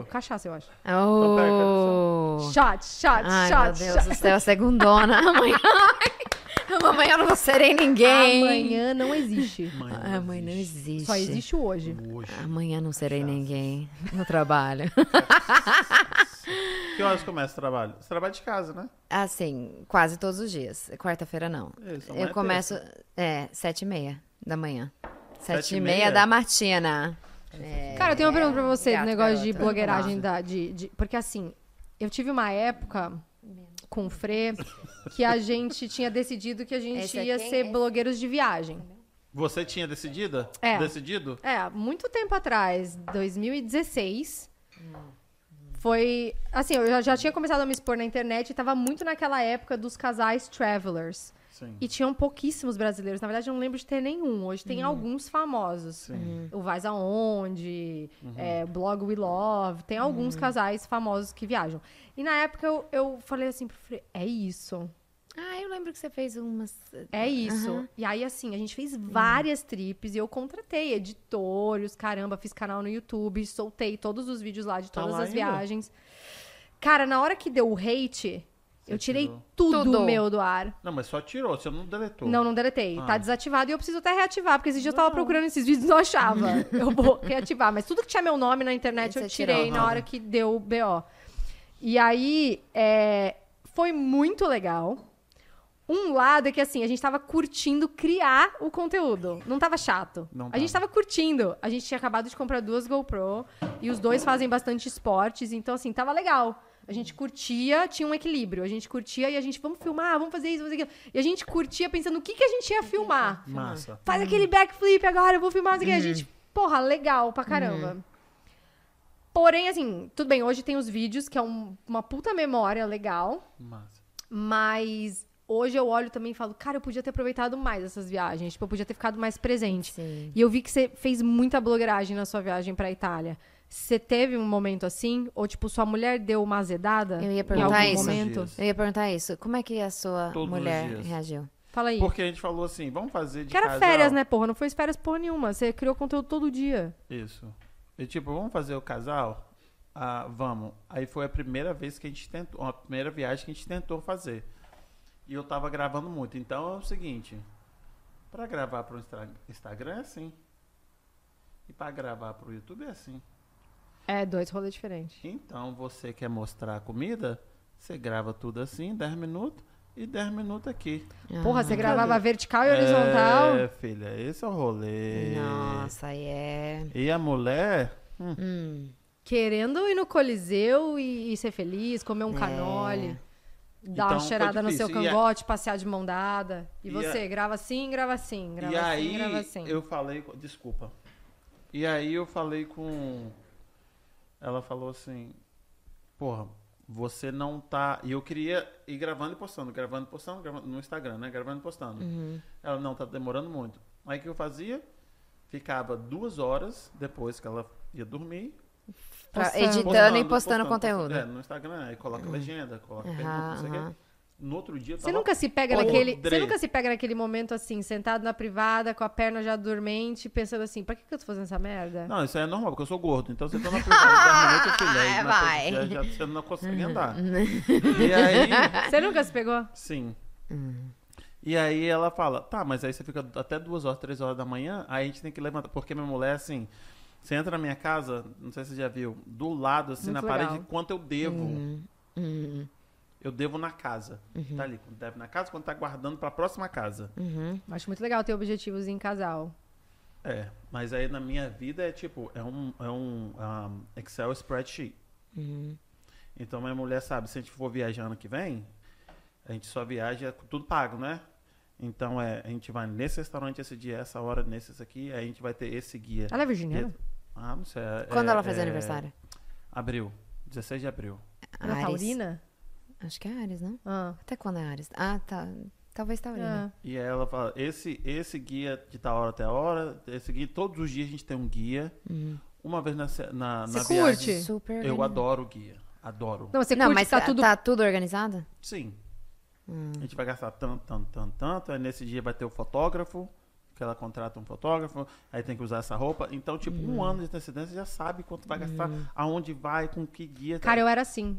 Speaker 1: Ah.
Speaker 2: Cachaça, eu acho.
Speaker 1: Oh.
Speaker 2: Shot, shot,
Speaker 1: Ai,
Speaker 2: shot,
Speaker 1: meu Deus
Speaker 2: shot.
Speaker 1: do céu, segundona. Amanhã. Amanhã eu não vou serei ninguém.
Speaker 2: Amanhã não existe.
Speaker 1: Amanhã, não existe.
Speaker 2: Só existe o hoje.
Speaker 3: Hoje.
Speaker 1: Amanhã não serei ninguém no trabalho.
Speaker 3: Que horas começa o trabalho? Você trabalha de casa, né?
Speaker 1: Assim, quase todos os dias. Quarta-feira não.
Speaker 3: Isso, amanhã
Speaker 1: Eu
Speaker 3: é
Speaker 1: começo, é, sete e meia da manhã. Sete
Speaker 3: e
Speaker 1: e
Speaker 3: meia?
Speaker 1: meia da matina.
Speaker 2: Cara, eu tenho uma pergunta pra você do
Speaker 1: gato,
Speaker 2: negócio de
Speaker 1: garota.
Speaker 2: blogueiragem da, de, de- Porque assim, eu tive uma época com o Fre que a gente tinha decidido que a gente
Speaker 1: Esse é
Speaker 2: ia
Speaker 1: quem?
Speaker 2: ser
Speaker 1: Esse?
Speaker 2: blogueiros de viagem.
Speaker 3: Você tinha decidida?
Speaker 2: É.
Speaker 3: Decidido?
Speaker 2: É, há muito tempo atrás, 2016. Foi. Assim, eu já, já tinha começado a me expor na internet e tava muito naquela época dos casais travelers.
Speaker 3: Sim.
Speaker 2: E tinham pouquíssimos brasileiros. Na verdade, eu não lembro de ter nenhum. Hoje tem alguns famosos.
Speaker 3: Sim.
Speaker 2: O Vais Aonde,
Speaker 3: Uhum.
Speaker 2: é, Blog We Love. Tem alguns casais famosos que viajam. E na época eu, eu falei assim pro Fre, é isso.
Speaker 1: Ah, eu lembro que você fez umas.
Speaker 2: É isso. E aí, assim, a gente fez várias trips e eu contratei editores, caramba, fiz canal no YouTube, soltei todos os vídeos lá de
Speaker 3: Tá
Speaker 2: todas
Speaker 3: lá
Speaker 2: as
Speaker 3: ainda?
Speaker 2: viagens. Cara, na hora que deu o hate,
Speaker 3: Você
Speaker 2: eu tirei
Speaker 3: tirou.
Speaker 2: tudo,
Speaker 1: Tudo.
Speaker 2: meu do ar.
Speaker 3: Não, mas só tirou, você não deletou.
Speaker 2: Não, não deletei.
Speaker 3: Ah.
Speaker 2: Tá desativado e eu preciso até reativar, porque esse dia eu tava procurando esses vídeos e não achava. eu vou reativar. Mas tudo que tinha meu nome na internet
Speaker 1: Você
Speaker 2: eu tirei
Speaker 1: tirou.
Speaker 2: na hora que deu o BO. E aí, é, foi muito legal. Um lado é que, assim, a gente tava curtindo criar o conteúdo. Não tava chato.
Speaker 3: Não
Speaker 2: a gente tava curtindo. A gente tinha acabado de comprar duas GoPro e os dois fazem bastante esportes. Então, assim, tava legal. A gente curtia, tinha um equilíbrio. A gente curtia e a gente, vamos filmar, vamos fazer isso, vamos fazer aquilo. E a gente curtia pensando o que, que é? a gente ia filmar.
Speaker 3: Massa.
Speaker 2: Faz aquele backflip agora, eu vou filmar isso aqui. A gente, porra, legal pra caramba. Porém, assim, tudo bem, hoje tem os vídeos, que é um- uma puta memória legal.
Speaker 3: Massa.
Speaker 2: Mas hoje eu olho também e falo, cara, eu podia ter aproveitado mais essas viagens. Tipo, eu podia ter ficado mais presente.
Speaker 1: Sim.
Speaker 2: E eu vi que você fez muita blogueiragem na sua viagem pra Itália. Você teve um momento assim? Ou, tipo, sua mulher deu uma azedada?
Speaker 1: Eu ia
Speaker 2: em
Speaker 1: perguntar
Speaker 2: algum
Speaker 1: isso.
Speaker 2: momento?
Speaker 3: Dias.
Speaker 1: Eu ia perguntar isso. Como é que a sua
Speaker 3: Todos os
Speaker 1: mulher
Speaker 3: dias.
Speaker 1: reagiu?
Speaker 2: Fala aí.
Speaker 3: Porque a gente falou assim, vamos fazer de
Speaker 2: Que era
Speaker 3: casal.
Speaker 2: férias, né, porra? Não foi férias porra nenhuma. Você criou conteúdo todo dia.
Speaker 3: Isso. E tipo, vamos fazer o casal? Ah, vamos. Aí foi a primeira vez que a gente tentou, a primeira viagem que a gente tentou fazer. E eu tava gravando muito. Então é o seguinte, Pra gravar pro Instra- Instagram é assim. E pra gravar pro YouTube é assim.
Speaker 2: É, dois rolês diferentes.
Speaker 3: Então você quer mostrar a comida? Você grava tudo assim, 10 minutos e 10 minutos aqui.
Speaker 1: Ah.
Speaker 2: Porra, você gravava vertical e
Speaker 3: Ah. É,
Speaker 2: horizontal?
Speaker 3: filha, esse é o rolê.
Speaker 1: Nossa, aí é.
Speaker 3: E a mulher,
Speaker 2: Querendo ir no Coliseu e, e ser feliz, comer um canole. Dar
Speaker 3: É. Então,
Speaker 2: uma
Speaker 3: foi
Speaker 2: cheirada no seu
Speaker 3: difícil. E a-
Speaker 2: cangote, passear de mão dada. E,
Speaker 3: E
Speaker 2: você, grava assim, grava assim, grava
Speaker 3: e
Speaker 2: assim,
Speaker 3: aí
Speaker 2: grava assim.
Speaker 3: eu falei, com- desculpa. E aí eu falei com ela falou assim: "Porra, você não tá". E eu queria ir gravando e postando, gravando e postando, gravando no Instagram, né? Gravando e postando.
Speaker 1: Uhum.
Speaker 3: Ela não tá demorando muito. Aí o que eu fazia? Ficava duas horas depois que ela ia dormir.
Speaker 1: Pra-
Speaker 2: Postando.
Speaker 1: editando e postando, conteúdo.
Speaker 3: É, no Instagram, aí coloca legenda, coloca
Speaker 1: Aham,
Speaker 3: pergunta, não sei o
Speaker 1: aham.
Speaker 3: quê. No outro dia eu
Speaker 2: Você
Speaker 3: tava
Speaker 2: nunca se pega
Speaker 3: podre.
Speaker 2: naquele. Você nunca se pega naquele momento assim, sentado na privada, com a perna já dormente, pensando assim, pra que, que eu tô fazendo essa merda?
Speaker 3: Não, isso aí é normal, porque eu sou gordo. Então você tá na primeira eu
Speaker 2: É,
Speaker 3: filé. aí na
Speaker 1: vai.
Speaker 3: terceira Já, você não
Speaker 2: Uhum.
Speaker 3: consegue andar. e aí,
Speaker 2: Você nunca se pegou?
Speaker 3: sim.
Speaker 2: Hum.
Speaker 3: E aí ela fala, tá, mas aí você fica até duas horas, três horas da manhã, aí a gente tem que levantar. Porque minha mulher, assim, você entra na minha casa, não sei se você já viu, do lado, assim,
Speaker 2: Muito
Speaker 3: na parede,
Speaker 2: legal. Hum,
Speaker 3: quanto eu devo. Eu devo na casa.
Speaker 2: Uhum.
Speaker 3: Tá ali, quando deve na casa, quando tá guardando pra próxima casa.
Speaker 2: Hum. Acho muito legal ter objetivos em casal.
Speaker 3: É, mas aí na minha vida é tipo, é um, é um, um, Excel spreadsheet.
Speaker 1: Uhum.
Speaker 3: Então minha mulher sabe, se a gente for viajar ano que vem, a gente só viaja com tudo pago, né? Então é, a gente vai nesse restaurante esse dia, essa hora, nesses aqui, aí a gente vai ter esse guia.
Speaker 2: Ela é virginiana?
Speaker 3: Ah, não sei. é-
Speaker 1: Tá né? Quando
Speaker 3: é-
Speaker 1: ela faz
Speaker 3: é
Speaker 1: aniversário?
Speaker 3: Abril, 16 de abril. Ah,
Speaker 2: Ela é
Speaker 1: Ares.
Speaker 2: taurina?
Speaker 1: Acho que é Ares, não?
Speaker 2: Ah.
Speaker 1: Até quando é Ares? Ah, tá. Talvez Taurina.
Speaker 2: Ah.
Speaker 3: E aí ela fala, esse, esse guia de tal hora até a hora, esse guia, todos os dias a gente tem um guia.
Speaker 1: Uhum.
Speaker 3: Uma vez na, se- na, na
Speaker 2: Você
Speaker 3: viagem.
Speaker 2: curte?
Speaker 1: Super.
Speaker 3: Eu
Speaker 1: organizado.
Speaker 3: adoro o guia. Adoro.
Speaker 2: Não, você
Speaker 1: Não,
Speaker 2: curte
Speaker 1: mas
Speaker 2: tá tudo.
Speaker 1: tá tudo organizado?
Speaker 3: Sim.
Speaker 1: Hum.
Speaker 3: A gente vai gastar tanto, tanto, tanto, tanto. Aí nesse dia vai ter o fotógrafo, que ela contrata um fotógrafo, aí tem que usar essa roupa. Então, tipo,
Speaker 1: Hum.
Speaker 3: um ano de antecedência já sabe quanto vai gastar, aonde vai, com que guia. tá?
Speaker 2: Cara, eu era assim.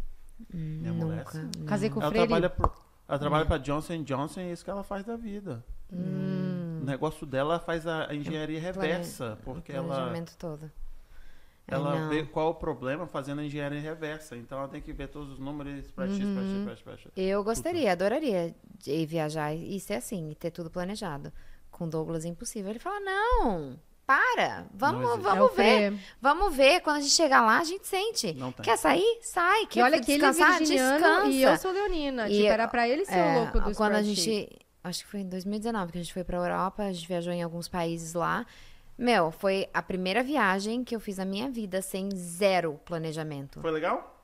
Speaker 3: Minha mulher,
Speaker 1: Nunca. Hum.
Speaker 3: assim,
Speaker 2: Casei com o
Speaker 3: ela
Speaker 2: Freire.
Speaker 3: trabalha pro... Ela trabalha pra Johnson Johnson e é isso que ela faz da vida.
Speaker 1: Hum.
Speaker 3: O negócio dela faz a a engenharia reversa, porque
Speaker 1: O
Speaker 3: ela
Speaker 1: planejamento todo. Ai,
Speaker 3: ela
Speaker 1: é, não.
Speaker 3: vê qual o problema fazendo a engenharia reversa. Então ela tem que ver todos os números para X, para
Speaker 1: Uhum.
Speaker 3: X, para X, para X.
Speaker 1: Eu gostaria, adoraria de ir viajar e ser assim, e ter tudo planejado. Com Douglas é impossível. Ele fala: não, para,
Speaker 3: Não
Speaker 1: vamos,
Speaker 3: existe.
Speaker 2: É o
Speaker 1: vamos ver.
Speaker 2: Fre.
Speaker 1: Vamos ver. Quando a gente chegar lá, a gente sente.
Speaker 3: Não tem.
Speaker 1: Quer sair? Sai. Quer
Speaker 2: E olha que ele é
Speaker 1: descansar?
Speaker 2: virginiano
Speaker 1: Descansa.
Speaker 2: e eu sou leonina.
Speaker 1: E
Speaker 2: tipo,
Speaker 1: eu-
Speaker 2: era pra ele ser
Speaker 1: É,
Speaker 2: o louco do
Speaker 1: Quando a
Speaker 2: spreadsheet.
Speaker 1: gente. Acho que foi em 2019 que a gente foi pra Europa, a gente viajou em alguns países lá. Meu, foi a primeira viagem que eu fiz na minha vida sem zero planejamento.
Speaker 3: Foi legal?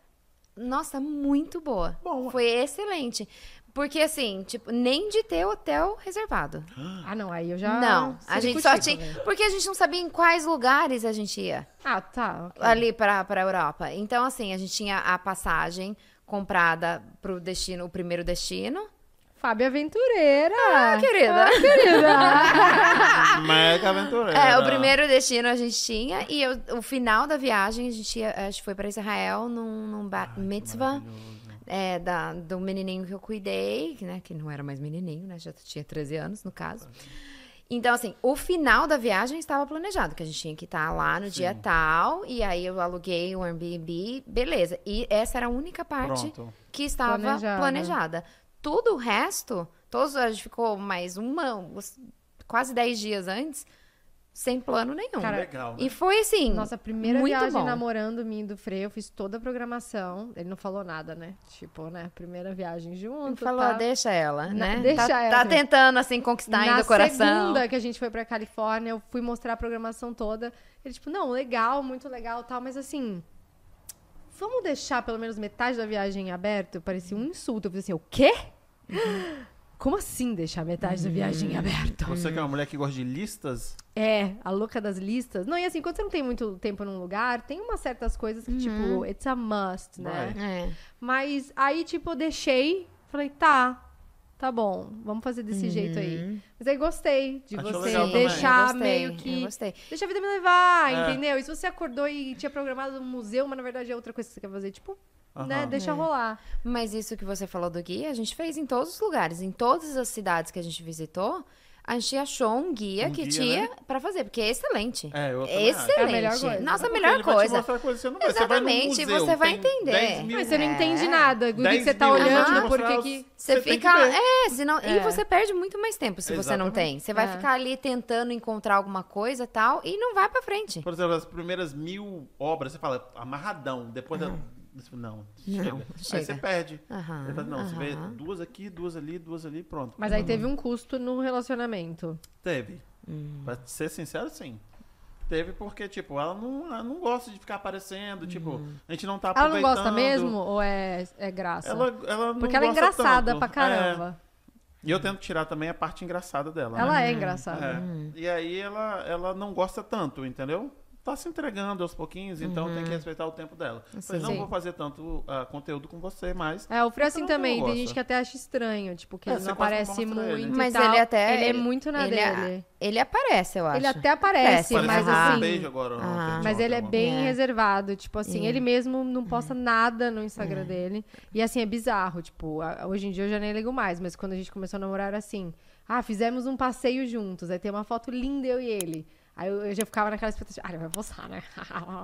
Speaker 1: Nossa, muito boa.
Speaker 3: Boa.
Speaker 1: Foi excelente. Porque assim, tipo, nem de ter hotel reservado.
Speaker 2: Ah, não, aí eu já...
Speaker 1: não, a gente só tinha.
Speaker 2: circunscrevo, né?
Speaker 1: Porque a gente não sabia em quais lugares a gente ia
Speaker 2: Ah, tá. ok.
Speaker 1: ali para a Europa. Então, assim, a gente tinha a passagem comprada pro destino, o primeiro destino.
Speaker 2: Fábio Aventureira.
Speaker 1: Ah, querida.
Speaker 3: Mega aventureira.
Speaker 1: É, o primeiro destino a gente tinha e eu- o final da viagem a gente ia, acho que foi pra Israel num, num bat
Speaker 2: Ah,
Speaker 1: mitzvah é, da, do menininho que eu cuidei, que, né, que não era mais menininho, né, já tinha 13 anos no caso. Então, assim, o final da viagem estava planejado, que a gente tinha que estar lá no dia tal, e aí eu aluguei o Airbnb, beleza. E essa era a única parte
Speaker 3: Pronto.
Speaker 1: que estava
Speaker 2: Planejada.
Speaker 1: planejada. Tudo o resto, todos, a gente ficou mais uma, uns- quase 10 dias antes, sem plano nenhum.
Speaker 2: Cara,
Speaker 3: Legal, né?
Speaker 1: e foi assim.
Speaker 2: Nossa, a primeira
Speaker 1: muito
Speaker 2: viagem
Speaker 1: bom.
Speaker 2: namorando minha e do Frei, eu fiz toda a programação. Ele não falou nada, né? Tipo, né? Primeira viagem junto.
Speaker 1: falou,
Speaker 2: tá?
Speaker 1: deixa ela,
Speaker 2: Na-
Speaker 1: né?
Speaker 2: deixa
Speaker 1: tá,
Speaker 2: ela,
Speaker 1: tá
Speaker 2: né?
Speaker 1: tentando, assim, conquistar
Speaker 2: Na
Speaker 1: ainda o coração.
Speaker 2: segunda que a gente foi pra Califórnia, eu fui mostrar a programação toda. Ele, tipo, não, legal, muito legal tal, mas assim. Vamos deixar pelo menos metade da viagem aberta? Parecia um insulto. Eu falei assim, o quê?
Speaker 1: Uhum.
Speaker 2: Como assim deixar metade da viagem aberta?
Speaker 3: Você que é uma mulher que gosta de listas,
Speaker 2: É, a louca das listas. Não, e assim, quando você não tem muito tempo num lugar, tem umas certas coisas
Speaker 1: Uhum.
Speaker 2: que, tipo, it's a must, né?
Speaker 3: Vai.
Speaker 1: É.
Speaker 2: Mas aí, tipo, eu deixei, falei, tá, tá bom, vamos fazer desse
Speaker 1: Uhum.
Speaker 2: jeito aí. Mas aí gostei de
Speaker 3: Achou
Speaker 2: você
Speaker 3: legal também.
Speaker 2: deixar
Speaker 1: Eu gostei,
Speaker 2: meio
Speaker 1: eu
Speaker 2: que.
Speaker 1: gostei.
Speaker 2: Deixa a vida me levar,
Speaker 3: É.
Speaker 2: entendeu? E se você acordou e tinha programado um museu, mas na verdade é outra coisa que você quer fazer, tipo, né?
Speaker 3: Aham.
Speaker 1: É.
Speaker 2: Deixa rolar.
Speaker 1: Mas isso que você falou do guia, a gente fez em todos os lugares, em todas as cidades que a gente visitou, a gente achou um guia
Speaker 3: Um
Speaker 1: que
Speaker 3: guia,
Speaker 1: tinha
Speaker 3: né?
Speaker 1: pra fazer, porque é excelente.
Speaker 3: É, eu também acho.
Speaker 1: excelente.
Speaker 2: É a melhor coisa.
Speaker 1: Nossa, a
Speaker 3: Porque
Speaker 1: melhor
Speaker 3: ele vai te
Speaker 1: coisa.
Speaker 3: mostrar coisa que você não vê. Você vai num
Speaker 1: Exatamente,
Speaker 3: museu,
Speaker 1: você vai
Speaker 3: tem
Speaker 1: entender.
Speaker 3: 10 mil-
Speaker 2: Mas você não
Speaker 1: É.
Speaker 2: entende nada do que
Speaker 3: 10
Speaker 2: você tá
Speaker 3: mil
Speaker 2: olhando,
Speaker 3: imagens
Speaker 2: por que
Speaker 3: mostrar
Speaker 2: que.
Speaker 3: os-
Speaker 1: Você
Speaker 3: tem que
Speaker 1: fica.
Speaker 3: ver.
Speaker 1: É, senão,
Speaker 2: É.
Speaker 1: e você perde muito mais tempo se você não tem. Você vai
Speaker 2: É.
Speaker 1: ficar ali tentando encontrar alguma coisa e tal e não vai pra frente.
Speaker 3: Por exemplo, as primeiras mil obras, você fala amarradão. Depois da. Você fala, Não, chega. Aí
Speaker 1: chega.
Speaker 3: você perde.
Speaker 1: Aham,
Speaker 3: Aí fala, não, você vê
Speaker 1: aham.
Speaker 3: duas aqui, duas ali, duas ali, pronto.
Speaker 2: Mas aí teve um custo no relacionamento.
Speaker 3: Teve. Pra ser sincero, sim. Teve porque, tipo, ela não, ela não gosta de ficar aparecendo. Tipo, a gente não tá
Speaker 2: Ela
Speaker 3: aproveitando.
Speaker 2: não gosta mesmo ou é, é graça?
Speaker 3: Ela, ela não
Speaker 2: Porque ela é
Speaker 3: gosta
Speaker 2: engraçada
Speaker 3: tanto.
Speaker 2: pra caramba.
Speaker 3: É. E eu tento tirar também a parte engraçada dela. né?
Speaker 2: Ela é engraçada.
Speaker 3: É. E aí ela, ela não gosta tanto, entendeu? Tá se entregando aos pouquinhos, então tem que respeitar o tempo dela. Falei, não
Speaker 2: Sim.
Speaker 3: vou fazer tanto ah, conteúdo com você, mas.
Speaker 2: É, o Frei assim
Speaker 3: Ela
Speaker 2: também.
Speaker 3: não
Speaker 2: Tem
Speaker 3: gosta.
Speaker 2: gente que até acha estranho, tipo, que
Speaker 3: É,
Speaker 2: ele
Speaker 3: você
Speaker 2: não
Speaker 3: quase não
Speaker 2: aparece
Speaker 3: mostra
Speaker 2: muito.
Speaker 3: ele, né?
Speaker 2: e
Speaker 1: Mas
Speaker 2: tal.
Speaker 1: ele até.
Speaker 2: Ele é muito na
Speaker 1: ele
Speaker 2: dele.
Speaker 1: Ele aparece, eu acho.
Speaker 2: Ele até
Speaker 1: Parece,
Speaker 2: aparece, mas
Speaker 3: Pareceu que eu dei um
Speaker 2: assim.
Speaker 3: beijo
Speaker 1: Ah.
Speaker 3: agora. ontem,
Speaker 2: Mas
Speaker 3: ontem,
Speaker 2: ele é
Speaker 3: ontem.
Speaker 2: bem
Speaker 1: É.
Speaker 2: reservado, tipo assim,
Speaker 1: É.
Speaker 2: ele mesmo não posta nada no Instagram dele. E assim, é bizarro, tipo, a- hoje em dia eu já nem ligo mais, mas quando a gente começou a namorar era assim, ah, fizemos um passeio juntos, aí tem uma foto linda eu e ele. Aí eu, eu já ficava naquela expectativa, ah, ele vai postar, né?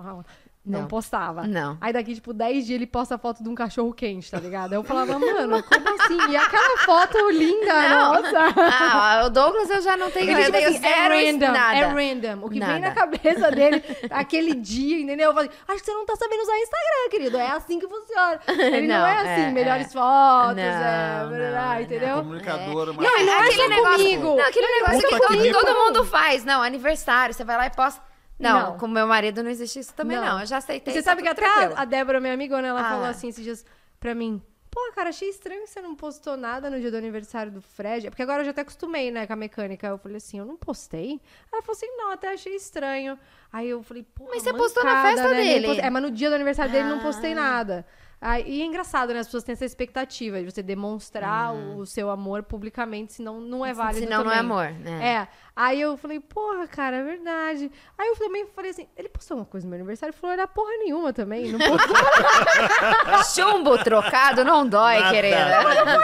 Speaker 2: Não,
Speaker 1: Não.
Speaker 2: postava.
Speaker 1: Não.
Speaker 2: Aí daqui, tipo, 10 dias ele posta a foto de um cachorro quente, tá ligado? Aí eu falava, mano, como assim? E aquela foto linda, nossa!
Speaker 1: Ah, o Douglas eu já não tenho.
Speaker 2: Porque,
Speaker 1: eu
Speaker 2: tipo
Speaker 1: tenho
Speaker 2: assim, é
Speaker 1: zero
Speaker 2: random,
Speaker 1: nada.
Speaker 2: é random. O que vem
Speaker 1: Nada.
Speaker 2: na cabeça dele aquele dia, entendeu? Eu falo assim, acho que você não tá sabendo usar Instagram, querido. É assim que funciona. Ele não,
Speaker 1: Não,
Speaker 2: é assim,
Speaker 1: é,
Speaker 2: melhores
Speaker 1: é.
Speaker 2: fotos,
Speaker 1: Não,
Speaker 2: é, blá, blá, blá,
Speaker 1: não,
Speaker 2: entendeu?
Speaker 3: Comunicadora, mas.
Speaker 2: Não, ele não é
Speaker 1: aquele
Speaker 2: só
Speaker 1: negócio-
Speaker 2: comigo.
Speaker 1: Não, aquele negócio
Speaker 3: puta
Speaker 1: que
Speaker 3: que
Speaker 1: todo,
Speaker 3: me
Speaker 1: todo
Speaker 2: pariu.
Speaker 1: mundo faz. Não, aniversário, você vai lá e posta. Não,
Speaker 2: Não.
Speaker 1: com meu marido não existe isso também,
Speaker 2: Não.
Speaker 1: não. Eu já aceitei.
Speaker 2: Você
Speaker 1: tá
Speaker 2: sabe que
Speaker 1: tudo
Speaker 2: até a-
Speaker 1: tranquilo.
Speaker 2: a Débora, minha amigona, ela
Speaker 1: Ah.
Speaker 2: falou assim esses dias pra mim. Pô, cara, achei estranho que você não postou nada no dia do aniversário do Fred. É Porque agora eu já até acostumei, né, com a mecânica. Eu falei assim, eu não postei? Ela falou assim, não, até achei estranho. Aí eu falei, pô,
Speaker 1: Mas você postou na
Speaker 2: mancada,
Speaker 1: festa
Speaker 2: né? Nem
Speaker 1: dele.
Speaker 2: postei. É, mas no dia do aniversário dele não
Speaker 1: Ah.
Speaker 2: postei nada. Aí- e é engraçado, né? As pessoas têm essa expectativa de você demonstrar o seu amor publicamente, senão não é válido
Speaker 1: Hum. Senão não é
Speaker 2: também.
Speaker 1: amor, né?
Speaker 2: É. Aí eu falei, porra, cara, é verdade. Aí eu também falei assim, ele postou uma coisa no meu aniversário? Ele falou, era porra nenhuma também. Não pode
Speaker 1: Chumbo trocado não dói, É.
Speaker 3: Nada.
Speaker 1: querida.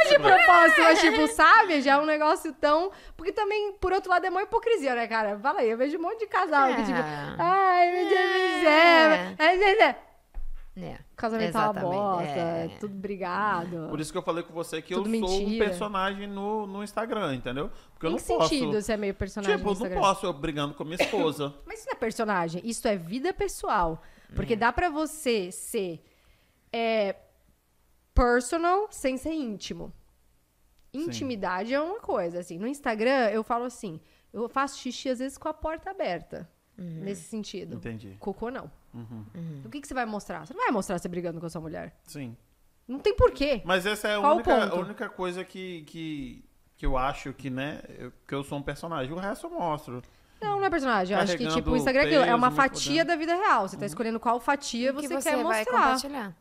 Speaker 2: de propósito, mas tipo, sabe? Já é um negócio tão... Porque também, por outro lado, é uma hipocrisia, né, cara? Fala aí, eu vejo um monte de casal que tipo,
Speaker 1: É.
Speaker 2: ai, meu Deus do
Speaker 1: É.
Speaker 2: céu. ai, meu Deus.
Speaker 1: É.
Speaker 2: Casamento tá uma
Speaker 1: Exatamente,
Speaker 2: bosta,
Speaker 1: é.
Speaker 2: tudo brigado.
Speaker 3: Por isso que eu falei com você que eu
Speaker 2: Tudo
Speaker 3: sou um
Speaker 2: mentira.
Speaker 3: personagem no, no Instagram, entendeu? Porque eu
Speaker 2: Em
Speaker 3: não
Speaker 2: que
Speaker 3: posso.
Speaker 2: sentido você é meio personagem
Speaker 3: Tipo,
Speaker 2: no
Speaker 3: eu não
Speaker 2: Instagram?
Speaker 3: posso eu brigando com a minha esposa.
Speaker 2: Mas isso não é personagem, isso é vida pessoal.
Speaker 3: Hum.
Speaker 2: Porque dá pra você ser é, personal sem ser íntimo. Intimidade é uma coisa, assim. No Instagram, eu falo assim, eu faço xixi às vezes com a porta aberta. Nesse sentido.
Speaker 3: Uhum. Entendi. Uhum. Hum.
Speaker 2: Cocô não. O que, que você vai mostrar? Você não vai mostrar você brigando com a sua mulher.
Speaker 3: Sim.
Speaker 2: Não tem porquê.
Speaker 3: Mas essa é a
Speaker 2: Qual o
Speaker 3: única, a
Speaker 2: ponto?
Speaker 3: única coisa que, que, que eu acho que, né? eu- que eu sou um personagem. O resto eu mostro.
Speaker 2: Não, não é personagem. Eu acho que,
Speaker 3: Carregando
Speaker 2: tipo, o Instagram é aquilo. É uma
Speaker 3: peso, né, Uhum.
Speaker 2: fatia da vida real. Você tá escolhendo qual fatia
Speaker 1: O que
Speaker 2: você, quer
Speaker 1: vai
Speaker 2: mostrar.
Speaker 1: compartilhar.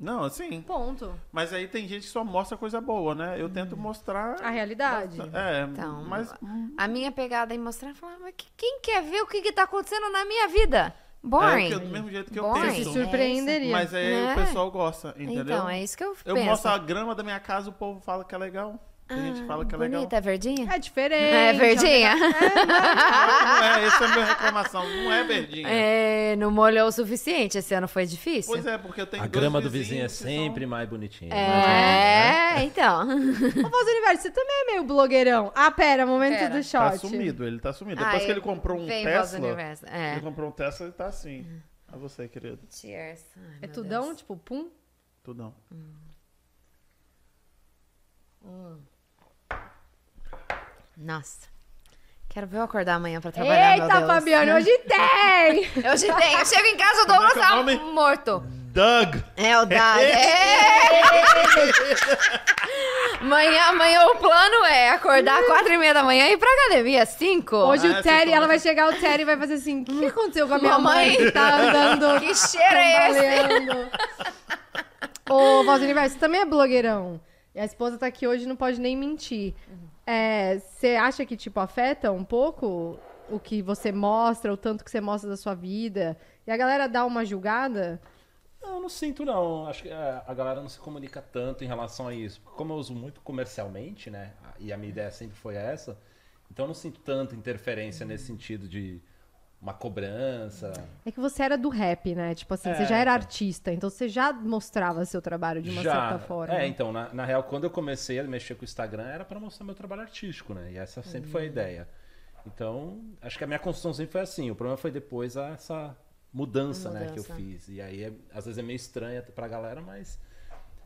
Speaker 3: Não, assim.
Speaker 2: Ponto.
Speaker 3: Mas aí tem gente que só mostra coisa boa, né? Eu tento mostrar.
Speaker 2: Hum. A realidade.
Speaker 3: É,
Speaker 1: Então,
Speaker 3: mas.
Speaker 1: A minha pegada em mostrar, falar, mas que- quem quer ver o que, que tá acontecendo na minha vida? Boring.
Speaker 3: É, que eu- do mesmo jeito que eu
Speaker 1: Boring.
Speaker 3: penso.
Speaker 2: Você se surpreenderia.
Speaker 3: Mas é aí
Speaker 1: Né?
Speaker 3: o pessoal gosta, entendeu?
Speaker 1: Então, é isso que eu,
Speaker 3: Eu
Speaker 1: penso.
Speaker 3: mostro a grama da minha casa, o povo fala que é legal. Tem gente que fala que é legal.
Speaker 1: Ah,
Speaker 3: então,
Speaker 1: Bonita, é verdinha?
Speaker 2: É diferente.
Speaker 1: É,
Speaker 2: é
Speaker 1: verdinha?
Speaker 3: Não é, essa é a minha reclamação. Não é verdinha.
Speaker 1: É, não molhou o suficiente, esse ano foi difícil.
Speaker 3: Pois é, porque eu tenho
Speaker 5: A
Speaker 3: dois
Speaker 5: grama do vizinho é
Speaker 3: vizinhos que são-
Speaker 5: sempre mais bonitinha.
Speaker 1: É, então.
Speaker 2: Ô, Voz do Universo, você também é meio blogueirão. Ah, pera, momento
Speaker 1: Pera.
Speaker 2: do
Speaker 3: Tá
Speaker 2: shot.
Speaker 3: sumido, ele tá sumido.
Speaker 1: Ah,
Speaker 3: Depois que
Speaker 1: eu-
Speaker 3: ele comprou um
Speaker 1: vem Voz do
Speaker 3: Tesla,
Speaker 1: Universo, é.
Speaker 3: ele comprou um Tesla, ele tá assim. A você, querido.
Speaker 1: Cheers. Ai, meu
Speaker 2: É
Speaker 1: Deus.
Speaker 2: tudão, tipo, pum.
Speaker 3: Tudão.
Speaker 1: Nossa. Quero ver eu acordar amanhã pra trabalhar, meu
Speaker 2: Eita,
Speaker 1: Deus.
Speaker 2: Fabiano, hoje tem!
Speaker 1: Eu já tenho. Eu chego em casa, o Douglas
Speaker 3: Como é que é o
Speaker 1: tá
Speaker 3: nome?
Speaker 1: morto.
Speaker 3: Doug!
Speaker 1: É o Dado. É. Amanhã, amanhã o plano é acordar quatro e meia da manhã e ir pra academia às cinco.
Speaker 2: Hoje
Speaker 3: Ah,
Speaker 2: o Terry,
Speaker 3: essa
Speaker 2: ela vai chegar, o Terry vai fazer assim, o que que aconteceu com a minha
Speaker 1: Mamãe?
Speaker 2: mãe? que Tá andando...
Speaker 1: Que cheiro é esse?
Speaker 2: cambaleando?" Tá Ô, Voz do Universo, você também é blogueirão. E a esposa tá aqui hoje, não pode nem mentir. É, Você acha que, tipo, afeta um pouco o que você mostra, o tanto que você mostra da sua vida? E a galera dá uma julgada?
Speaker 5: Não, não sinto não. Acho que é, a galera não se comunica tanto em relação a isso. Como eu uso muito comercialmente, né? a- E a minha ideia sempre foi essa. Então eu não sinto tanta interferência nesse sentido de uma cobrança.
Speaker 2: É que você era do rap, né? Tipo assim, você
Speaker 5: É.
Speaker 2: já era artista, então você já mostrava seu trabalho de uma certa forma.
Speaker 5: É, então, na, na real, quando eu comecei a mexer com o Instagram, era pra mostrar meu trabalho artístico, né? E essa sempre
Speaker 2: Hum.
Speaker 5: foi a ideia. Então, acho que a minha construção sempre foi assim. O problema foi depois a- essa mudança, né, que eu
Speaker 1: Mudança.
Speaker 5: fiz. E aí, é- às vezes é meio estranha pra galera, mas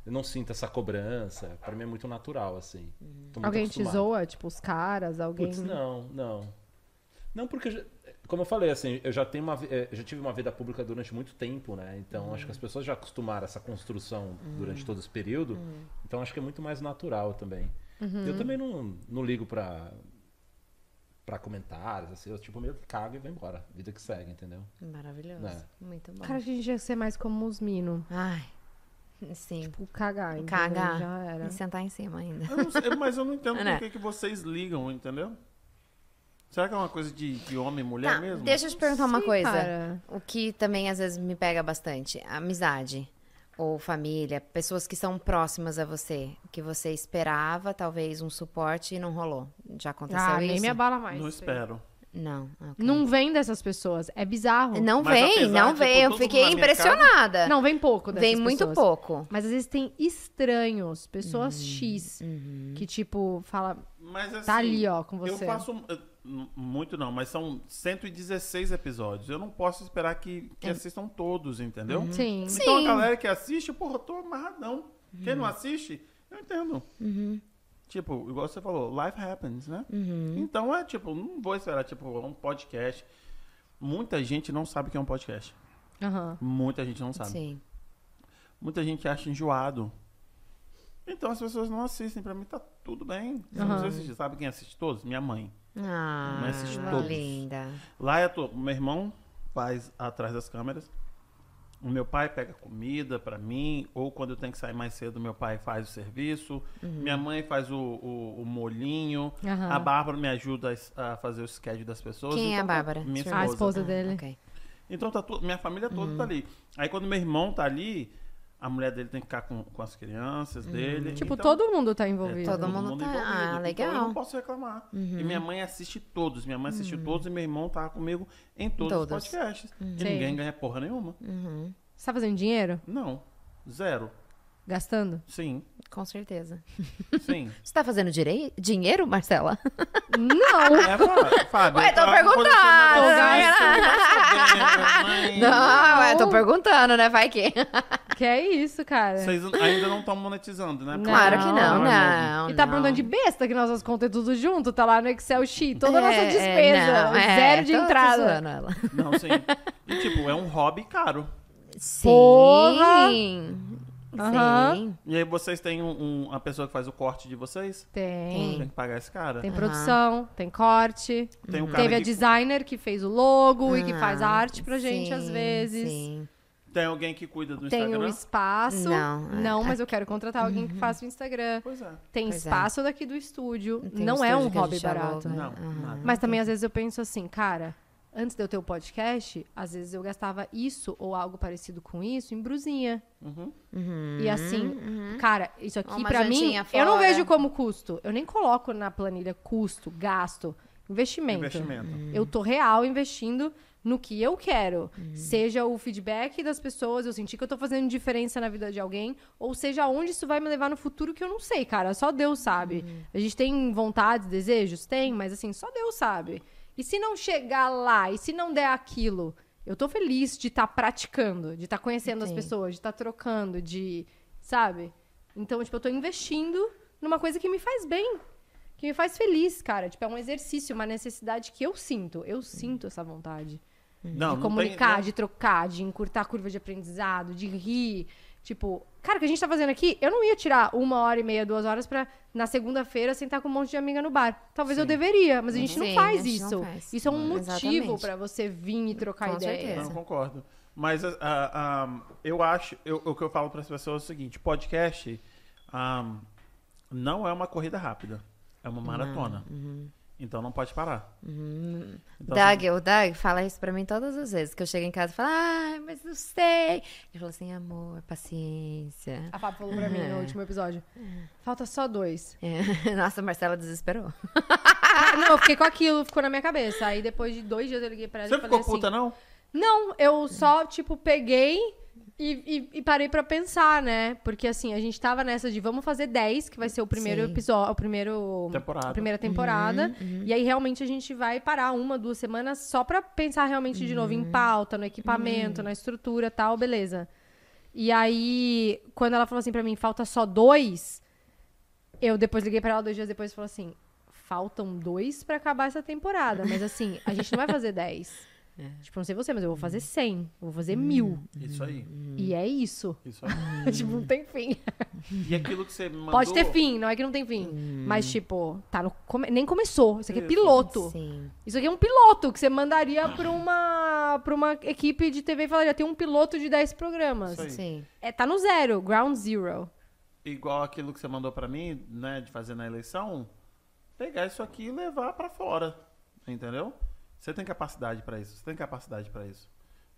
Speaker 5: eu não sinto essa cobrança. Pra mim é muito natural, assim. Tô muito
Speaker 2: Uhum. alguém te
Speaker 5: acostumado.
Speaker 2: zoa, tipo, os caras, alguém.
Speaker 5: Putz, não, não. Não, porque, eu já- como eu falei, assim, eu já, tenho uma, vi- eh, já tive uma vida pública durante muito tempo, né? Então, acho
Speaker 2: Uhum.
Speaker 5: que as pessoas já acostumaram essa construção durante todo esse período.
Speaker 2: Uhum.
Speaker 5: Então, acho que é muito mais natural também. Eu também não, não ligo pra, pra comentários, assim. Eu, tipo, meio que cago e vou embora. Vida que segue, entendeu?
Speaker 1: Maravilhoso.
Speaker 5: É.
Speaker 1: Muito bom.
Speaker 2: Cara, a gente ia ser mais como os mino.
Speaker 1: Ai. Sim.
Speaker 2: Tipo, cagar. entendeu?
Speaker 1: Cagar.
Speaker 2: Já era.
Speaker 1: E sentar em cima ainda.
Speaker 3: Eu não sei, mas eu não entendo
Speaker 1: Né?
Speaker 3: por que, que vocês ligam, entendeu? Será que é uma coisa de, de homem e mulher
Speaker 1: Tá,
Speaker 3: é mesmo?
Speaker 1: deixa eu te perguntar uma
Speaker 2: Sim,
Speaker 1: coisa.
Speaker 2: cara.
Speaker 1: O que também às vezes me pega bastante, amizade ou família, pessoas que são próximas a você, que você esperava talvez um suporte e não rolou. Já aconteceu
Speaker 2: Ah,
Speaker 1: isso?
Speaker 2: nem me abala mais.
Speaker 3: Não
Speaker 2: isso aí.
Speaker 3: espero.
Speaker 1: Não. ok.
Speaker 2: Não vem dessas pessoas. É bizarro.
Speaker 1: Não
Speaker 3: Mas
Speaker 1: vem,
Speaker 3: apesar
Speaker 1: não
Speaker 3: de,
Speaker 1: vem.
Speaker 3: tipo,
Speaker 1: Eu
Speaker 3: todo
Speaker 1: fiquei
Speaker 3: mundo na minha
Speaker 1: impressionada.
Speaker 2: Não, vem pouco dessas
Speaker 1: vem muito
Speaker 2: pessoas.
Speaker 1: pouco. Uhum,
Speaker 2: Mas às vezes tem estranhos, pessoas X, que, tipo, fala.
Speaker 3: Mas assim.
Speaker 2: Tá ali, ó, com
Speaker 3: Eu
Speaker 2: você.
Speaker 3: faço. eu- n- Muito não, mas são 116 episódios. Eu não posso esperar que, que assistam todos, entendeu?
Speaker 2: Uhum. Sim.
Speaker 3: Então
Speaker 1: Sim.
Speaker 3: a galera que assiste, porra, eu tô amarradão. Quem não assiste, eu entendo. Tipo, igual você falou, life happens, né? Então é tipo, não vou esperar, tipo, um podcast. Muita gente não sabe o que é um podcast.
Speaker 2: Aham.
Speaker 3: Muita gente não sabe.
Speaker 1: Sim.
Speaker 3: Muita gente acha enjoado. Então as pessoas não assistem. Pra mim tá tudo bem. Eu Não
Speaker 2: Aham.
Speaker 3: sei se você sabe quem assiste todos? Minha mãe.
Speaker 1: Ah,
Speaker 3: Mas esses todos.
Speaker 1: linda.
Speaker 3: Lá é a tua. Meu irmão faz atrás das câmeras. O meu pai pega comida pra mim, ou quando eu tenho que sair mais cedo, meu pai faz o serviço.
Speaker 1: Uhum.
Speaker 3: Minha mãe faz o, o- o molhinho.
Speaker 2: Aham.
Speaker 3: A Bárbara me ajuda a es- a, fazer o schedule das pessoas.
Speaker 1: Ah. Quem é a
Speaker 3: Então, tá-
Speaker 1: Bárbara?
Speaker 3: Minha
Speaker 1: Sua Uhum.
Speaker 3: esposa.
Speaker 2: A esposa Ah, dele.
Speaker 1: Ok.
Speaker 3: Então tá tu- minha família toda tá ali. Aí quando meu irmão tá ali, a mulher dele tem que ficar com, com as crianças
Speaker 1: Uhum.
Speaker 3: dele.
Speaker 2: Tipo,
Speaker 3: Então,
Speaker 2: todo mundo tá
Speaker 3: é,
Speaker 2: envolvido.
Speaker 1: Todo mundo tá- ah,
Speaker 3: Então, eu
Speaker 1: legal. Uhum.
Speaker 3: não posso reclamar. E minha mãe assiste todos. Minha mãe assistiu todos e meu irmão tava comigo em todos,
Speaker 1: Todos. Uhum.
Speaker 3: os podcasts. E
Speaker 2: Sim.
Speaker 3: ninguém ganha porra nenhuma.
Speaker 2: Você tá fazendo dinheiro?
Speaker 3: Não. Zero.
Speaker 2: Gastando?
Speaker 3: Sim.
Speaker 1: Com certeza.
Speaker 3: Sim.
Speaker 1: Você tá fazendo direi... dinheiro, Marcela?
Speaker 2: Não!
Speaker 3: É, Fá- Fábio.
Speaker 1: Ué, tô
Speaker 3: tá uma coisa que eu não
Speaker 1: perguntando,
Speaker 3: gasto, eu não gasto bem, mãe.
Speaker 1: Não, Ah, eu tô perguntando, né? Vai que.
Speaker 2: que é isso, cara.
Speaker 3: Vocês ainda não estão monetizando, né?
Speaker 1: Claro que não, né?
Speaker 3: Não, é
Speaker 1: não.
Speaker 2: E tá
Speaker 1: não.
Speaker 2: perguntando de besta que nossas contas é tudo junto, tá lá no Excel Sheet, toda a
Speaker 1: É,
Speaker 2: nossa
Speaker 1: é,
Speaker 2: despesa,
Speaker 1: não, é,
Speaker 2: zero de
Speaker 1: tô- tô
Speaker 2: entrada.
Speaker 1: zoando ela.
Speaker 3: Não, sim. E, tipo, é um hobby caro.
Speaker 1: Sim.
Speaker 2: Porra!
Speaker 1: Sim.
Speaker 2: Aham.
Speaker 3: E aí vocês têm um, um- a pessoa que faz o corte de vocês?
Speaker 2: Tem.
Speaker 3: Tem que pagar esse cara?
Speaker 2: Tem
Speaker 3: Tem,
Speaker 2: produção, tem corte.
Speaker 3: um
Speaker 1: Uhum.
Speaker 3: cara
Speaker 2: Teve a
Speaker 3: que-
Speaker 2: designer que fez o logo e que faz a
Speaker 1: Ah,
Speaker 2: arte pra gente às
Speaker 1: sim,
Speaker 2: vezes.
Speaker 1: Sim.
Speaker 3: Tem alguém que cuida do
Speaker 2: Tem um o
Speaker 3: Instagram?
Speaker 2: espaço.
Speaker 1: Não, é- Uhum.
Speaker 2: Não, mas eu quero contratar alguém que faça o Instagram.
Speaker 3: Pois é.
Speaker 2: Tem
Speaker 1: Pois é.
Speaker 2: espaço daqui do estúdio.
Speaker 1: Tem
Speaker 2: não é
Speaker 1: estúdio
Speaker 2: um
Speaker 1: que a
Speaker 2: hobby
Speaker 1: gente né? aluga.
Speaker 2: barato.
Speaker 3: Não, nada.
Speaker 2: Mas também, às vezes, eu penso assim, cara, antes de eu ter o podcast, às vezes eu gastava isso ou algo parecido com isso em brusinha.
Speaker 3: Uhum.
Speaker 2: E assim, cara, isso aqui
Speaker 1: Hum, uhum. Uma
Speaker 2: pra mim,
Speaker 1: jantinha
Speaker 2: eu não
Speaker 1: fora.
Speaker 2: vejo como custo. Eu nem coloco na planilha custo, gasto, investimento.
Speaker 3: Investimento.
Speaker 2: Eu tô real investindo no que eu quero. Seja o feedback das pessoas, eu sentir que eu tô fazendo diferença na vida de alguém, ou seja, onde isso vai me levar no futuro que eu não sei, cara. Só Deus sabe. A gente tem vontades, desejos? Tem, mas assim, só Deus sabe. E se não chegar lá, e se não der aquilo, eu tô feliz de estar praticando, de estar conhecendo as
Speaker 1: Sim.
Speaker 2: pessoas, de estar trocando, de. Sabe? Então, tipo, eu tô investindo numa coisa que me faz bem que me faz feliz, cara. Tipo, é um exercício, uma necessidade que eu sinto. Eu sinto essa vontade.
Speaker 3: Uhum. Não,
Speaker 2: de
Speaker 3: não tem-
Speaker 2: comunicar,
Speaker 3: não-
Speaker 2: de trocar, de encurtar a curva de aprendizado, de rir. Tipo, cara, o que a gente tá fazendo aqui, eu não ia tirar uma hora e meia, duas horas pra, na segunda-feira, sentar com um monte de amiga no bar. Talvez eu deveria, mas a gente não
Speaker 1: Sim,
Speaker 2: faz
Speaker 1: a gente não
Speaker 2: isso.
Speaker 1: faz.
Speaker 2: Isso é um motivo
Speaker 1: Exatamente.
Speaker 2: pra você vir e trocar
Speaker 1: Com
Speaker 2: ideia.
Speaker 1: certeza.
Speaker 3: Não, eu concordo. Mas ah, ah, ah, eu acho, eu- o que eu falo para as pessoas é o seguinte: podcast ah, não é uma corrida rápida, é uma maratona.
Speaker 2: uhum.
Speaker 3: Então não pode parar. Então,
Speaker 1: Doug, o Doug fala isso pra mim todas as vezes que eu chego em casa e falo, ai, mas não sei. Ele fala assim, amor, paciência.
Speaker 2: A Fábio falou pra mim no último episódio. Falta só dois.
Speaker 1: É. Nossa, a Marcela desesperou.
Speaker 2: Ah, não, eu fiquei com aquilo, ficou na minha cabeça. Aí depois de dois dias eu liguei pra ela
Speaker 3: Você
Speaker 2: e falei
Speaker 3: ficou
Speaker 2: assim...
Speaker 3: puta, não?
Speaker 2: Não, eu só, tipo, peguei e, e- e parei pra pensar, né? Porque, assim, a gente tava nessa de vamos fazer 10, que vai ser o primeiro
Speaker 1: Sim.
Speaker 2: episódio, o primeiro...
Speaker 3: Temporada.
Speaker 2: A primeira temporada. E aí, realmente, a gente vai parar uma, duas semanas só pra pensar realmente de novo em pauta, no equipamento, na estrutura tal, beleza. E aí, quando ela falou assim pra mim, falta só dois... Eu depois liguei pra ela dois dias depois e falei assim: faltam dois pra acabar essa temporada. Mas assim, a gente não vai fazer dez. Tipo, não sei você, mas eu vou fazer cem, eu vou fazer mil.
Speaker 3: Isso aí.
Speaker 2: E é isso.
Speaker 3: Isso aí.
Speaker 2: tipo, não tem fim.
Speaker 3: E aquilo que você me mandou.
Speaker 2: Pode ter fim, não é que não tem fim. Mas, tipo, tá no come- nem começou. Isso aqui é piloto.
Speaker 1: Sim.
Speaker 2: Isso aqui é um piloto que você mandaria pra uma, pra uma equipe de TV e falaria: tem um piloto de 10 programas.
Speaker 3: Isso aí.
Speaker 1: Sim.
Speaker 2: É, tá no zero, ground zero.
Speaker 3: Igual aquilo que você mandou pra mim, né, de fazer na eleição, pegar isso aqui e levar pra fora, entendeu? Você tem capacidade pra isso, você tem capacidade pra isso,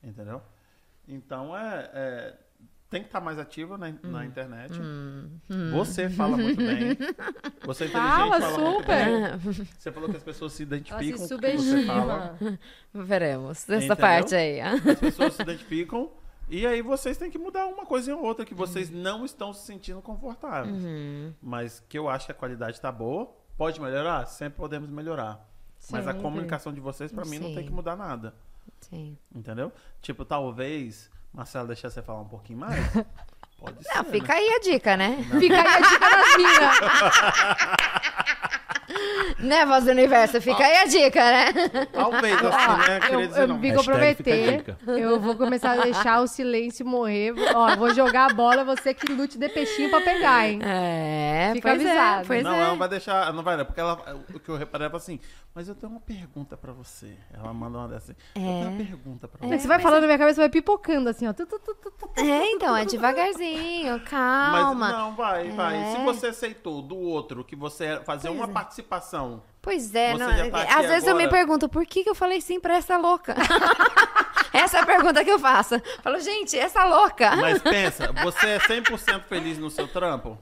Speaker 3: entendeu? Então é, é, tem que estar mais ativo na, na internet. Você fala muito bem. Você é inteligente,
Speaker 2: Fala,
Speaker 3: fala, muito bem.
Speaker 2: super.
Speaker 3: Você falou que as pessoas se
Speaker 2: Ela se
Speaker 3: identificam com o que você fala.
Speaker 2: subestima.
Speaker 1: Veremos.
Speaker 3: Entendeu?
Speaker 1: Essa parte aí. ah.
Speaker 3: As pessoas se identificam. E aí vocês têm que mudar uma coisa ou outra que vocês não estão se sentindo confortáveis.
Speaker 1: Hum.
Speaker 3: Mas que eu acho que a qualidade tá boa. Pode melhorar? Sempre podemos melhorar. Mas a
Speaker 2: Sempre.
Speaker 3: comunicação de vocês, pra mim, não tem
Speaker 1: Sim.
Speaker 3: que mudar nada.
Speaker 1: Sim.
Speaker 3: Entendeu? Tipo, talvez, Marcelo, deixar você falar um pouquinho mais. Pode ser.
Speaker 1: Não,
Speaker 3: né?
Speaker 1: fica aí a dica, né?
Speaker 2: Fica aí a dica das minas.
Speaker 1: Né, voz do universo? Fica aí a dica, né?
Speaker 3: Talvez, assim, né?
Speaker 2: Ah, Eu,
Speaker 3: Queria dizer
Speaker 2: eu
Speaker 3: não.
Speaker 2: vou
Speaker 5: Hashtag
Speaker 2: comprometer.
Speaker 5: fica a dica.
Speaker 2: Eu vou começar a deixar o silêncio morrer. Vou- Ó, vou jogar a bola, você que lute de peixinho pra pegar, hein?
Speaker 1: É,
Speaker 2: Fica
Speaker 1: pois
Speaker 2: avisado.
Speaker 1: é, pois
Speaker 3: não,
Speaker 1: é.
Speaker 3: ela não vai deixar. Não vai, né? Porque ela, o que eu reparei ela fala assim, mas eu tenho uma pergunta pra você. Ela manda uma dessa assim. Eu tenho uma pergunta pra você.
Speaker 2: É. você vai falando na minha cabeça, vai pipocando assim, ó. Tu, tu, tu, tu, tu.
Speaker 1: É, então, é devagarzinho,
Speaker 3: Mas
Speaker 1: calma.
Speaker 3: não, vai, vai.
Speaker 1: É.
Speaker 3: Se você aceitou do outro que você é fazer uma participação.
Speaker 1: Pois é,
Speaker 3: Você
Speaker 1: não-
Speaker 3: já tá aqui
Speaker 1: às vezes eu me
Speaker 3: agora.
Speaker 1: pergunto por que, que eu falei sim pra essa louca. essa é a pergunta que eu faço. Falo, gente, essa louca.
Speaker 3: Mas pensa, você é 100% feliz no seu trampo?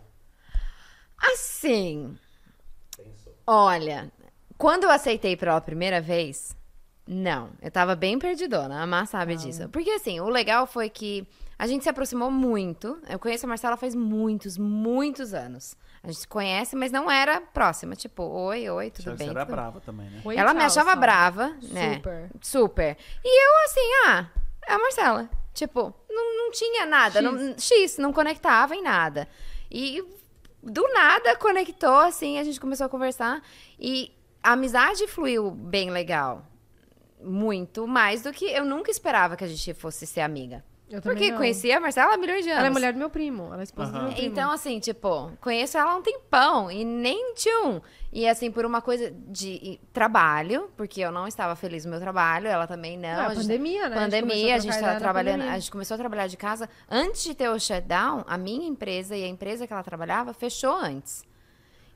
Speaker 1: Assim. Olha, quando eu aceitei pela primeira vez, não. Eu tava bem perdidona, a Má sabe disso. Porque assim, o legal foi que a gente se aproximou muito. Eu conheço a Marcela faz muitos, muitos anos. A gente se conhece, mas não era próxima. Tipo, oi, oi, tudo
Speaker 3: Achava que
Speaker 1: bem?
Speaker 3: você era
Speaker 1: tudo-
Speaker 3: brava também, né?
Speaker 2: Oi,
Speaker 1: Ela me
Speaker 2: tchau,
Speaker 1: achava
Speaker 2: só.
Speaker 1: brava, né?
Speaker 2: Super.
Speaker 1: Super. E eu, assim, ah, é a Marcela. Tipo, não, não tinha nada.
Speaker 2: X.
Speaker 1: Não, X, não conectava em nada. E do nada conectou, assim, a gente começou a conversar. E a amizade fluiu bem legal. Muito mais do que eu nunca esperava que a gente fosse ser amiga.
Speaker 2: Eu também
Speaker 1: Porque
Speaker 2: não.
Speaker 1: conhecia a Marcela há milhões de anos.
Speaker 2: Ela é mulher do meu primo, ela é esposa do
Speaker 3: Aham.
Speaker 2: meu primo.
Speaker 1: Então, assim, tipo, conheço ela há um tempão e nem tchum. E assim, por uma coisa de e- trabalho, porque eu não estava feliz no meu trabalho, ela também não.
Speaker 2: Ah,
Speaker 1: a gente-
Speaker 2: pandemia, né? A gente começou
Speaker 1: Pandemia,
Speaker 2: a
Speaker 1: a gente
Speaker 2: trocar
Speaker 1: estava
Speaker 2: ideia na
Speaker 1: trabalhando,
Speaker 2: pandemia.
Speaker 1: a gente começou a trabalhar de casa. Antes de ter o shutdown, a minha empresa e a empresa que ela trabalhava fechou antes.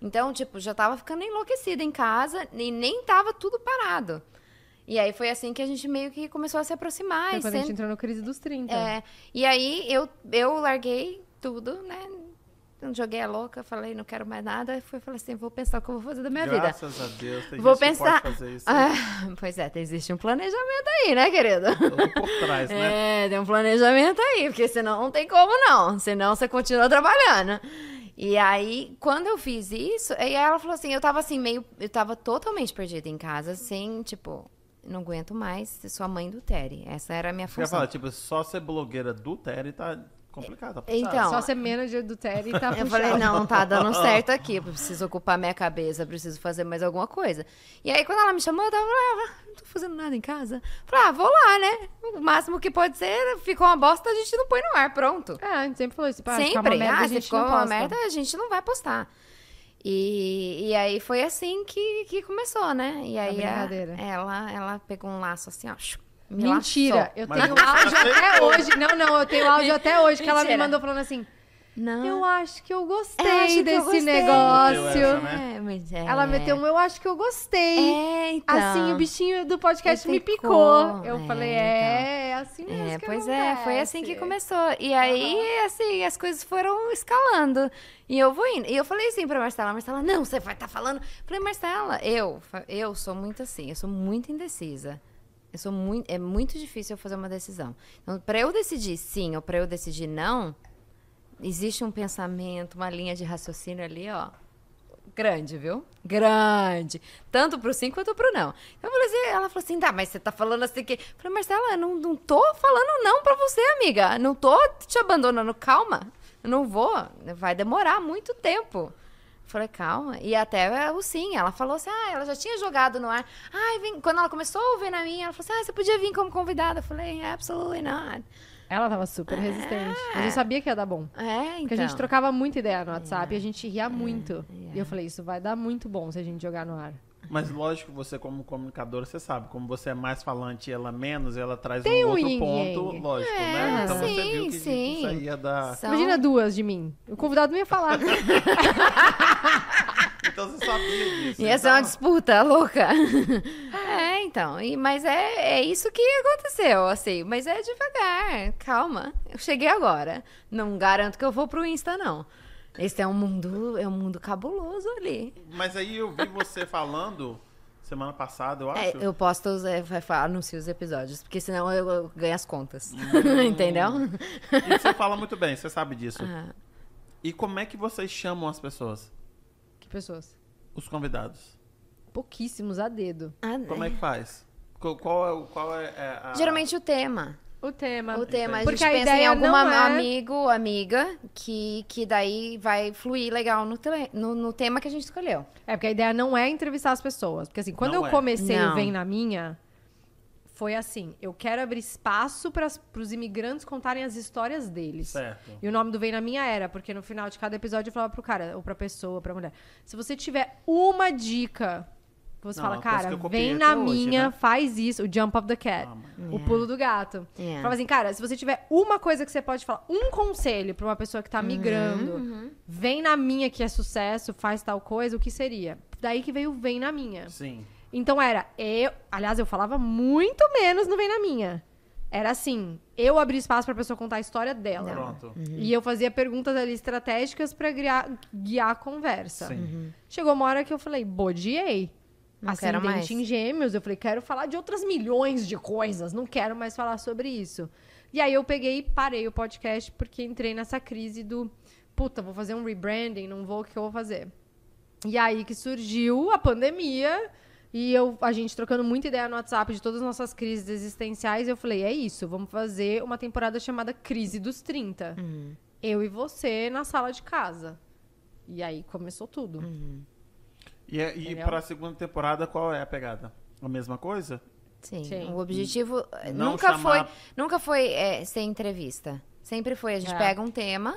Speaker 1: Então, tipo, já tava ficando enlouquecida em casa e nem tava tudo parado. E aí foi assim que a gente meio que começou a se aproximar.
Speaker 2: Foi
Speaker 1: e
Speaker 2: quando a gente
Speaker 1: sent-
Speaker 2: entrou na crise dos 30.
Speaker 3: Então.
Speaker 1: é, e aí eu, eu larguei tudo, né? Não Joguei a louca, falei, não quero mais nada. E fui falei assim, vou pensar o que eu vou fazer da minha vida.
Speaker 3: Graças a Deus, tem
Speaker 1: Vou
Speaker 3: gente
Speaker 1: pensar.
Speaker 3: que pode fazer isso
Speaker 1: Ah, pois é, existe um planejamento aí, né, querido?
Speaker 3: tudo por trás, né?
Speaker 1: É, tem um planejamento aí, porque senão não tem como não. Senão você continua trabalhando. E aí, quando eu fiz isso, aí ela falou assim, eu tava assim, meio. Eu tava totalmente perdida em casa, sem, tipo, não aguento mais ser sua mãe do Terry. Essa era a minha
Speaker 3: Quer
Speaker 1: função.
Speaker 3: falar, tipo, só ser blogueira do Terry tá complicado. Tá puxado.
Speaker 1: Então,
Speaker 2: Só ser manager do Terry tá
Speaker 1: Eu
Speaker 2: puxado.
Speaker 1: falei, não, não tá dando certo aqui. eu Preciso ocupar minha cabeça, preciso fazer mais alguma coisa. E aí, quando ela me chamou, eu tava lá, ah, não tô fazendo nada em casa. Falei, ah, vou lá, né? O máximo que pode ser, ficou uma bosta, a gente não põe no ar, pronto.
Speaker 2: É, a gente sempre falou isso. Pá, ficar
Speaker 1: Sempre,
Speaker 2: uma merda, a
Speaker 1: ah, se
Speaker 2: gente
Speaker 1: ficou
Speaker 2: não
Speaker 1: uma
Speaker 2: posta.
Speaker 1: merda, a gente não vai postar. E, e aí foi assim que, que começou, né? E aí a-
Speaker 2: brincadeira.
Speaker 1: ela, ela pegou um laço assim, ó. shoo, me
Speaker 2: Mentira,
Speaker 1: laçou.
Speaker 2: eu
Speaker 3: Mas
Speaker 2: tenho
Speaker 3: você
Speaker 2: áudio até
Speaker 3: aceitou.
Speaker 2: hoje. Não, não, eu tenho áudio até hoje que ela me
Speaker 1: Mentira.
Speaker 2: mandou falando assim:
Speaker 1: Não.
Speaker 2: Eu acho que eu gostei
Speaker 1: Eu acho que eu
Speaker 2: desse
Speaker 1: gostei.
Speaker 2: negócio.
Speaker 3: Deu essa, né?
Speaker 1: É, mas é.
Speaker 2: Ela meteu um Eu acho que eu gostei.
Speaker 1: É, então.
Speaker 2: Assim, o bichinho do podcast
Speaker 1: E
Speaker 2: me
Speaker 1: picou.
Speaker 2: picou. Eu
Speaker 1: É,
Speaker 2: falei: É, é assim mesmo.
Speaker 1: É,
Speaker 2: que
Speaker 1: pois é, foi assim que
Speaker 2: acontece."
Speaker 1: começou. E aí, assim, as coisas foram escalando. E eu vou indo. E eu falei assim pra Marcela, Marcela, não, você vai estar falando. Falei, Marcela, eu, fa- eu sou muito assim, eu sou muito indecisa. Eu sou muito, é muito difícil eu fazer uma decisão. Então, pra eu decidir sim ou pra eu decidir não, existe um pensamento, uma linha de raciocínio ali, ó. Grande, viu? Grande. Tanto pro sim quanto pro não. Eu falei assim, ela falou assim, tá, mas você tá falando assim que... Eu falei, Marcela, eu não, não tô falando não pra você, amiga. Não tô te abandonando. Calma. Eu não vou. Vai demorar muito tempo. Eu Falei, calma. E até o sim, ela falou assim, ah, ela já tinha jogado no ar. Ai, vem... Quando ela começou a ouvir na minha, ela falou assim, ah, você podia vir como convidada. Eu falei, absolutely not.
Speaker 2: Ela tava super resistente.
Speaker 1: Ah.
Speaker 2: Mas eu sabia que ia dar bom.
Speaker 1: É, então. É.
Speaker 2: Porque a gente trocava muita ideia no WhatsApp e a gente ria muito. E eu falei, isso vai dar muito bom se a gente jogar no ar.
Speaker 3: Mas lógico, você como comunicadora, você sabe, como você é mais falante e ela menos, ela traz
Speaker 2: Tem
Speaker 3: um
Speaker 2: um
Speaker 3: outro
Speaker 2: yin-yang.
Speaker 3: ponto, lógico, né?
Speaker 1: É,
Speaker 3: Então você
Speaker 1: sim,
Speaker 3: viu que
Speaker 1: sim.
Speaker 3: isso aí ia dar...
Speaker 1: São-
Speaker 2: Imagina duas de mim. O convidado não ia falar.
Speaker 3: Então você sabia disso.
Speaker 1: Ia ser
Speaker 3: então...
Speaker 1: uma disputa louca. é, então. E, mas é, é isso que aconteceu, assim. Mas é devagar. Calma. Eu cheguei agora. Não garanto que eu vou pro Insta, não. Esse é um mundo, é um mundo cabuloso ali.
Speaker 3: Mas aí eu vi você falando semana passada, eu
Speaker 1: É,
Speaker 3: acho.
Speaker 1: eu posto, os- é, fa- fa- anuncio os episódios, porque senão eu, eu ganho as contas. Entendeu?
Speaker 3: E você fala muito bem, você sabe disso.
Speaker 1: Ah,
Speaker 3: E como é que vocês chamam as pessoas,
Speaker 2: que pessoas?
Speaker 3: os convidados?
Speaker 2: Pouquíssimos a dedo.
Speaker 1: ah,
Speaker 3: Como é que faz? Co- Qual é, o- qual é, é a...
Speaker 1: Geralmente o tema.
Speaker 2: O tema.
Speaker 1: O tema, a gente
Speaker 2: Porque a
Speaker 1: pensa em
Speaker 2: ideia
Speaker 1: algum am-
Speaker 2: não é-
Speaker 1: amigo, amiga, que, que daí vai fluir legal no, tele- no, no tema que a gente escolheu.
Speaker 2: É, porque a ideia não é entrevistar as pessoas. Porque assim, quando
Speaker 3: Não
Speaker 2: eu
Speaker 3: é.
Speaker 2: comecei
Speaker 1: Não.
Speaker 2: o Vem na Minha, foi assim: eu quero abrir espaço para os imigrantes contarem as histórias deles.
Speaker 3: Certo.
Speaker 2: E o nome do Vem na Minha era, porque no final de cada episódio eu falava pro cara, ou pra pessoa, pra mulher. Se você tiver uma dica, você
Speaker 3: Não,
Speaker 2: fala,
Speaker 3: parece que
Speaker 2: cara,
Speaker 3: eu copiei
Speaker 2: vem
Speaker 3: até
Speaker 2: na
Speaker 3: hoje,
Speaker 2: minha,
Speaker 3: né?
Speaker 2: faz isso, o jump of the cat,
Speaker 3: Ah, É. mano.
Speaker 2: o pulo do gato.
Speaker 1: Yeah.
Speaker 2: Falava assim, cara, se você tiver uma coisa que você pode falar, um conselho pra uma pessoa que tá
Speaker 3: Uhum.
Speaker 2: migrando, vem na minha que é sucesso, faz tal coisa, o que seria? Daí que veio o vem na minha.
Speaker 3: Sim.
Speaker 2: Então era eu. Aliás, eu falava muito menos no Vem na Minha. Era assim, eu abri espaço pra pessoa contar a história dela.
Speaker 3: Pronto.
Speaker 2: E eu fazia perguntas ali estratégicas pra guiar, guiar a conversa.
Speaker 3: Sim.
Speaker 2: Chegou uma hora que eu falei, bodiei.
Speaker 1: Não quero
Speaker 2: Ascendente
Speaker 1: mais.
Speaker 2: em gêmeos, eu falei, quero falar de outras milhões de coisas, não quero mais falar sobre isso. E aí eu peguei e parei o podcast porque entrei nessa crise do puta, vou fazer um rebranding, não vou, o que eu vou fazer? E aí que surgiu a pandemia e eu, a gente trocando muita ideia no WhatsApp de todas as nossas crises existenciais. Eu falei, é isso, vamos fazer uma temporada chamada Crise dos 30. Eu e você na sala de casa. E aí começou tudo.
Speaker 3: E, é- e
Speaker 2: Entendeu?
Speaker 3: pra segunda temporada, qual é a pegada? A mesma coisa?
Speaker 1: Sim.
Speaker 2: Sim.
Speaker 1: O objetivo eh,
Speaker 3: Hum. Não
Speaker 1: nunca
Speaker 3: chamar-
Speaker 1: foi, nunca foi eh, ser entrevista. Sempre foi a gente
Speaker 2: É.
Speaker 1: pega um tema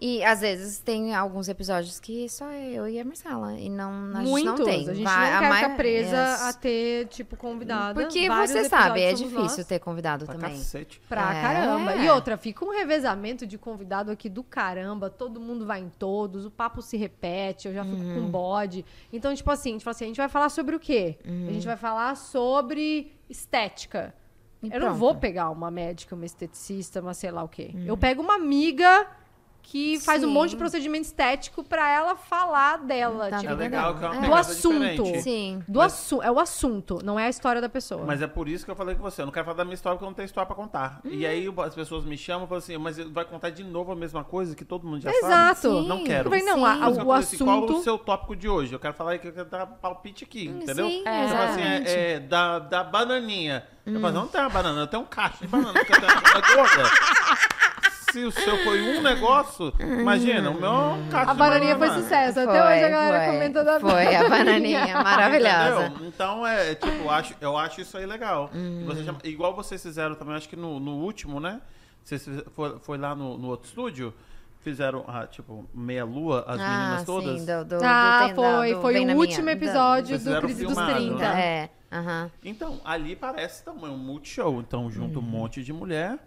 Speaker 1: e às vezes tem alguns episódios que só eu e a Marcela e não a gente
Speaker 2: Muitos.
Speaker 1: não tem.
Speaker 2: A gente
Speaker 1: Vai-
Speaker 2: não
Speaker 1: a
Speaker 2: quer
Speaker 1: mai-
Speaker 2: ficar presa
Speaker 1: é,
Speaker 2: a ter, tipo, convidada.
Speaker 1: porque
Speaker 2: Vários
Speaker 1: você sabe, é
Speaker 2: episódios somos
Speaker 1: difícil
Speaker 2: nós.
Speaker 1: ter convidado
Speaker 3: Pra
Speaker 1: também.
Speaker 3: cacete.
Speaker 2: Pra
Speaker 1: É.
Speaker 2: caramba. E outra, fica um revezamento de convidado aqui do caramba. Todo mundo vai em todos, o papo se repete, eu já fico
Speaker 1: Uhum.
Speaker 2: com bode. Então, tipo assim, a gente fala assim, a gente vai falar sobre o quê? A
Speaker 1: Uhum.
Speaker 2: gente vai falar sobre estética.
Speaker 1: E
Speaker 2: eu não
Speaker 1: pronto.
Speaker 2: vou pegar uma médica, uma esteticista, uma sei lá o quê. Eu pego uma amiga que faz um
Speaker 1: Uhum. Sim.
Speaker 2: monte de procedimento estético pra ela falar dela.
Speaker 1: Tá
Speaker 2: tipo,
Speaker 3: É legal que é
Speaker 1: É.
Speaker 3: uma
Speaker 2: Do
Speaker 3: pegada
Speaker 2: assunto.
Speaker 3: diferente.
Speaker 1: Sim.
Speaker 2: do assu- é o assunto, não é a história da pessoa.
Speaker 3: Mas é por isso que eu falei com você. Eu não quero falar da minha história porque eu não tenho história pra contar. E aí as pessoas me chamam e falam assim, mas vai contar de novo a mesma coisa que todo mundo já sabe?
Speaker 2: Exato.
Speaker 1: Sim.
Speaker 3: Não quero.
Speaker 2: Eu falei, não, a- o
Speaker 3: Por isso que eu falei assim, Qual
Speaker 2: assunto-
Speaker 3: o seu tópico de hoje? Eu quero falar que eu quero dar palpite aqui, entendeu?
Speaker 1: Sim,
Speaker 3: Você fala assim,
Speaker 1: exatamente. Hum.
Speaker 3: é, é, da, da bananinha. Eu falo, não tem uma banana, eu tenho um cacho de banana, porque eu tenho uma banana gorda. Se o seu foi um negócio, imagina, o meu é um cacho
Speaker 2: A
Speaker 3: de
Speaker 2: bananinha foi
Speaker 3: banana.
Speaker 2: sucesso. Até
Speaker 1: Foi,
Speaker 2: hoje a galera
Speaker 1: foi.
Speaker 2: comenta da
Speaker 1: Foi, a bananinha é maravilhosa.
Speaker 3: Entendeu? Então é, tipo, eu acho, eu acho isso aí legal.
Speaker 1: Hum.
Speaker 3: Você chama- igual vocês fizeram também, acho que no, no último, né? Vocês fiz- foi, foi lá no, no outro estúdio, fizeram, ah, tipo, meia lua, as meninas todas.
Speaker 1: Ah, Sim, do, do,
Speaker 2: Ah,
Speaker 1: do- do-
Speaker 2: foi.
Speaker 1: do-
Speaker 2: Foi
Speaker 1: vem na
Speaker 2: o
Speaker 1: minha-
Speaker 2: último
Speaker 1: da-
Speaker 2: episódio
Speaker 3: Vocês
Speaker 2: do
Speaker 3: fizeram
Speaker 2: Crise dos
Speaker 3: filmado,
Speaker 2: 30.
Speaker 3: né?
Speaker 1: É, aham.
Speaker 3: Então, ali parece também um multishow. Então, junta um monte de mulher,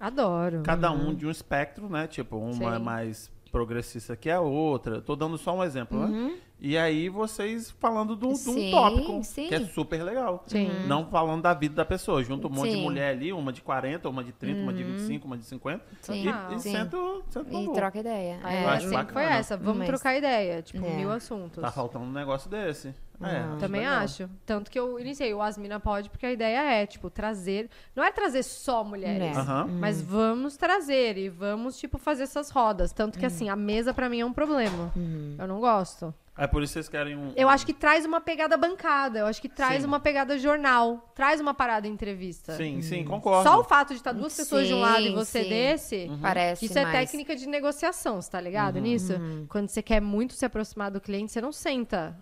Speaker 2: Adoro.
Speaker 3: cada um de um espectro, né? Tipo, uma é
Speaker 2: Sim.
Speaker 3: mais progressista que a outra. Tô dando só um exemplo,
Speaker 2: Uhum.
Speaker 3: né? E aí vocês falando do- de um
Speaker 1: Sim,
Speaker 3: tópico,
Speaker 1: sim.
Speaker 3: que é super legal. Uhum.
Speaker 2: Sim.
Speaker 3: Não falando da vida da pessoa. Junta um monte de
Speaker 1: Sim.
Speaker 3: mulher ali, uma de 40, uma de 30,
Speaker 2: Uhum.
Speaker 3: uma de 25, uma de 50.
Speaker 1: Sim,
Speaker 3: e e
Speaker 1: sim.
Speaker 3: senta, senta no
Speaker 1: E
Speaker 3: bolo.
Speaker 1: troca ideia.
Speaker 2: A
Speaker 1: É,
Speaker 2: ideia
Speaker 3: acho
Speaker 2: sempre
Speaker 3: bacana.
Speaker 2: foi essa. Vamos
Speaker 1: Mas-
Speaker 2: trocar ideia. Tipo,
Speaker 1: É.
Speaker 2: mil assuntos.
Speaker 3: Tá faltando um negócio desse. É, acho
Speaker 2: Também
Speaker 3: legal.
Speaker 2: acho. Tanto que eu iniciei o Asmina Pode, porque a ideia é, tipo, trazer. Não é trazer só mulheres.
Speaker 1: É.
Speaker 3: Aham.
Speaker 2: Mas vamos trazer e vamos, tipo, fazer essas rodas. Tanto
Speaker 1: Uhum.
Speaker 2: que, assim, a mesa pra mim é um problema. Eu não gosto.
Speaker 3: É por isso que vocês querem um.
Speaker 2: Eu acho que traz uma pegada bancada. Eu acho que traz
Speaker 3: Sim.
Speaker 2: uma pegada jornal. Traz uma parada entrevista.
Speaker 3: Sim, sim, concordo.
Speaker 2: Só o fato de estar duas pessoas de um lado e
Speaker 1: Sim,
Speaker 2: você
Speaker 1: sim. Uhum.
Speaker 2: desse,
Speaker 3: Uhum.
Speaker 1: Parece
Speaker 2: isso é
Speaker 1: mais. Uhum.
Speaker 2: técnica de negociação, você tá ligado nisso? Quando você quer muito se aproximar do cliente, você não senta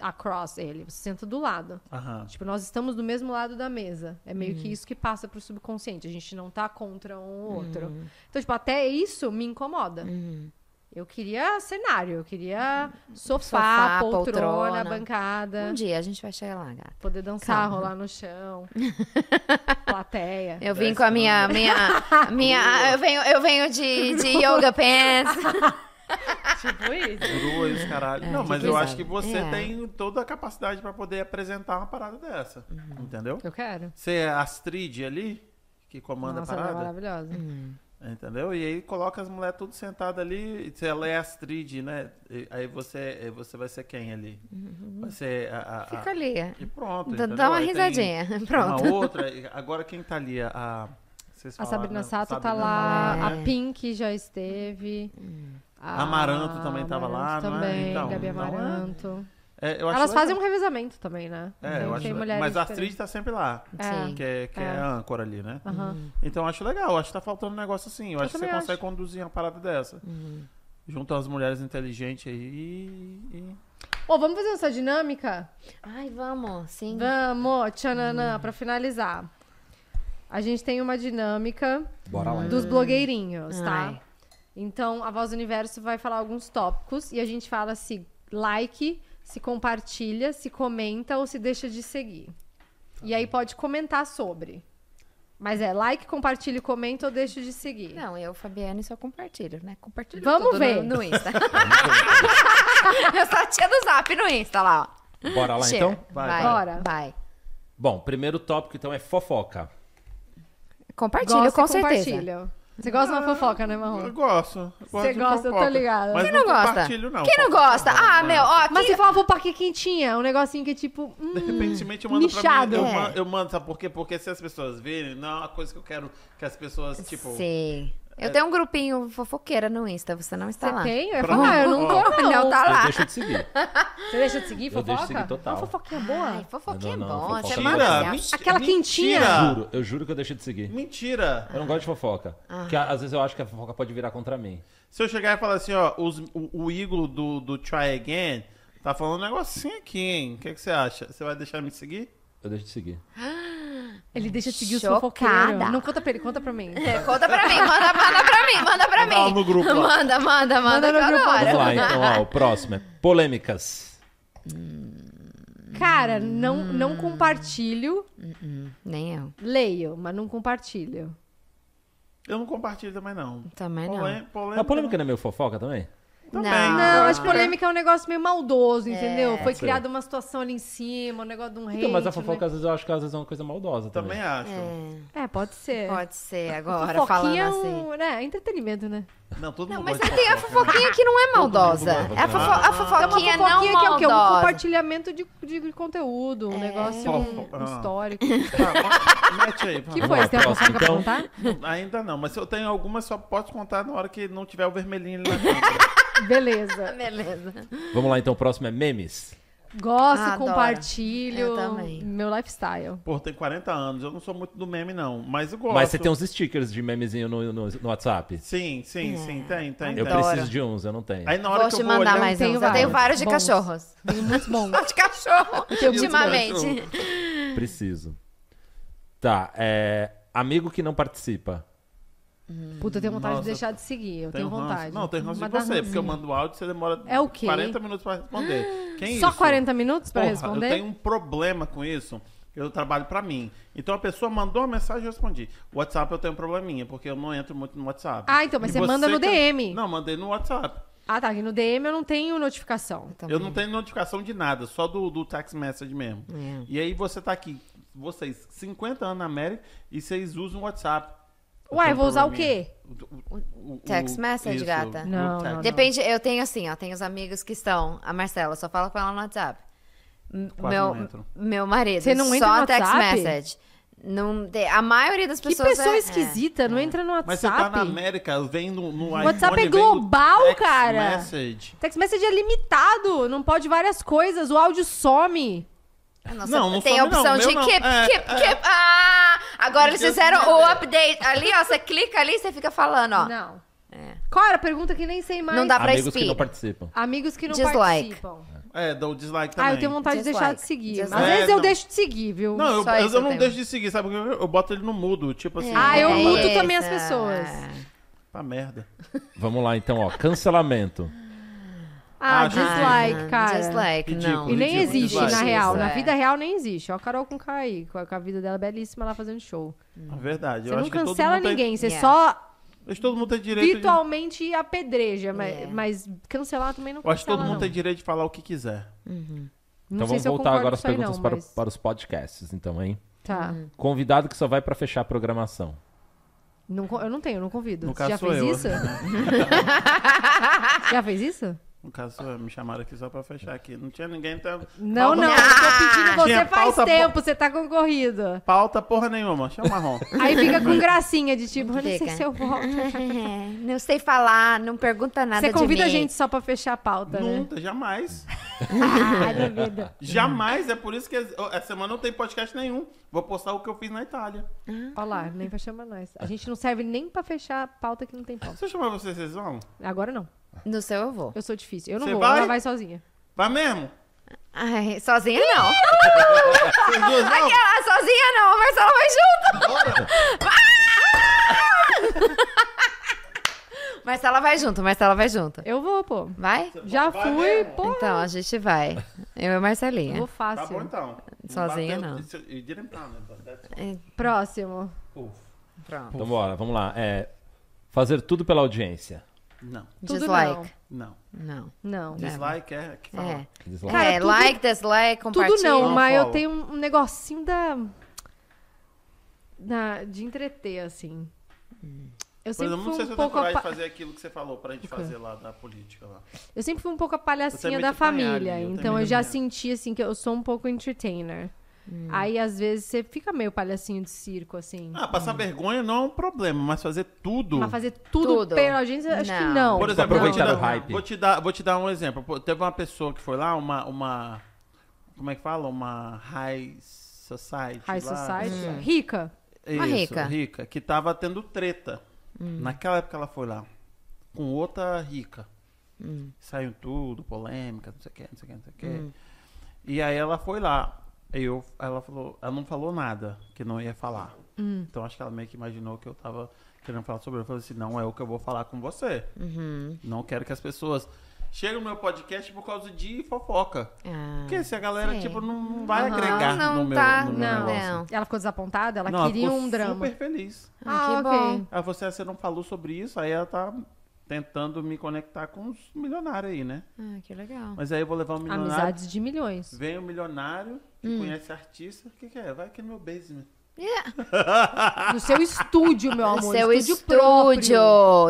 Speaker 2: across ele, você senta do lado.
Speaker 3: Aham.
Speaker 2: Tipo, nós estamos do mesmo lado da mesa. É meio
Speaker 1: Uhum.
Speaker 2: que isso que passa pro subconsciente. A gente não tá contra um ou outro.
Speaker 1: Uhum.
Speaker 2: Então, tipo, até isso me incomoda. Eu queria cenário, eu queria sofá,
Speaker 1: Sofá,
Speaker 2: poltrona,
Speaker 1: poltrona.
Speaker 2: bancada,
Speaker 1: Um dia a gente vai chegar lá, gata.
Speaker 2: poder dançar, rolar no chão, plateia. É
Speaker 1: Eu vim com a minha.
Speaker 3: um
Speaker 1: minha, minha eu venho, eu venho de, de yoga pants.
Speaker 2: Tipo isso.
Speaker 3: Cruz, caralho. não, mas eu
Speaker 1: pesado.
Speaker 3: acho que você
Speaker 1: É.
Speaker 3: tem toda a capacidade pra poder apresentar uma parada dessa. Entendeu?
Speaker 2: Eu quero.
Speaker 3: Você é a Astrid ali, que comanda
Speaker 2: Nossa,
Speaker 3: a
Speaker 2: ela é
Speaker 3: parada.
Speaker 2: maravilhosa.
Speaker 1: Hum.
Speaker 3: Entendeu? E aí coloca as mulheres tudo sentadas ali. e Se ela é a Astrid, né? E aí você, eh, você vai ser quem ali? Vai ser a. a- a-
Speaker 1: Fica ali.
Speaker 3: E pronto.
Speaker 1: Dá-
Speaker 3: entendeu?
Speaker 1: Dá uma
Speaker 3: Aí tem
Speaker 1: risadinha. Pronto.
Speaker 3: Uma outra. e Agora quem tá ali? A, vocês
Speaker 2: A
Speaker 3: falaram,
Speaker 2: Sabrina
Speaker 3: né?
Speaker 2: Sato tá
Speaker 3: Sabrina
Speaker 2: lá,
Speaker 3: Sato, né?
Speaker 2: a Pink já esteve.
Speaker 1: Hum.
Speaker 3: Amaranto também tava lá, não é?
Speaker 2: também,
Speaker 3: Então,
Speaker 2: Gabi
Speaker 3: então é-
Speaker 2: Amaranto.
Speaker 3: É, eu acho
Speaker 2: Elas
Speaker 3: legal.
Speaker 2: fazem um revezamento também, né?
Speaker 3: É, eu
Speaker 2: Tem
Speaker 3: acho legal.
Speaker 2: mulheres
Speaker 3: Mas a
Speaker 2: diferentes.
Speaker 3: atriz tá sempre lá.
Speaker 1: Sim.
Speaker 3: Que é, que é.
Speaker 2: É.
Speaker 3: a âncora ali, né?
Speaker 2: Aham.
Speaker 1: Hum.
Speaker 3: Então eu acho legal, eu acho que tá faltando um negócio assim. Eu, acho que você
Speaker 2: também acho. Uhum.
Speaker 3: consegue conduzir uma parada dessa. Junta umas mulheres inteligentes aí e. e-
Speaker 2: Ô, vamos fazer essa dinâmica?
Speaker 1: Ai, vamos, sim.
Speaker 2: Vamos, tchananã, pra finalizar. A gente tem uma dinâmica
Speaker 5: Bora lá.
Speaker 2: Uhum.
Speaker 5: então.
Speaker 2: dos blogueirinhos,
Speaker 1: Ai.
Speaker 2: tá? Então, a Voz do Universo vai falar alguns tópicos e a gente fala se like, se compartilha, se comenta ou se deixa de seguir.
Speaker 3: Tá
Speaker 2: E aí pode comentar sobre. Mas é like, compartilha, comenta ou deixa de seguir.
Speaker 1: Não, eu, Fabiane, só compartilho, né? Compartilho
Speaker 2: Vamos
Speaker 1: tudo
Speaker 2: ver.
Speaker 1: No, no Insta. eu sou a tia do Zap no Insta lá, ó.
Speaker 5: Bora lá
Speaker 1: Cheira.
Speaker 5: então?
Speaker 3: Vai,
Speaker 1: vai.
Speaker 2: bora.
Speaker 1: Vai.
Speaker 5: Bom, primeiro tópico então é fofoca.
Speaker 1: Compartilho,
Speaker 2: Gosta
Speaker 1: com
Speaker 2: e
Speaker 1: certeza.
Speaker 2: compartilha. Você gosta de uma fofoca, né, Marrom?
Speaker 3: Eu gosto. eu gosto
Speaker 2: Você
Speaker 3: de
Speaker 2: gosta, eu tô
Speaker 3: fofoca.
Speaker 2: ligada.
Speaker 3: Mas
Speaker 1: Quem não gosta?
Speaker 3: compartilho, não.
Speaker 1: Quem não gosta? Ah, meu, ó, quem-
Speaker 2: Mas você fala, vou pra que quentinha? Um negocinho que é tipo. hum,
Speaker 3: De repente eu mando
Speaker 2: Nichado.
Speaker 3: pra mim. Eu,
Speaker 1: É.
Speaker 3: mando, eu mando, sabe por quê? Porque se as pessoas virem, não é uma coisa que eu quero que as pessoas, tipo.
Speaker 1: Sim. Eu tenho um grupinho fofoqueira no Insta, você não está
Speaker 2: Você
Speaker 1: lá.
Speaker 2: tem? tá Eu ia
Speaker 3: Pra
Speaker 2: falar,
Speaker 3: mim,
Speaker 2: eu não
Speaker 3: ó.
Speaker 2: tô, não.
Speaker 1: Não, tá
Speaker 5: Eu
Speaker 1: lá.
Speaker 5: deixo de seguir.
Speaker 2: Ah! Você deixa de seguir
Speaker 5: Eu
Speaker 2: fofoca? É
Speaker 5: deixo de seguir total.
Speaker 2: Uma fofoquinha
Speaker 1: Ai,
Speaker 2: boa.
Speaker 1: fofoquinha
Speaker 5: Não,
Speaker 1: é
Speaker 5: não,
Speaker 1: bom.
Speaker 5: fofoca
Speaker 1: você
Speaker 5: é
Speaker 1: é
Speaker 5: boa.
Speaker 1: maravilhosa.
Speaker 3: mentira,
Speaker 2: Aquela quentinha.
Speaker 3: mentira,
Speaker 5: Juro, eu juro que eu deixei de seguir.
Speaker 3: Mentira.
Speaker 5: Eu não gosto de fofoca.
Speaker 2: Ah.
Speaker 5: Porque às vezes eu acho que a fofoca pode virar contra mim.
Speaker 3: Se eu chegar e falar assim, ó, os- o, o ígolo do, do Try Again tá falando um negocinho aqui, hein? O que, que você acha? Você vai deixar me seguir?
Speaker 5: Eu deixo de seguir.
Speaker 2: Ele deixa de seguir
Speaker 1: Chocada.
Speaker 2: os fofoqueiros. Não conta pra ele, conta pra mim.
Speaker 1: É, Conta pra mim, manda, manda pra mim, manda pra
Speaker 3: Manda lá
Speaker 1: mim.
Speaker 3: no grupo, ó.
Speaker 1: Manda, manda, manda,
Speaker 2: Manda no
Speaker 1: que eu
Speaker 2: grupo,
Speaker 1: adoro.
Speaker 5: Vamos lá, então, ó, o próximo é polêmicas.
Speaker 2: Cara, não, não compartilho.
Speaker 1: Nem eu.
Speaker 2: Leio, mas não compartilho.
Speaker 3: Eu não compartilho também, não.
Speaker 1: Também não.
Speaker 3: Polê-
Speaker 5: A polêmica não é meio fofoca também?
Speaker 3: também.
Speaker 2: Não,
Speaker 1: Ah.
Speaker 2: acho que polêmica é um negócio meio maldoso, entendeu? Foi
Speaker 5: Sim.
Speaker 2: criada uma situação ali em cima, um negócio de um rei.
Speaker 5: Então, mas a fofoca às vezes eu acho que às vezes é uma coisa maldosa também.
Speaker 3: Também acho.
Speaker 2: É, pode ser.
Speaker 1: Pode ser agora, falando
Speaker 2: Fofoquinha é
Speaker 1: assim.
Speaker 2: um, né, é entretenimento, né?
Speaker 3: Não, todo
Speaker 1: Não,
Speaker 3: mundo
Speaker 1: mas
Speaker 3: gosta
Speaker 1: aí
Speaker 3: de
Speaker 1: tem a
Speaker 3: fofoca, né?
Speaker 1: fofoquinha que não é maldosa.
Speaker 5: mundo gosta.
Speaker 1: É a, fofo a fofoquinha
Speaker 2: Uma
Speaker 1: não
Speaker 2: que é o quê? Um
Speaker 1: maldosa.
Speaker 2: compartilhamento de, de conteúdo, um negócio, um,
Speaker 3: Fofo-
Speaker 2: um
Speaker 3: ah.
Speaker 2: histórico.
Speaker 3: Tá, ma- mete aí.
Speaker 2: que
Speaker 3: Pra...
Speaker 5: Vamos
Speaker 2: foi?
Speaker 5: lá,
Speaker 2: Você tem uma
Speaker 5: próximo,
Speaker 2: fofoca pra
Speaker 5: então.
Speaker 2: contar?
Speaker 3: Ainda não, mas eu tenho algumas, só posso contar na hora que não tiver o vermelhinho ali na frente.
Speaker 2: Beleza.
Speaker 1: Beleza.
Speaker 5: Vamos lá, então, o próximo é memes.
Speaker 2: Gosto,
Speaker 1: Ah, adoro.
Speaker 2: compartilho.
Speaker 1: Eu também.
Speaker 2: Meu lifestyle.
Speaker 3: Pô, tem 40 anos, eu não sou muito do meme, não. Mas eu gosto.
Speaker 5: Mas você tem um uns stickers de memezinho no, no- no WhatsApp?
Speaker 3: Sim, sim,
Speaker 1: É.
Speaker 3: sim, tem, tem.
Speaker 5: Eu
Speaker 3: tem.
Speaker 1: adoro.
Speaker 5: preciso de uns, eu não tenho.
Speaker 3: Aí na hora
Speaker 1: Vou
Speaker 3: que
Speaker 1: te
Speaker 3: eu vou
Speaker 1: mandar
Speaker 3: olhar,
Speaker 1: mais
Speaker 2: tenho
Speaker 1: uns. Eu tenho
Speaker 2: vários.
Speaker 1: vários de
Speaker 2: Bons.
Speaker 1: cachorros.
Speaker 2: Tenho muitos bons.
Speaker 1: Só de cachorro,
Speaker 3: muitos
Speaker 1: ultimamente.
Speaker 5: Preciso. Tá, é. Amigo que não participa.
Speaker 2: Puta, eu tenho vontade
Speaker 3: Nossa,
Speaker 2: de deixar de seguir. Eu
Speaker 3: tem
Speaker 2: tenho
Speaker 3: um ranço.
Speaker 2: vontade.
Speaker 3: Não, tem ranço de
Speaker 2: Mas dá
Speaker 3: você, porque eu mando áudio e você demora
Speaker 2: É o quê?
Speaker 3: 40 minutos pra responder. Quem
Speaker 2: Só
Speaker 3: é isso?
Speaker 2: 40 minutos pra
Speaker 3: Porra,
Speaker 2: responder?
Speaker 3: Eu tenho um problema com isso. Eu trabalho pra mim. Então a pessoa mandou uma mensagem e eu respondi. WhatsApp eu tenho um probleminha, porque eu não entro muito no WhatsApp.
Speaker 2: Ah, então, mas
Speaker 3: E
Speaker 2: você manda no
Speaker 3: que- é-
Speaker 2: DM.
Speaker 3: Não, mandei no WhatsApp.
Speaker 2: Ah, tá. Aqui no DM eu não tenho notificação.
Speaker 3: Eu não tenho notificação de nada, só do, do text message mesmo.
Speaker 1: É.
Speaker 3: E aí você tá aqui, vocês, 50 anos na América, e vocês usam o WhatsApp. Eu
Speaker 2: Ué,
Speaker 3: tenho
Speaker 2: vou usar o
Speaker 3: probleminha.
Speaker 2: quê?
Speaker 3: O- o- o-
Speaker 1: Text message,
Speaker 3: isso,
Speaker 1: gata.
Speaker 3: o
Speaker 2: Não,
Speaker 3: text.
Speaker 2: não, não.
Speaker 1: Depende, eu tenho assim, ó, tenho os amigos que estão. A Marcela, só fala com ela no WhatsApp. M-
Speaker 3: Quase
Speaker 1: meu,
Speaker 3: não entro.
Speaker 1: meu marido,
Speaker 2: Você não entra
Speaker 1: só
Speaker 2: no
Speaker 1: text
Speaker 2: WhatsApp?
Speaker 1: message. Não, tem- a maioria das
Speaker 2: Que
Speaker 1: pessoas.
Speaker 2: pessoa
Speaker 1: é-
Speaker 2: esquisita. Não entra no
Speaker 3: Mas você tá
Speaker 2: WhatsApp.
Speaker 3: na América, vem no, no iPhone.
Speaker 2: WhatsApp é
Speaker 3: vem no
Speaker 2: global,
Speaker 3: text
Speaker 2: cara.
Speaker 3: Message.
Speaker 2: Text message é limitado. Não pode várias coisas. O áudio some.
Speaker 1: É. Nossa,
Speaker 3: Não, não
Speaker 1: tem a
Speaker 3: some, não,
Speaker 1: opção
Speaker 3: meu
Speaker 1: de
Speaker 3: não.
Speaker 1: keep,
Speaker 3: É,
Speaker 1: keep, keep. Ah! Agora eles
Speaker 3: Deus
Speaker 1: fizeram
Speaker 3: me
Speaker 1: o
Speaker 3: livre.
Speaker 1: update ali, ó. Você clica ali e você fica falando, ó.
Speaker 2: Não.
Speaker 1: É.
Speaker 2: Qual era a pergunta que nem sei mais?
Speaker 1: Não dá pra
Speaker 5: Amigos que
Speaker 1: speed.
Speaker 5: não participam.
Speaker 2: Amigos que não
Speaker 1: Dislike.
Speaker 2: participam.
Speaker 3: É, dá o dislike também.
Speaker 2: Ah, eu tenho vontade de
Speaker 1: Dislike.
Speaker 2: deixar de seguir.
Speaker 1: Dislike.
Speaker 2: Às vezes
Speaker 3: É,
Speaker 2: eu
Speaker 3: não.
Speaker 2: deixo de seguir, viu?
Speaker 3: Não, eu,
Speaker 1: Só
Speaker 3: eu,
Speaker 1: isso
Speaker 3: não
Speaker 1: eu tenho.
Speaker 3: deixo de seguir, sabe? Porque eu, eu boto ele no mudo, tipo assim.
Speaker 2: Ah, eu
Speaker 1: É
Speaker 2: mudo
Speaker 1: isso.
Speaker 2: também as pessoas.
Speaker 3: Pra merda.
Speaker 5: Vamos lá, então, ó. Cancelamento.
Speaker 2: Ah,
Speaker 3: Ah,
Speaker 2: dislike,
Speaker 1: Ah,
Speaker 2: cara.
Speaker 1: Dislike, não.
Speaker 3: Ridículo,
Speaker 2: E nem
Speaker 3: Ridículo,
Speaker 2: existe,
Speaker 3: dislike.
Speaker 2: na real.
Speaker 1: Isso,
Speaker 2: Na
Speaker 1: é.
Speaker 2: vida real nem existe. Ó, a Carol com Kai, com a com a vida dela é belíssima lá fazendo show.
Speaker 3: É verdade.
Speaker 2: Você
Speaker 3: eu
Speaker 2: não
Speaker 3: acho que todo
Speaker 2: cancela
Speaker 3: mundo tem-
Speaker 2: ninguém, você
Speaker 1: Yeah.
Speaker 2: só
Speaker 3: acho que todo mundo tem direito de...
Speaker 2: virtualmente apedreja, mas,
Speaker 1: Yeah.
Speaker 2: mas cancelar também não
Speaker 3: Eu acho que
Speaker 2: cancela,
Speaker 3: todo mundo
Speaker 2: não.
Speaker 3: tem direito de falar o que quiser.
Speaker 2: Não
Speaker 5: Então
Speaker 2: sei
Speaker 5: vamos
Speaker 2: se eu
Speaker 5: voltar
Speaker 2: concordo
Speaker 5: agora
Speaker 2: com
Speaker 5: as
Speaker 2: isso aí,
Speaker 5: perguntas
Speaker 2: não,
Speaker 5: para,
Speaker 2: mas-
Speaker 5: para os podcasts, então, hein?
Speaker 2: Tá.
Speaker 5: Convidado que só vai pra fechar a programação.
Speaker 2: Não con- eu não tenho, não convido.
Speaker 3: No
Speaker 2: Você já
Speaker 3: caso,
Speaker 2: fez
Speaker 3: sou eu.
Speaker 2: isso? já fez isso?
Speaker 3: No caso, me chamaram aqui só pra fechar aqui. Não tinha ninguém, então.
Speaker 2: Não,
Speaker 3: pauta
Speaker 2: não, eu
Speaker 3: porra-
Speaker 2: tô pedindo você
Speaker 3: Tinha
Speaker 2: faz
Speaker 3: pauta-
Speaker 2: tempo, você tá concorrido.
Speaker 3: Pauta porra nenhuma, chama marrom.
Speaker 2: Aí fica com gracinha de tipo, eu não sei
Speaker 1: Fica.
Speaker 2: se eu volto.
Speaker 1: Não sei falar, não pergunta nada de
Speaker 2: Você convida a
Speaker 1: mim.
Speaker 2: gente só pra fechar a pauta, né? Ah,
Speaker 3: Nunca, jamais.
Speaker 2: Ai, da vida.
Speaker 3: Jamais. É por isso que essa semana não tem podcast nenhum. Vou postar o que eu fiz na Itália.
Speaker 2: Olha lá, nem pra chamar nós. A gente não serve nem pra fechar a pauta que não tem pauta.
Speaker 3: Se eu chamar vocês, vocês vão?
Speaker 2: Agora não.
Speaker 1: No seu eu vou.
Speaker 2: Eu sou difícil. Eu não
Speaker 3: Você
Speaker 2: vou,
Speaker 3: vai?
Speaker 2: ela vai sozinha.
Speaker 3: Vai mesmo?
Speaker 1: Ai, sozinha não.
Speaker 3: Vocês duas
Speaker 2: é
Speaker 3: não?
Speaker 1: Aquela, sozinha não, a Marcela vai junto. Marcela vai junto, Marcela vai junto.
Speaker 2: Eu vou, pô.
Speaker 1: Vai?
Speaker 2: Já
Speaker 3: Vai
Speaker 2: fui,
Speaker 3: mesmo?
Speaker 2: pô.
Speaker 1: Então, a gente vai. Eu e a Marcelinha.
Speaker 2: Vou
Speaker 3: Tá
Speaker 2: fácil.
Speaker 3: bom então.
Speaker 1: Sozinha,
Speaker 3: Bateu-
Speaker 1: não.
Speaker 3: isso- é you didn't plan it, but that's-
Speaker 2: Próximo.
Speaker 1: Pronto.
Speaker 5: Então bora, vamos lá. É, fazer tudo pela audiência.
Speaker 3: Não,
Speaker 2: Tudo
Speaker 1: Dislike.
Speaker 3: não.
Speaker 1: Não.
Speaker 2: Não.
Speaker 3: Dislike é que fala.
Speaker 1: É.
Speaker 5: Dislike.
Speaker 2: Cara,
Speaker 1: é,
Speaker 2: tudo-
Speaker 1: like, dislike, compartilha.
Speaker 2: Tudo não,
Speaker 3: Não,
Speaker 2: mas eu
Speaker 3: Paulo.
Speaker 2: tenho um um negocinho da... da- de entreter, assim.
Speaker 1: Hum.
Speaker 2: Eu
Speaker 3: Por
Speaker 2: sempre,
Speaker 3: exemplo, não
Speaker 2: fui um
Speaker 3: sei se eu tenho
Speaker 2: pouco a
Speaker 3: coragem
Speaker 2: pa-
Speaker 3: de fazer aquilo que você falou pra gente fazer lá da política lá.
Speaker 2: eu sempre fui um pouco a palhacinha
Speaker 3: é meio
Speaker 2: da
Speaker 3: que apanhada,
Speaker 2: família.
Speaker 3: eu também
Speaker 2: então eu
Speaker 3: não
Speaker 2: já
Speaker 3: lembro.
Speaker 2: senti, assim, que eu sou um pouco entertainer.
Speaker 1: Hum.
Speaker 2: Aí, às vezes, você fica meio palhacinho de circo, assim.
Speaker 3: Ah, passar vergonha não é um problema, mas fazer tudo.
Speaker 2: Mas fazer tudo,
Speaker 1: Tudo.
Speaker 2: pela audiência, acho que
Speaker 1: Não.
Speaker 2: não.
Speaker 3: Por
Speaker 5: Tipo,
Speaker 3: exemplo, eu vou te,
Speaker 5: aproveitar
Speaker 3: dar,
Speaker 5: o hype.
Speaker 3: vou, te dar, vou te dar um exemplo. Pô, Teve uma pessoa que foi lá, uma. uma como é que fala? Uma high society.
Speaker 2: High
Speaker 3: lá.
Speaker 2: Society.
Speaker 1: Hum.
Speaker 2: Rica.
Speaker 1: Uma
Speaker 3: Isso,
Speaker 1: rica. Hum.
Speaker 3: rica, que tava tendo treta. Naquela época ela foi lá com outra rica.
Speaker 1: Hum.
Speaker 3: Saiu tudo, polêmica, não sei o que, não sei o que, não sei o que. E aí ela foi lá. Aí Eu, ela, falou, ela não falou nada que não ia falar.
Speaker 1: Hum.
Speaker 3: Então acho que ela meio que imaginou que eu tava querendo falar sobre. Eu falei assim: não é o que eu vou falar com você.
Speaker 1: Uhum.
Speaker 3: Não quero que as pessoas. Cheguem no meu podcast por causa de fofoca.
Speaker 1: Ah.
Speaker 2: é
Speaker 3: Porque se a galera,
Speaker 1: sei.
Speaker 3: tipo, não, não vai
Speaker 2: Aham.
Speaker 3: agregar
Speaker 1: Não, não
Speaker 3: no meu,
Speaker 1: tá,
Speaker 3: no meu
Speaker 2: não.
Speaker 3: negócio.
Speaker 1: Não.
Speaker 2: Ela ficou desapontada, ela
Speaker 3: Não, ela
Speaker 2: queria
Speaker 3: ficou
Speaker 2: um drama.
Speaker 3: super feliz.
Speaker 1: Ah,
Speaker 2: Ah,
Speaker 1: que
Speaker 2: ok.
Speaker 1: bom.
Speaker 3: Aí você, você não falou sobre isso, aí ela tá tentando me conectar com os milionários aí, né?
Speaker 1: Ah, que legal.
Speaker 3: Mas aí eu vou levar um milionário.
Speaker 2: Amizades de milhões.
Speaker 3: Vem um milionário que
Speaker 2: Hum.
Speaker 3: conhece artista. O que, que é? Vai aqui no meu basement.
Speaker 1: Yeah.
Speaker 3: Ah.
Speaker 2: No seu estúdio, meu amor.
Speaker 1: Seu
Speaker 2: é um estúdio,
Speaker 1: estúdio.
Speaker 2: próprio.
Speaker 3: Vai lá pra falar,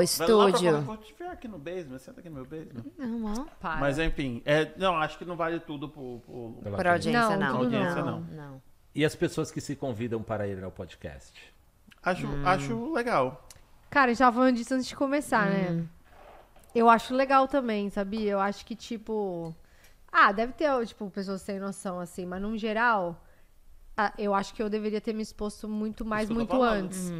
Speaker 1: Estúdio.
Speaker 3: "Vou te ver aqui no basement, senta aqui no meu basement.
Speaker 1: Não, não.
Speaker 2: Para.
Speaker 3: Mas enfim, é, não, acho que não vale tudo pro. pro-
Speaker 5: Pela
Speaker 1: Por
Speaker 5: audiência.
Speaker 1: audiência,
Speaker 2: Não,
Speaker 1: não.
Speaker 2: tudo
Speaker 3: Audiência,
Speaker 1: não.
Speaker 3: não.
Speaker 1: não.
Speaker 5: E as pessoas que se convidam para ir ao podcast.
Speaker 3: Acho,
Speaker 2: Hum.
Speaker 3: acho legal.
Speaker 2: Cara, a gente tava falando disso antes de começar, né? Eu acho legal também, sabia? Eu acho que, tipo. Ah, deve ter, tipo, pessoas sem noção, assim, mas num geral, ah, eu acho que eu deveria ter me exposto muito mais,
Speaker 3: que eu tô
Speaker 2: muito
Speaker 3: falando.
Speaker 2: antes.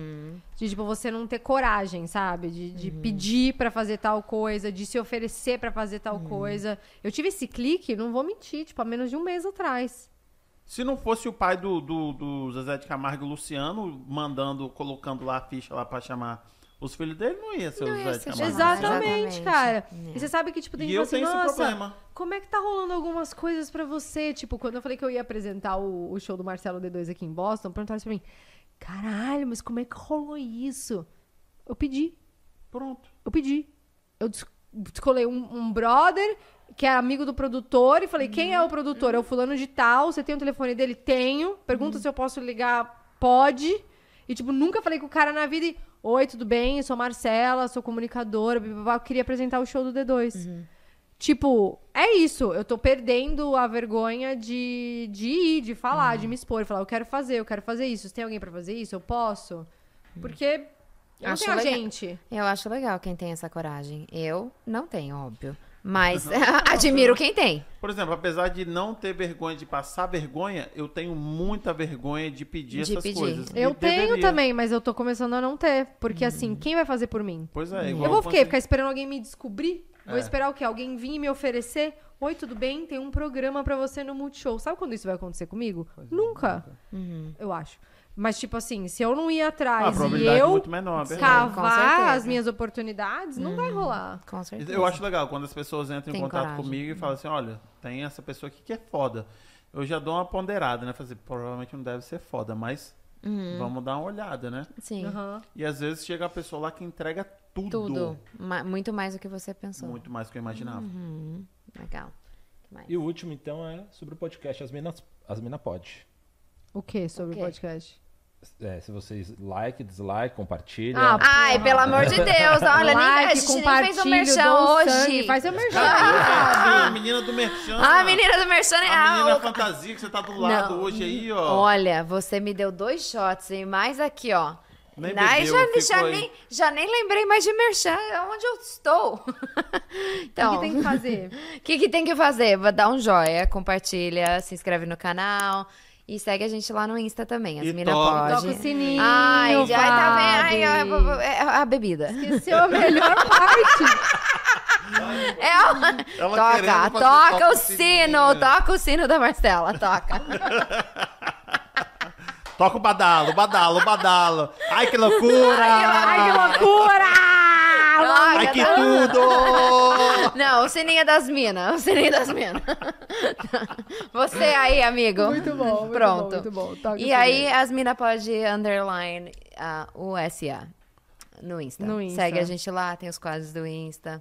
Speaker 2: De, tipo, você não ter coragem, sabe? De, de pedir pra fazer tal coisa, de se oferecer pra fazer tal coisa. Eu tive esse clique, não vou mentir, tipo, há menos de um mês atrás.
Speaker 3: Se não fosse o pai do, do, do Zezé de Camargo e o Luciano mandando, colocando lá a ficha lá pra chamar os filhos dele, não ia ser o
Speaker 1: Não ia
Speaker 3: Zezé de
Speaker 1: ser
Speaker 3: Camargo. e Luciano.
Speaker 2: Exatamente,
Speaker 1: Exatamente.
Speaker 2: cara.
Speaker 1: É.
Speaker 2: E você sabe que, tipo, tem
Speaker 3: É E
Speaker 2: que falar
Speaker 3: eu
Speaker 2: assim,
Speaker 3: tenho esse
Speaker 2: nossa,
Speaker 3: problema.
Speaker 2: como é que tá rolando algumas coisas pra você? Tipo, quando eu falei que eu ia apresentar o, o show do Marcelo D2 aqui em Boston, perguntaram pra mim, caralho, mas como é que rolou isso? Eu pedi,
Speaker 3: Pronto.
Speaker 2: eu pedi. Eu des- descolei um, um brother que é amigo do produtor e falei, quem é o produtor? É o fulano de tal, você tem o telefone dele? Tenho. Pergunta
Speaker 1: Uhum.
Speaker 2: se eu posso ligar? Pode. E, tipo, nunca falei com o cara na vida e, oi, tudo bem? Eu sou Marcela, sou comunicadora, blá, blá, blá, eu queria apresentar o show do D2.
Speaker 1: Uhum.
Speaker 2: Tipo, é isso. Eu tô perdendo a vergonha de, de ir, de falar,
Speaker 1: Uhum.
Speaker 2: de me expor. Falar, eu quero fazer, eu quero fazer isso. Tem alguém pra fazer isso? Eu posso? Porque eu não
Speaker 1: Uhum. Acho
Speaker 2: tenho a
Speaker 1: legal.
Speaker 2: gente.
Speaker 1: Eu acho legal quem tem essa coragem. Eu não tenho, óbvio. Mas admiro quem tem.
Speaker 3: Por exemplo, apesar de não ter vergonha de passar vergonha, eu tenho muita vergonha de pedir
Speaker 1: De
Speaker 3: essas
Speaker 1: pedir.
Speaker 3: coisas.
Speaker 2: Eu
Speaker 3: E
Speaker 2: tenho
Speaker 3: deveria. Hum.
Speaker 2: também, mas eu tô começando a não ter. Porque assim, quem vai fazer por mim?
Speaker 3: Pois é, igual
Speaker 2: Eu vou
Speaker 3: quando
Speaker 2: o quê?
Speaker 3: você-
Speaker 2: Ficar esperando alguém me descobrir? Vou
Speaker 3: É.
Speaker 2: esperar o quê? Alguém vir e me oferecer? Oi, tudo bem? Tem um programa pra você no Multishow. Sabe quando isso vai acontecer comigo?
Speaker 3: é,
Speaker 2: nunca. Eu acho. Mas, tipo assim, se eu não ir
Speaker 3: Ah, a
Speaker 2: atrás e
Speaker 3: probabilidade é
Speaker 2: eu
Speaker 3: muito menor, é verdade. Hum.
Speaker 1: Com
Speaker 2: cavar
Speaker 1: certeza.
Speaker 2: as minhas oportunidades, não vai rolar.
Speaker 1: Com certeza.
Speaker 3: Eu acho legal quando as pessoas entram
Speaker 1: Tem
Speaker 3: em contato
Speaker 1: coragem.
Speaker 3: comigo e falam assim: olha, tem essa pessoa aqui que é foda. Eu já dou uma ponderada, né? Fazer, provavelmente não deve ser foda, mas vamos dar uma olhada, né?
Speaker 1: Sim.
Speaker 2: Aham.
Speaker 3: E às vezes chega a pessoa lá que entrega tudo.
Speaker 1: Tudo. Ma- muito mais do que você pensou.
Speaker 3: Muito mais do que eu imaginava.
Speaker 1: Uhum. Legal. O que mais?
Speaker 5: E o último, então, é sobre o podcast As Minas, as Mina Pod.
Speaker 2: O quê sobre
Speaker 1: O quê?
Speaker 2: o podcast?
Speaker 5: é, se vocês like, dislike, compartilha.
Speaker 2: Tá
Speaker 1: Ah, Ai, pelo amor de Deus. Olha, nem, a gente nem fez o merchan hoje.
Speaker 2: um faz o merchan.
Speaker 3: Ah,
Speaker 2: aí,
Speaker 3: a
Speaker 2: sabe?
Speaker 3: menina do Merchan.
Speaker 1: Ah, a menina do Merchan é
Speaker 3: A menina
Speaker 1: ah, o-
Speaker 3: fantasia que você tá do lado
Speaker 1: Não.
Speaker 3: hoje
Speaker 2: hum,
Speaker 3: aí, ó.
Speaker 1: Olha, você me deu dois shots e mais aqui, ó.
Speaker 3: Nem
Speaker 1: Ai,
Speaker 3: bebeu, ficou
Speaker 1: já, já,
Speaker 3: aí.
Speaker 1: nem, já nem lembrei mais de merchan, é onde eu estou. então,
Speaker 2: O que que tem que fazer?
Speaker 1: O que, que tem que fazer? Vou Dar um joia, compartilha, se inscreve no canal e segue a gente lá no Insta também. As
Speaker 3: E
Speaker 1: meninas
Speaker 3: toca-
Speaker 1: podem.
Speaker 2: Toca o sininho,
Speaker 1: Ai, ai, tá
Speaker 2: Fábio.
Speaker 1: vendo? Ai, ai, é a bebida.
Speaker 2: Esse é a melhor parte.
Speaker 1: É a-
Speaker 3: Ela
Speaker 1: toca,
Speaker 3: querendo, mas
Speaker 1: toca
Speaker 3: toca
Speaker 1: o
Speaker 3: o
Speaker 1: sino,
Speaker 3: sininho.
Speaker 1: toca o sino da Marcela, toca.
Speaker 3: Toca o badalo, badalo, badalo. Ai, que loucura!
Speaker 2: Ai, que loucura!
Speaker 1: Toca,
Speaker 3: Ai, que
Speaker 1: toca.
Speaker 3: tudo!
Speaker 1: Não, o sininho é das minas, o sininho é das minas. Você aí, amigo.
Speaker 2: Muito bom, muito
Speaker 1: Pronto.
Speaker 2: bom, muito bom. Toca o
Speaker 1: e aí,
Speaker 2: sininho.
Speaker 1: as minas podem underline ah, o SA no Insta.
Speaker 2: No Insta.
Speaker 1: Segue a gente lá, tem os quadros do Insta.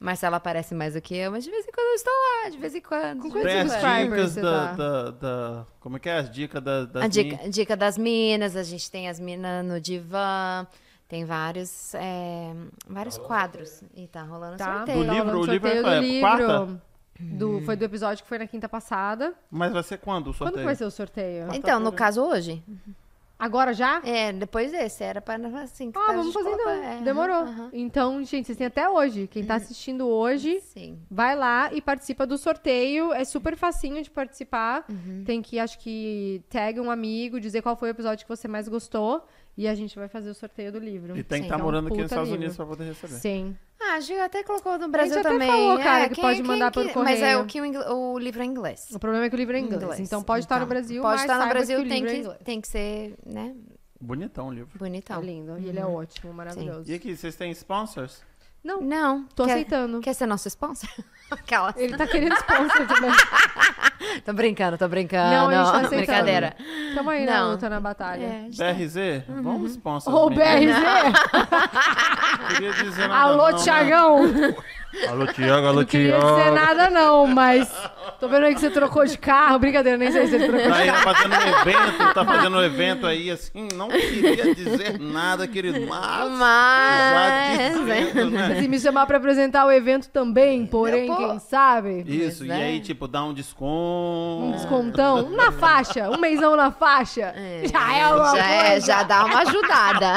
Speaker 1: Marcela aparece mais do que eu, mas de vez em quando eu estou lá, de vez em quando. de
Speaker 2: Com
Speaker 1: vez
Speaker 3: Tem
Speaker 1: em
Speaker 3: as
Speaker 1: quando.
Speaker 2: subscribers
Speaker 3: dicas
Speaker 2: você
Speaker 3: da,
Speaker 2: tá?
Speaker 3: da, da- Como é que é? As dicas da, das
Speaker 1: A dica,
Speaker 3: meninas.
Speaker 1: dica das minas, a gente tem as minas no divã, tem vários, é, vários quadros. E tá rolando
Speaker 2: Tá,
Speaker 1: sorteio.
Speaker 3: Do livro?
Speaker 2: rolando
Speaker 3: o livro é
Speaker 2: sorteio
Speaker 3: qual é?
Speaker 2: do
Speaker 3: Quarta?
Speaker 2: Do, foi do episódio que foi na quinta passada.
Speaker 3: Mas vai ser quando o sorteio?
Speaker 2: Quando que vai ser o sorteio?
Speaker 1: Então,
Speaker 2: Tá
Speaker 1: no caso hoje.
Speaker 2: Agora já?
Speaker 1: É, depois desse, era pra assim. que
Speaker 2: Ah,
Speaker 1: tá, a
Speaker 2: vamos
Speaker 1: gente
Speaker 2: fazer
Speaker 1: coloca-
Speaker 2: então.
Speaker 1: é,
Speaker 2: Demorou.
Speaker 1: aham, Uhum. aham.
Speaker 2: Então, gente, vocês têm até hoje. Quem tá assistindo hoje,
Speaker 1: Sim.
Speaker 2: vai lá e participa do sorteio. É super facinho de participar.
Speaker 1: Uhum.
Speaker 2: Tem que, acho que, tag um amigo, dizer qual foi o episódio que você mais gostou. E a gente vai fazer o sorteio do livro.
Speaker 3: E tem que
Speaker 1: Sim,
Speaker 3: estar
Speaker 1: é um
Speaker 3: morando aqui nos
Speaker 2: então, puta
Speaker 3: Estados
Speaker 2: livro.
Speaker 3: Unidos né? pra poder receber.
Speaker 2: Sim.
Speaker 1: Ah, a Gil até colocou no Brasil
Speaker 2: até
Speaker 1: também.
Speaker 2: falou,
Speaker 1: é,
Speaker 2: cara, que pode mandar por
Speaker 1: Mas é
Speaker 2: correio.
Speaker 1: o que o, ingl- o livro é em inglês.
Speaker 2: O problema é que o livro é em inglês.
Speaker 1: Inglês.
Speaker 2: Então pode estar no
Speaker 1: Então,
Speaker 2: Brasil,
Speaker 1: Pode
Speaker 2: mas
Speaker 1: estar no
Speaker 2: saiba
Speaker 1: Brasil,
Speaker 2: que o
Speaker 1: tem
Speaker 2: livro é em
Speaker 1: que,
Speaker 2: inglês.
Speaker 1: tem que ser, né,
Speaker 3: Bonitão o livro.
Speaker 1: bonitão.
Speaker 2: É lindo. E ele é ótimo, maravilhoso.
Speaker 3: E aqui, vocês têm sponsors?
Speaker 2: Não,
Speaker 1: Não,
Speaker 2: tô
Speaker 1: quer,
Speaker 2: aceitando.
Speaker 1: Quer ser nosso sponsor? Aquela.
Speaker 2: Ele tá querendo sponsor também.
Speaker 1: Tô brincando, tô brincando.
Speaker 2: não, a gente tá aceitando.
Speaker 1: brincadeira.
Speaker 2: Tamo aí na
Speaker 1: Não.
Speaker 2: luta, na batalha.
Speaker 1: É,
Speaker 3: BRZ? Vamos sponsors.
Speaker 2: Uhum. Ô,
Speaker 3: menina.
Speaker 2: BRZ!
Speaker 3: Queria dizer nada
Speaker 2: Alô,
Speaker 3: não, né?
Speaker 2: Tiagão!
Speaker 3: Alô, Tiago, alô,
Speaker 2: Não queria dizer nada, não, mas. Tô vendo aí que você trocou de carro. Brincadeira, nem sei se ele trocou.
Speaker 3: Tá aí fazendo um evento, tá fazendo um evento aí, assim, não queria dizer nada, querido, mas...
Speaker 1: Mas-
Speaker 3: já dizendo, né?
Speaker 2: Se assim, me chamar pra apresentar o evento também, porém,
Speaker 1: Pô.
Speaker 2: quem sabe?
Speaker 3: Isso,
Speaker 1: Pois
Speaker 3: É. e
Speaker 1: é.
Speaker 3: aí, tipo, dá um
Speaker 2: Um
Speaker 3: desconto.
Speaker 2: descontão. Na faixa, um mêsão na faixa. já é uma
Speaker 1: já, é,
Speaker 2: coisa.
Speaker 1: já dá uma ajudada.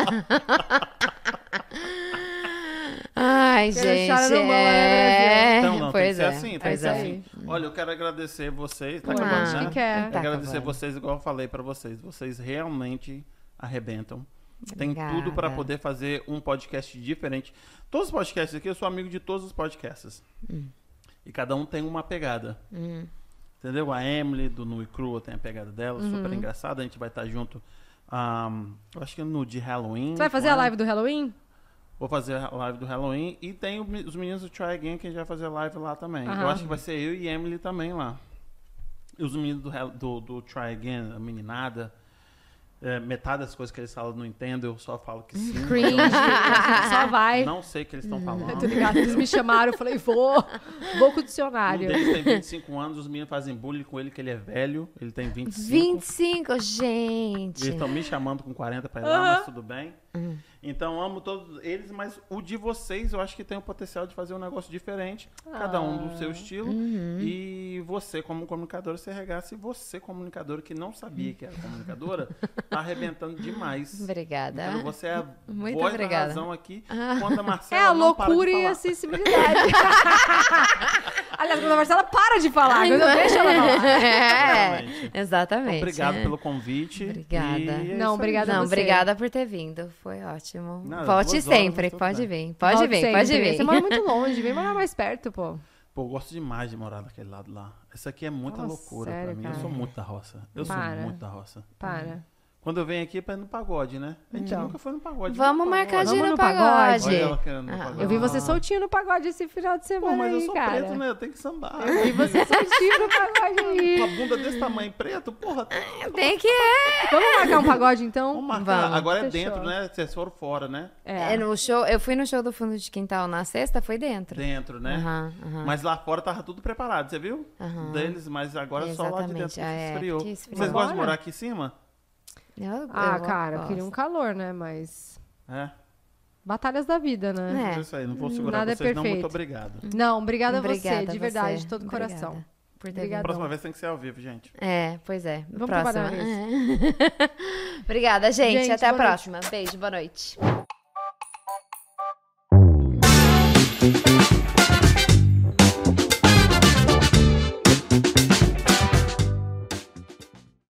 Speaker 1: Ai,
Speaker 2: Quero
Speaker 1: gente.
Speaker 2: chorar no mão, né,
Speaker 1: é...
Speaker 3: Então, não,
Speaker 1: pois
Speaker 3: tem
Speaker 1: é.
Speaker 3: que ser assim, tem que
Speaker 1: pois
Speaker 3: ser
Speaker 1: é.
Speaker 3: assim. Olha, eu quero agradecer vocês, tá
Speaker 2: Pô,
Speaker 3: acabando,
Speaker 1: acho
Speaker 3: né?
Speaker 2: que quer.
Speaker 1: Tá
Speaker 3: agradecer
Speaker 1: acabando.
Speaker 3: vocês, igual eu falei pra vocês. Vocês realmente arrebentam. Tem
Speaker 1: Obrigada.
Speaker 3: tudo pra poder fazer um podcast diferente. Todos os podcasts aqui, eu sou amigo de todos os podcasts.
Speaker 2: Hum.
Speaker 3: E cada um tem uma pegada. Entendeu? A Emily do Nu e Crua tem a pegada dela,
Speaker 2: Uhum.
Speaker 3: super engraçada. A gente vai estar junto. ahm, eu acho que no de Halloween.
Speaker 2: Você vai fazer
Speaker 3: com
Speaker 2: a
Speaker 3: ela.
Speaker 2: live do Halloween?
Speaker 3: Vou fazer a live do Halloween. E tem o- os meninos do Try Again que a gente vai fazer live lá também.
Speaker 2: Aham.
Speaker 3: Eu acho que vai ser eu e Emily também lá. E os meninos do, Hel- do, do Try Again, a meninada. é, metade das coisas que eles falam eu não entendo, eu só falo que sim.
Speaker 2: Cringe. Só vai.
Speaker 3: Não sei o que eles estão falando.
Speaker 2: Tô ligado, eles me chamaram, eu falei, vou, vou com o
Speaker 3: Um
Speaker 2: dicionário.
Speaker 3: deles tem 25 anos, os meninos fazem bullying com ele, que ele é velho. Ele tem 25.
Speaker 1: 25, gente.
Speaker 3: Eles estão me chamando com 40 pra ir lá, mas tudo bem.
Speaker 2: Hum.
Speaker 3: Então, amo todos eles, mas o de vocês eu acho que tem o potencial de fazer um negócio diferente. Cada um do
Speaker 2: Ah.
Speaker 3: seu estilo.
Speaker 2: Uhum.
Speaker 3: E você, como comunicadora, se regasse. E você, comunicadora, que não sabia que era comunicadora, tá arrebentando demais.
Speaker 1: Obrigada.
Speaker 3: Entendeu? Você é a
Speaker 1: Muito
Speaker 3: voz
Speaker 1: obrigada.
Speaker 3: da razão aqui. Quando a
Speaker 2: É
Speaker 3: Marcela
Speaker 2: a
Speaker 3: não para de
Speaker 2: loucura e
Speaker 3: falar.
Speaker 2: a sensibilidade. Aliás, quando a Marcela para de falar, quando eu deixo ela falar.
Speaker 1: É,
Speaker 3: Realmente.
Speaker 1: exatamente.
Speaker 3: Obrigado
Speaker 1: é.
Speaker 3: pelo convite.
Speaker 1: Obrigada.
Speaker 3: E
Speaker 2: Não,
Speaker 3: é isso aí,
Speaker 2: obrigada
Speaker 1: Não,
Speaker 2: a você.
Speaker 1: obrigada por ter vindo. Foi ótimo.
Speaker 3: Nada,
Speaker 1: Volte
Speaker 3: duas horas,
Speaker 1: sempre,
Speaker 3: mas tudo
Speaker 1: pode
Speaker 3: bem.
Speaker 1: vir. Pode
Speaker 2: Volte
Speaker 1: vir,
Speaker 2: sempre. né?
Speaker 1: pode vir.
Speaker 2: Você mora muito longe, vem morar mais perto, pô.
Speaker 3: Pô, eu gosto demais de morar naquele lado lá. Isso aqui é muita
Speaker 2: Fala
Speaker 3: loucura
Speaker 2: sério,
Speaker 3: pra mim.
Speaker 2: cara.
Speaker 3: Eu sou muito da roça. Eu
Speaker 2: Para.
Speaker 3: sou muito da roça.
Speaker 2: Para.
Speaker 3: Quando eu venho aqui é pra ir no pagode, né? A gente
Speaker 2: Então.
Speaker 3: nunca foi no pagode.
Speaker 1: Vamos
Speaker 3: no pagode.
Speaker 1: marcar de ir
Speaker 2: Vamos
Speaker 1: no
Speaker 2: no pagode.
Speaker 1: pagode.
Speaker 3: Olha ela querendo no
Speaker 1: Ah,
Speaker 3: pagode.
Speaker 2: Eu vi você
Speaker 1: Ah.
Speaker 2: soltinho no pagode esse final de semana
Speaker 3: Pô, mas eu
Speaker 2: aí,
Speaker 3: sou
Speaker 2: cara.
Speaker 3: preto, né? Eu tenho que sambar.
Speaker 2: E você soltinho no pagode
Speaker 3: Com a
Speaker 2: aí.
Speaker 3: bunda desse tamanho preto, porra.
Speaker 1: Tem que é.
Speaker 2: Vamos marcar um pagode,
Speaker 3: Vamos
Speaker 2: então?
Speaker 3: marcar.
Speaker 1: Vamos,
Speaker 3: Agora é
Speaker 2: fechou.
Speaker 3: dentro, né? Vocês foram fora, né?
Speaker 1: É, no show, eu fui no show do fundo de quintal na sexta, foi dentro.
Speaker 3: Dentro, né?
Speaker 1: Aham, aham.
Speaker 3: Mas lá fora tava tudo preparado, você viu?
Speaker 1: Aham.
Speaker 3: Deles, mas agora só lá de dentro
Speaker 1: Exatamente,
Speaker 3: que
Speaker 1: é,
Speaker 3: esfriou.
Speaker 1: que esfriou.
Speaker 3: Vocês gostam de
Speaker 2: Bora.
Speaker 3: morar aqui em cima?
Speaker 1: Eu-
Speaker 2: Ah,
Speaker 1: eu
Speaker 2: cara, eu
Speaker 1: gosto.
Speaker 2: queria um calor, né? Mas.
Speaker 3: É,
Speaker 2: Batalhas da vida, né?
Speaker 1: É.
Speaker 3: é isso aí. Não vou segurar
Speaker 2: Nada é
Speaker 3: vocês, não. Muito
Speaker 2: perfeito.
Speaker 3: obrigado.
Speaker 2: Não, obrigada, a você,
Speaker 1: Obrigada
Speaker 2: de verdade,
Speaker 1: você.
Speaker 2: de todo o
Speaker 1: Obrigada
Speaker 2: coração.
Speaker 1: Por ter
Speaker 2: Obrigada.
Speaker 1: vindo.
Speaker 3: Próxima vez tem que ser ao vivo, gente.
Speaker 1: É, pois é.
Speaker 2: Vamos
Speaker 1: próxima.
Speaker 2: trabalhar
Speaker 1: É. Obrigada, gente.
Speaker 2: Gente,
Speaker 1: Até a
Speaker 2: boa noite.
Speaker 1: próxima. Beijo, boa noite.